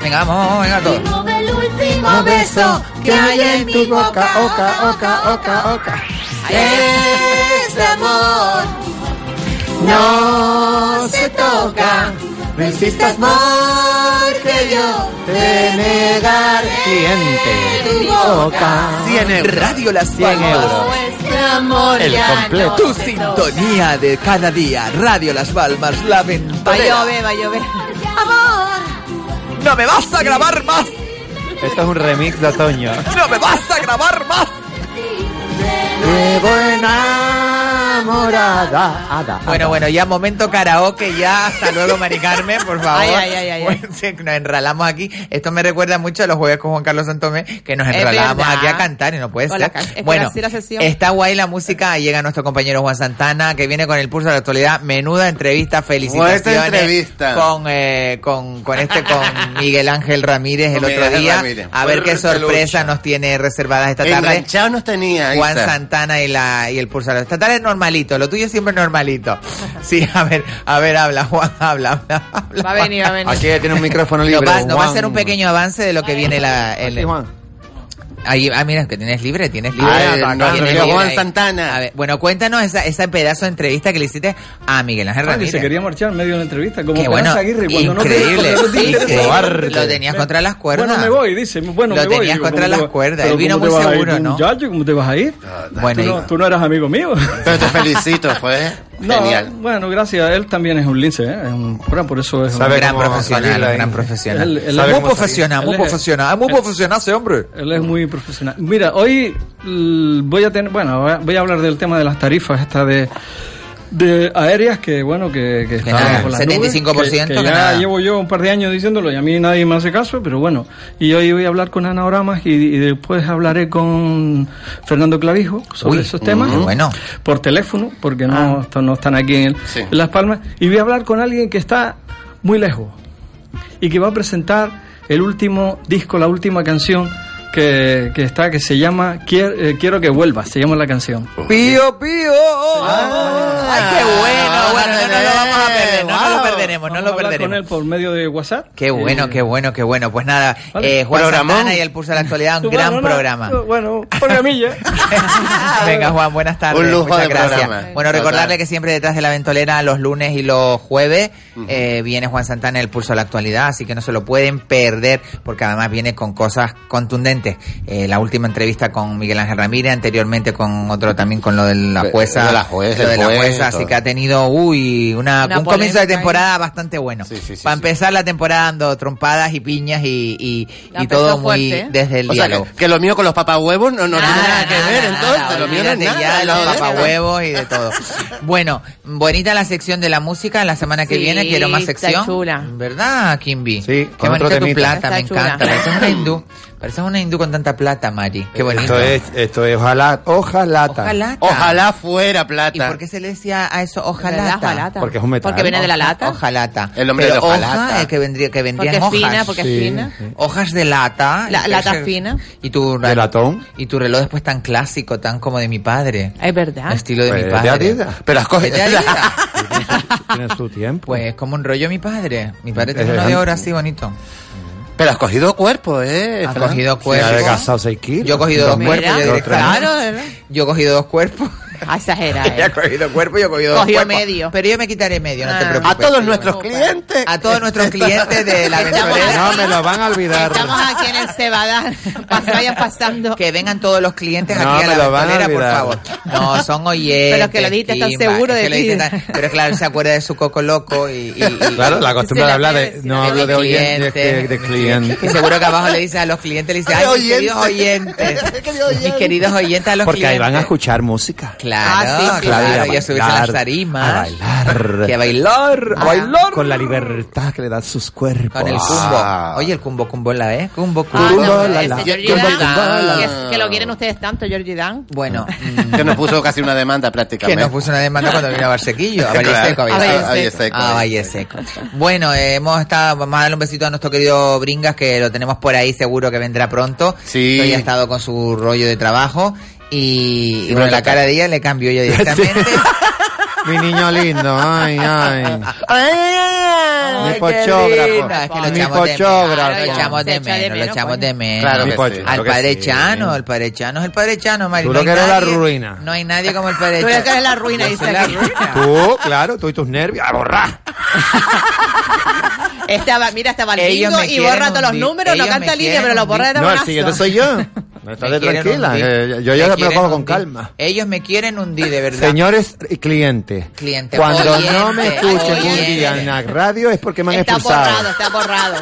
Speaker 6: Venga, vamos, vamos, venga, todos. último beso que hay en
Speaker 7: tu boca, oca, oca, oca, oca.
Speaker 6: Este amor no se toca.
Speaker 7: No insistas
Speaker 6: porque yo te negaré.
Speaker 7: Cliente.
Speaker 6: boca.
Speaker 9: 100 euros.
Speaker 6: Radio Las
Speaker 7: 100 euros.
Speaker 6: este amor
Speaker 7: El completo.
Speaker 6: Tu sintonía de cada día. Radio Las Palmas, la
Speaker 8: Va a
Speaker 6: ventana.
Speaker 8: llover, va a llover.
Speaker 6: No me vas a grabar más.
Speaker 7: Esto es un remix de otoño.
Speaker 6: No me vas a grabar más.
Speaker 7: Llevo enamorada. Ada,
Speaker 6: Bueno,
Speaker 7: ada.
Speaker 6: bueno, ya momento karaoke, ya hasta luego, Mari Carmen, por favor.
Speaker 8: Ay, ay, ay, ay, ay.
Speaker 6: Bueno, sí, Nos enralamos aquí. Esto me recuerda mucho a los jueves con Juan Carlos Santomé, que nos
Speaker 8: Es
Speaker 6: enralábamos
Speaker 8: verdad.
Speaker 6: aquí a cantar y no puede
Speaker 8: Con
Speaker 6: ser.
Speaker 8: la can- es que
Speaker 6: bueno,
Speaker 8: así la sesión.
Speaker 6: está guay la música. Llega nuestro compañero Juan Santana, que viene con el pulso de la actualidad. Menuda entrevista, felicitaciones.
Speaker 9: Buena entrevista.
Speaker 6: Con, eh, con, con este, con Miguel Ángel Ramírez el
Speaker 9: Con Miguel
Speaker 6: otro
Speaker 9: Ángel
Speaker 6: día.
Speaker 9: Ramírez.
Speaker 6: A ver qué
Speaker 9: Fuerte
Speaker 6: sorpresa nos tiene reservadas esta tarde.
Speaker 9: Enganchados nos tenía.
Speaker 6: Juan
Speaker 9: Isa.
Speaker 6: Santana y la y el pulsador. Esta tarde es normalito, lo tuyo siempre es normalito. Sí, a ver, a ver, habla, Juan, habla, habla. habla,
Speaker 8: Va a venir, va a venir.
Speaker 7: Aquí ella tiene un micrófono
Speaker 6: Nos
Speaker 7: libre.
Speaker 6: va, nos va a
Speaker 7: Juan. Ah,
Speaker 6: hacer un pequeño avance de lo que viene la, el-
Speaker 7: Sí, Juan.
Speaker 6: Ahí- ah, mira, que tienes libre, tienes libre.
Speaker 9: Ay,
Speaker 6: Ah, acá
Speaker 9: nuestro
Speaker 6: tienes
Speaker 9: querido
Speaker 6: libre
Speaker 9: Juan
Speaker 6: ahí.
Speaker 9: Santana.
Speaker 6: A ver, bueno, cuéntanos esa, ese pedazo de entrevista que le hiciste a Miguel Ángel
Speaker 5: Juan, Ah, que
Speaker 6: Ramírez.
Speaker 5: se quería marchar en medio de la entrevista, como
Speaker 6: Qué bueno,
Speaker 5: Esperanza Aguirre. Cuando no te-
Speaker 6: increíble,
Speaker 5: cuando no te interesa,
Speaker 6: increíble.
Speaker 5: cobarde.
Speaker 6: Lo tenías contra las cuerdas.
Speaker 5: Bueno, me voy, dice. Bueno,
Speaker 6: Lo
Speaker 5: me voy.
Speaker 6: tenías
Speaker 5: Digo,
Speaker 6: contra
Speaker 5: ¿cómo
Speaker 6: las
Speaker 5: te va-
Speaker 6: cuerdas,
Speaker 5: pero
Speaker 6: él vino
Speaker 5: ¿cómo te
Speaker 6: muy
Speaker 5: vas a ir,
Speaker 6: seguro, ¿no?
Speaker 5: Muchacho, ¿cómo te vas a ir?
Speaker 6: Bueno,
Speaker 5: tú, no,
Speaker 6: y-
Speaker 5: tú no eras amigo mío.
Speaker 9: Pero te felicito, fue
Speaker 5: No,
Speaker 9: genial.
Speaker 5: bueno, gracias. Él también es un lince, ¿eh? es un gran, por eso es
Speaker 6: Sabe
Speaker 5: un
Speaker 6: gran profesional, un gran profesional.
Speaker 5: Él-
Speaker 6: Sabe
Speaker 5: él- muy
Speaker 6: cómo salir.
Speaker 5: profesional, muy
Speaker 6: Él es-
Speaker 5: profesional, muy
Speaker 6: él-
Speaker 5: profesional ese hombre. Él es muy profesional. Mira, hoy l- voy a tener, bueno, voy a hablar del tema de las tarifas, esta de de aéreas que, bueno, que, que estaban
Speaker 6: nada,
Speaker 5: por las
Speaker 6: 75%
Speaker 5: nubes, que, que
Speaker 6: que
Speaker 5: ya
Speaker 6: nada.
Speaker 5: llevo yo un par de años diciéndolo y a mí nadie me hace caso, pero bueno. Y hoy voy a hablar con Ana Oramas y, y después hablaré con Fernando Clavijo sobre
Speaker 6: Uy,
Speaker 5: esos temas.
Speaker 6: qué bueno.
Speaker 5: Por teléfono, porque no, esto- no están aquí en, el-
Speaker 6: Sí.
Speaker 5: en Las Palmas. Y voy a hablar con alguien que está muy lejos y que va a presentar el último disco, la última canción que, que está, que se llama Quier- eh, Quiero que vuelvas, se llama la canción.
Speaker 10: Pío, pío. Ay, qué bueno. Bueno, no, no lo vamos a perder. No, no lo perderemos, no lo perderemos.
Speaker 5: él por medio de WhatsApp.
Speaker 6: Qué bueno, qué bueno, qué bueno. Pues nada,
Speaker 5: Vale.
Speaker 6: eh, Juan
Speaker 5: Programón.
Speaker 6: Santana y el Pulso de la Actualidad, un
Speaker 5: Bueno,
Speaker 6: gran
Speaker 5: no,
Speaker 6: programa.
Speaker 5: Bueno, programilla.
Speaker 6: Venga, Juan, buenas tardes.
Speaker 5: Un lujo
Speaker 6: Muchas
Speaker 5: de
Speaker 6: gracias.
Speaker 5: programa.
Speaker 6: Bueno,
Speaker 5: Total.
Speaker 6: recordarle que siempre detrás de la ventolera, los lunes y los jueves, eh, viene Juan Santana el pulso de la actualidad, así que no se lo pueden perder, porque además viene con cosas contundentes. Eh, la última entrevista con Miguel Ángel Ramírez, anteriormente con otro también con lo de la
Speaker 9: De-
Speaker 6: jueza.
Speaker 9: lo de la jueza,
Speaker 6: lo de
Speaker 9: el
Speaker 6: la
Speaker 9: juez,
Speaker 6: jueza,
Speaker 9: todo.
Speaker 6: así que ha tenido, uy, una,
Speaker 9: Una
Speaker 6: Ah, un comienzo
Speaker 9: polémica
Speaker 6: de
Speaker 9: ahí.
Speaker 6: temporada bastante bueno. Para empezar la temporada dando trompadas y piñas y, y-
Speaker 9: La
Speaker 6: y todo
Speaker 9: empezó
Speaker 6: muy
Speaker 9: fuerte, ¿eh?
Speaker 6: desde el
Speaker 9: O sea,
Speaker 6: diálogo.
Speaker 9: que lo mío con los papahuevos no, no tiene nada que ver, entonces. lo mío no es
Speaker 6: Olvídate
Speaker 9: nada.
Speaker 6: ya de los
Speaker 9: lo de-
Speaker 6: papahuevos y de todo. Bueno, bonita la sección de la música. La semana que
Speaker 8: Sí,
Speaker 6: viene quiero más
Speaker 8: está
Speaker 6: sección.
Speaker 8: chula.
Speaker 6: ¿Verdad, Kimbi? Sí, Qué
Speaker 17: con otro
Speaker 6: bonita tu
Speaker 17: temita.
Speaker 6: plata,
Speaker 8: Está
Speaker 6: me
Speaker 8: chula.
Speaker 6: encanta. Pareces una hindú. Pareces una hindú con tanta plata, Mari. Qué bonito.
Speaker 7: Esto es, esto es ojalá, ojalá.
Speaker 6: Ojalá.
Speaker 9: Ojalá fuera plata.
Speaker 6: ¿Y por qué se le decía a eso ojalata?
Speaker 8: Ojalata. Ojalata. Porque
Speaker 6: es un
Speaker 8: metal. Porque viene de la lata.
Speaker 6: Ojalata.
Speaker 9: El hombre
Speaker 6: Pero
Speaker 9: de ojalata.
Speaker 6: hoja, eh, que vendría, que vendría
Speaker 8: Porque
Speaker 6: en
Speaker 8: es
Speaker 6: hojas.
Speaker 8: fina, porque es Sí, fina.
Speaker 6: Hojas de lata.
Speaker 8: La-
Speaker 6: Y
Speaker 8: lata
Speaker 6: que-
Speaker 8: fina.
Speaker 6: Y tu
Speaker 7: ¿De latón?
Speaker 6: Y tu reloj después tan clásico, tan como de mi padre.
Speaker 8: Es verdad.
Speaker 6: Estilo de
Speaker 7: Pues,
Speaker 6: mi
Speaker 7: de
Speaker 6: padre.
Speaker 7: Adidas.
Speaker 6: Pero has cogido.
Speaker 7: Tiene su tiempo.
Speaker 6: Pues es como un rollo mi padre. Mi padre tiene
Speaker 7: Es
Speaker 6: uno de
Speaker 7: elegante.
Speaker 6: oro así bonito.
Speaker 9: Pero has cogido cuerpo, ¿eh?
Speaker 6: Has
Speaker 9: Fran?
Speaker 6: cogido
Speaker 9: Sí,
Speaker 6: cuerpo.
Speaker 9: ha adelgazado.
Speaker 7: Casado 6 kilos.
Speaker 6: Yo he cogido dos
Speaker 7: Mira,
Speaker 6: cuerpos. Yo,
Speaker 7: dos,
Speaker 6: directamente-
Speaker 7: tres.
Speaker 6: yo he cogido dos cuerpos.
Speaker 8: Ah, exagera,
Speaker 6: Ella ha
Speaker 8: eh.
Speaker 6: cogido cuerpo, yo he cogido
Speaker 8: Cogió
Speaker 6: dos cuerpos.
Speaker 8: medio.
Speaker 6: Pero yo me quitaré medio, no te
Speaker 8: Ah.
Speaker 6: preocupes.
Speaker 8: A todos
Speaker 6: nuestros clientes. A todos nuestros clientes de la
Speaker 8: Estamos
Speaker 6: ventolera.
Speaker 8: aquí. No, me
Speaker 7: lo van a olvidar.
Speaker 8: Estamos aquí en el Cebadán. Pas- vayan pasando.
Speaker 6: Que vengan todos los clientes
Speaker 7: No,
Speaker 6: aquí a
Speaker 7: me
Speaker 6: la
Speaker 7: lo van a
Speaker 6: ventolera, por
Speaker 7: olvidar.
Speaker 6: favor. No, son oyentes.
Speaker 8: Pero que lo dijiste tan
Speaker 6: Kimba,
Speaker 8: seguro
Speaker 6: es
Speaker 8: de
Speaker 6: que lo
Speaker 8: ti.
Speaker 6: dijiste tan- Pero claro, se acuerda de su coco loco y... y- y-
Speaker 7: Claro, la costumbre
Speaker 6: Se
Speaker 7: de
Speaker 6: la
Speaker 7: hablar
Speaker 6: quiere
Speaker 7: de. No
Speaker 6: decir a
Speaker 7: hablo de
Speaker 6: mis
Speaker 7: oyentes, de, de clientes.
Speaker 6: Y seguro que abajo le dice a los clientes, le dice,
Speaker 9: Ay,
Speaker 6: ay, mis queridos
Speaker 9: oyentes.
Speaker 6: oyentes. Mis queridos oyentes a los
Speaker 7: Porque ahí
Speaker 6: clientes.
Speaker 7: van a escuchar música.
Speaker 6: Claro,
Speaker 7: Ah, sí,
Speaker 6: claro,
Speaker 7: claro, y a
Speaker 6: y a subirse a
Speaker 7: bailar,
Speaker 6: las tarimas.
Speaker 7: a bailar.
Speaker 6: Que a bailar, a bailar.
Speaker 7: Con la libertad que le dan sus cuerpos.
Speaker 6: Con el cumbo. Oye, el cumbo, cumbo la, ¿eh? Cumbo, cumbo.
Speaker 8: Ah, no,
Speaker 7: Cumbo,
Speaker 8: el
Speaker 7: la, la.
Speaker 8: señor
Speaker 7: Cumbo,
Speaker 8: Gidán,
Speaker 7: cumbo, la,
Speaker 8: que,
Speaker 7: la.
Speaker 8: es- que lo quieren ustedes tanto, Georgie Dan.
Speaker 6: Bueno.
Speaker 9: Que nos puso casi una demanda prácticamente.
Speaker 6: Que nos puso una demanda cuando vino a Barsequillo. A Valle
Speaker 9: Claro.
Speaker 6: Seco,
Speaker 9: A Valle
Speaker 6: a Valle
Speaker 9: Seco.
Speaker 6: Seco. A Valle Seco. Bueno, eh, hemos estado, vamos a darle un besito a nuestro querido Bringas, que lo tenemos por ahí seguro que vendrá pronto. Sí. Hoy ha estado con su rollo de trabajo. Y, y bueno, la cara de ella le cambio yo directamente.
Speaker 7: Mi niño lindo, ay, ay.
Speaker 6: Ay,
Speaker 7: Mi
Speaker 6: qué
Speaker 7: pochógrafo.
Speaker 6: lindo. Es que lo
Speaker 7: Mi
Speaker 6: echamos de
Speaker 7: pochógrafo.
Speaker 6: menos, Lo echamos
Speaker 7: Se
Speaker 6: de
Speaker 7: echa de
Speaker 6: menos, lo
Speaker 7: menos,
Speaker 6: echamos
Speaker 7: coño.
Speaker 6: de menos.
Speaker 7: Claro que sí,
Speaker 6: Al
Speaker 7: claro que
Speaker 6: padre
Speaker 7: sí.
Speaker 6: Chano, el padre Chano es el padre Chano, Mari.
Speaker 7: Tú
Speaker 6: no
Speaker 7: lo
Speaker 6: hay
Speaker 7: que eres la
Speaker 6: nadie-
Speaker 7: ruina.
Speaker 6: No hay nadie como el padre
Speaker 8: Tú
Speaker 6: Chano.
Speaker 8: lo que eres la ruina,
Speaker 6: Yo
Speaker 8: dice
Speaker 6: soy la
Speaker 8: aquí.
Speaker 6: ruina.
Speaker 7: Tú, claro, tú y tus nervios. ¡A borrar!
Speaker 8: Estaba, mira, estaba el
Speaker 6: Ellos
Speaker 8: bingo
Speaker 6: me
Speaker 8: y
Speaker 6: quieren
Speaker 8: borra todos los
Speaker 6: hundir.
Speaker 8: números, no
Speaker 6: Ellos me
Speaker 8: canta línea,
Speaker 6: quieren
Speaker 8: pero lo borra de
Speaker 7: No, el
Speaker 8: brazo.
Speaker 7: siguiente soy yo. No,
Speaker 6: Me
Speaker 7: estate
Speaker 6: quieren
Speaker 7: tranquila.
Speaker 6: hundir.
Speaker 7: que yo- Yo ya me lo
Speaker 6: quieren
Speaker 7: cojo con
Speaker 6: hundir.
Speaker 7: calma.
Speaker 6: Ellos me quieren hundir, de verdad.
Speaker 7: Señores y clientes,
Speaker 6: Cliente,
Speaker 7: cuando
Speaker 6: oyente,
Speaker 7: no me escuchen un día
Speaker 6: oyente. Eh,
Speaker 7: en la radio es porque me han
Speaker 8: Está borrado,
Speaker 7: expulsado.
Speaker 8: está borrado.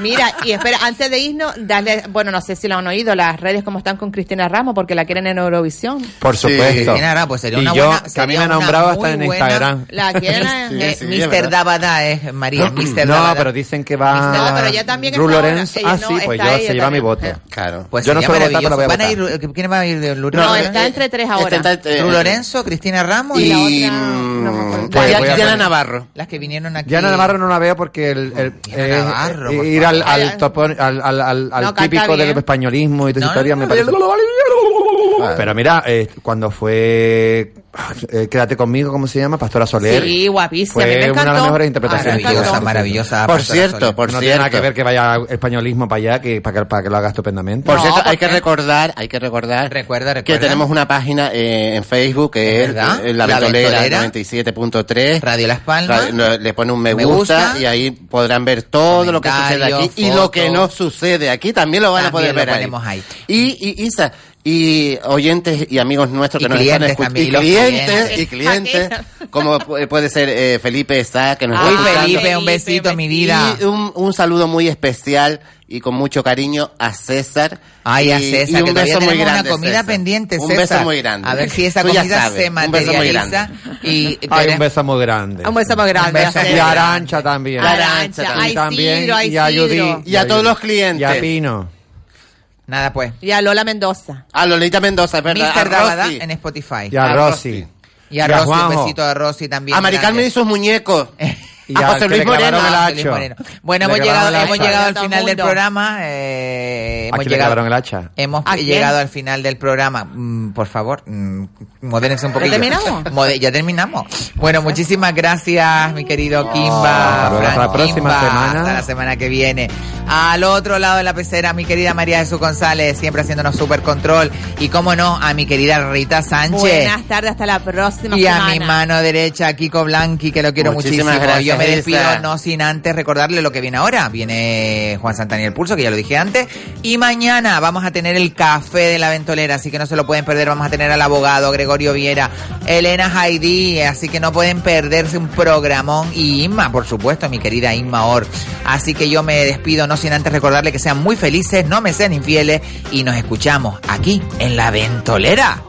Speaker 8: Mira, y espera, antes de irnos, darle, bueno, no sé si lo han oído, las redes como están con Cristina Ramos, porque la quieren en Eurovisión.
Speaker 7: Por supuesto.
Speaker 6: Cristina Arapos pues sería
Speaker 7: y
Speaker 6: una
Speaker 7: yo,
Speaker 6: buena-
Speaker 7: que a mí
Speaker 6: sería
Speaker 7: me ha
Speaker 6: una
Speaker 7: nombrado
Speaker 6: muy
Speaker 7: hasta en
Speaker 6: buena-
Speaker 7: Instagram.
Speaker 8: La quieren
Speaker 6: Mis-
Speaker 8: en-
Speaker 6: eh,
Speaker 8: sí, es
Speaker 6: Mr.
Speaker 8: verdad.
Speaker 6: Dabada es María, Mr.
Speaker 7: No,
Speaker 6: Dabada.
Speaker 7: pero dicen que va.
Speaker 6: Mr.
Speaker 8: No, pero ella también
Speaker 7: Ru
Speaker 8: está ahora.
Speaker 7: Lorenz.
Speaker 8: Ella
Speaker 7: Ah,
Speaker 8: no,
Speaker 7: sí, pues
Speaker 8: está
Speaker 7: yo
Speaker 8: ella
Speaker 7: se lleva mi
Speaker 8: también.
Speaker 7: voto.
Speaker 9: Claro.
Speaker 6: Pues
Speaker 7: yo no
Speaker 6: sería
Speaker 7: suelo votar, pero voy a
Speaker 6: maravilloso.
Speaker 7: votar.
Speaker 6: ¿Van a ir, ¿Quién va a ir de eh, Lu
Speaker 8: No,
Speaker 6: Lorenzo?
Speaker 8: está entre tres ahora.
Speaker 6: Ru Lorenzo, Cristina Ramos y,
Speaker 9: y,
Speaker 6: la otra.
Speaker 9: mm,
Speaker 7: Pues
Speaker 9: Ya-
Speaker 7: voy a
Speaker 9: Diana
Speaker 7: poner-
Speaker 9: Navarro.
Speaker 6: Las que vinieron aquí.
Speaker 7: Diana Navarro no la veo porque el, el- eh,
Speaker 6: Navarro,
Speaker 7: eh,
Speaker 6: por
Speaker 7: ir al,
Speaker 6: favor.
Speaker 7: al, topón- al, al- al- al
Speaker 6: No, canta
Speaker 7: típico del
Speaker 6: bien.
Speaker 7: españolismo y toda esa
Speaker 6: No,
Speaker 7: historia
Speaker 6: no,
Speaker 7: me
Speaker 6: no,
Speaker 7: parece.
Speaker 6: no, no,
Speaker 7: Pero mira, eh, cuando fue eh, Quédate conmigo, ¿cómo se llama? Pastora Soler.
Speaker 8: Sí, guapísima.
Speaker 7: Fue
Speaker 8: a mí me
Speaker 7: una de
Speaker 8: encantó.
Speaker 7: las mejores interpretaciones.
Speaker 6: Maravillosa, maravillosa
Speaker 7: Por
Speaker 6: Pastora
Speaker 7: cierto,
Speaker 6: Soler.
Speaker 7: por no tiene nada que ver que vaya españolismo para allá que para que, para que lo haga estupendamente.
Speaker 9: Por cierto, hay que recordar, hay que recordar
Speaker 6: recuerda, recuerda.
Speaker 9: que tenemos una página eh, en Facebook que es,
Speaker 6: verdad?
Speaker 9: eh, La
Speaker 6: La
Speaker 9: Ventolera
Speaker 6: Ventolera.
Speaker 9: 97.3.
Speaker 6: Radio Las Palmas.
Speaker 9: Radio- no, le pone un me,
Speaker 6: Me
Speaker 9: gusta,
Speaker 6: gusta.
Speaker 9: y ahí podrán ver todo lo que sucede aquí
Speaker 6: Comentarios,
Speaker 9: y lo que
Speaker 6: fotos.
Speaker 9: no sucede aquí también lo van a
Speaker 6: También
Speaker 9: poder
Speaker 6: lo
Speaker 9: ver ahí.
Speaker 6: ponemos ahí.
Speaker 9: Y, y, Isa, y oyentes y amigos nuestros que
Speaker 6: Y
Speaker 9: nos
Speaker 6: clientes
Speaker 9: están
Speaker 6: también, y
Speaker 9: escuchando.
Speaker 6: los
Speaker 9: Y clientes,
Speaker 6: clientes.
Speaker 9: y clientes, como pu- puede ser eh, Felipe está, que nos
Speaker 6: Ay,
Speaker 9: está escuchando.
Speaker 6: Felipe, un besito, mi vida.
Speaker 9: Y un, un saludo muy especial y con mucho cariño a César.
Speaker 6: Ay,
Speaker 9: y,
Speaker 6: a Ah, César,
Speaker 9: y un
Speaker 6: que todavía
Speaker 9: beso
Speaker 6: tenemos
Speaker 9: muy grande.
Speaker 6: una comida
Speaker 9: César.
Speaker 6: pendiente,
Speaker 9: Un
Speaker 6: César.
Speaker 9: beso muy grande.
Speaker 6: A ver si esa
Speaker 9: Tú ya
Speaker 6: comida
Speaker 9: sabes,
Speaker 6: se
Speaker 9: un beso muy
Speaker 6: materializa.
Speaker 9: grande.
Speaker 6: Y
Speaker 7: Hay un beso muy grande.
Speaker 8: Un beso más grande.
Speaker 7: Un beso.
Speaker 8: César.
Speaker 7: Y a Arancha también.
Speaker 8: A Arantxa,
Speaker 7: Y
Speaker 8: ay, Ciro, ay,
Speaker 7: y a
Speaker 8: Ciro.
Speaker 7: Judith.
Speaker 9: Y a todos los clientes.
Speaker 7: Y a Pino.
Speaker 6: Nada pues.
Speaker 8: Y a Lola Mendoza.
Speaker 9: A Ah, Lolita Mendoza, es verdad.
Speaker 6: Mr.
Speaker 9: a
Speaker 6: Dabada
Speaker 9: Rosy.
Speaker 6: en Spotify.
Speaker 7: Y a, Rosy.
Speaker 6: Y a
Speaker 7: Y a
Speaker 6: Rosy, pues, un
Speaker 7: Juanjo.
Speaker 6: besito a Rosy también.
Speaker 9: A Maricarmen y sus muñecos.
Speaker 7: Y al que le clavaron el
Speaker 6: A Ah, José Ah, Luis
Speaker 7: hacho.
Speaker 6: Moreno. Bueno,
Speaker 7: Le
Speaker 6: hemos
Speaker 7: clavaron
Speaker 6: llegado,
Speaker 7: el
Speaker 6: hemos
Speaker 7: hacha.
Speaker 6: llegado al
Speaker 8: Todo
Speaker 6: final del
Speaker 8: mundo.
Speaker 6: programa. eh,
Speaker 7: ¿A
Speaker 6: hemos
Speaker 7: quién le
Speaker 6: llegado,
Speaker 7: clavaron el hacha?
Speaker 6: hemos
Speaker 8: ¿A quién?
Speaker 6: llegado al final del programa. Mm, por favor, mm, modérense un poquito.
Speaker 8: terminamos?
Speaker 6: ya terminamos. Bueno, muchísimas gracias, mi querido Kimba.
Speaker 7: Oh, Hasta luego, hasta la
Speaker 6: Fran
Speaker 7: próxima
Speaker 6: Kimba.
Speaker 7: semana.
Speaker 6: Hasta la semana que viene. Al otro lado de la pecera, mi querida María Jesús González, siempre haciéndonos super control. Y cómo no, a mi querida Rita Sánchez.
Speaker 8: Buenas tardes, hasta la próxima
Speaker 6: Y a
Speaker 8: semana.
Speaker 6: mi mano derecha, a Kiko Blanqui, que lo quiero
Speaker 9: Muchísimas
Speaker 6: muchísimo.
Speaker 9: gracias,
Speaker 6: Yo me despido,
Speaker 9: Elsa.
Speaker 6: no sin antes recordarle lo que viene ahora. Viene Juan Santana y el Pulso, que ya lo dije antes. Y mañana vamos a tener el café de la ventolera, así que no se lo pueden perder. Vamos a tener al abogado Gregorio Viera, Elena Heidi, así que no pueden perderse un programón. Y Inma, por supuesto, mi querida Inma Or. Así que yo me despido, no sin antes recordarle que sean muy felices, no me sean infieles. Y nos escuchamos aquí en la ventolera.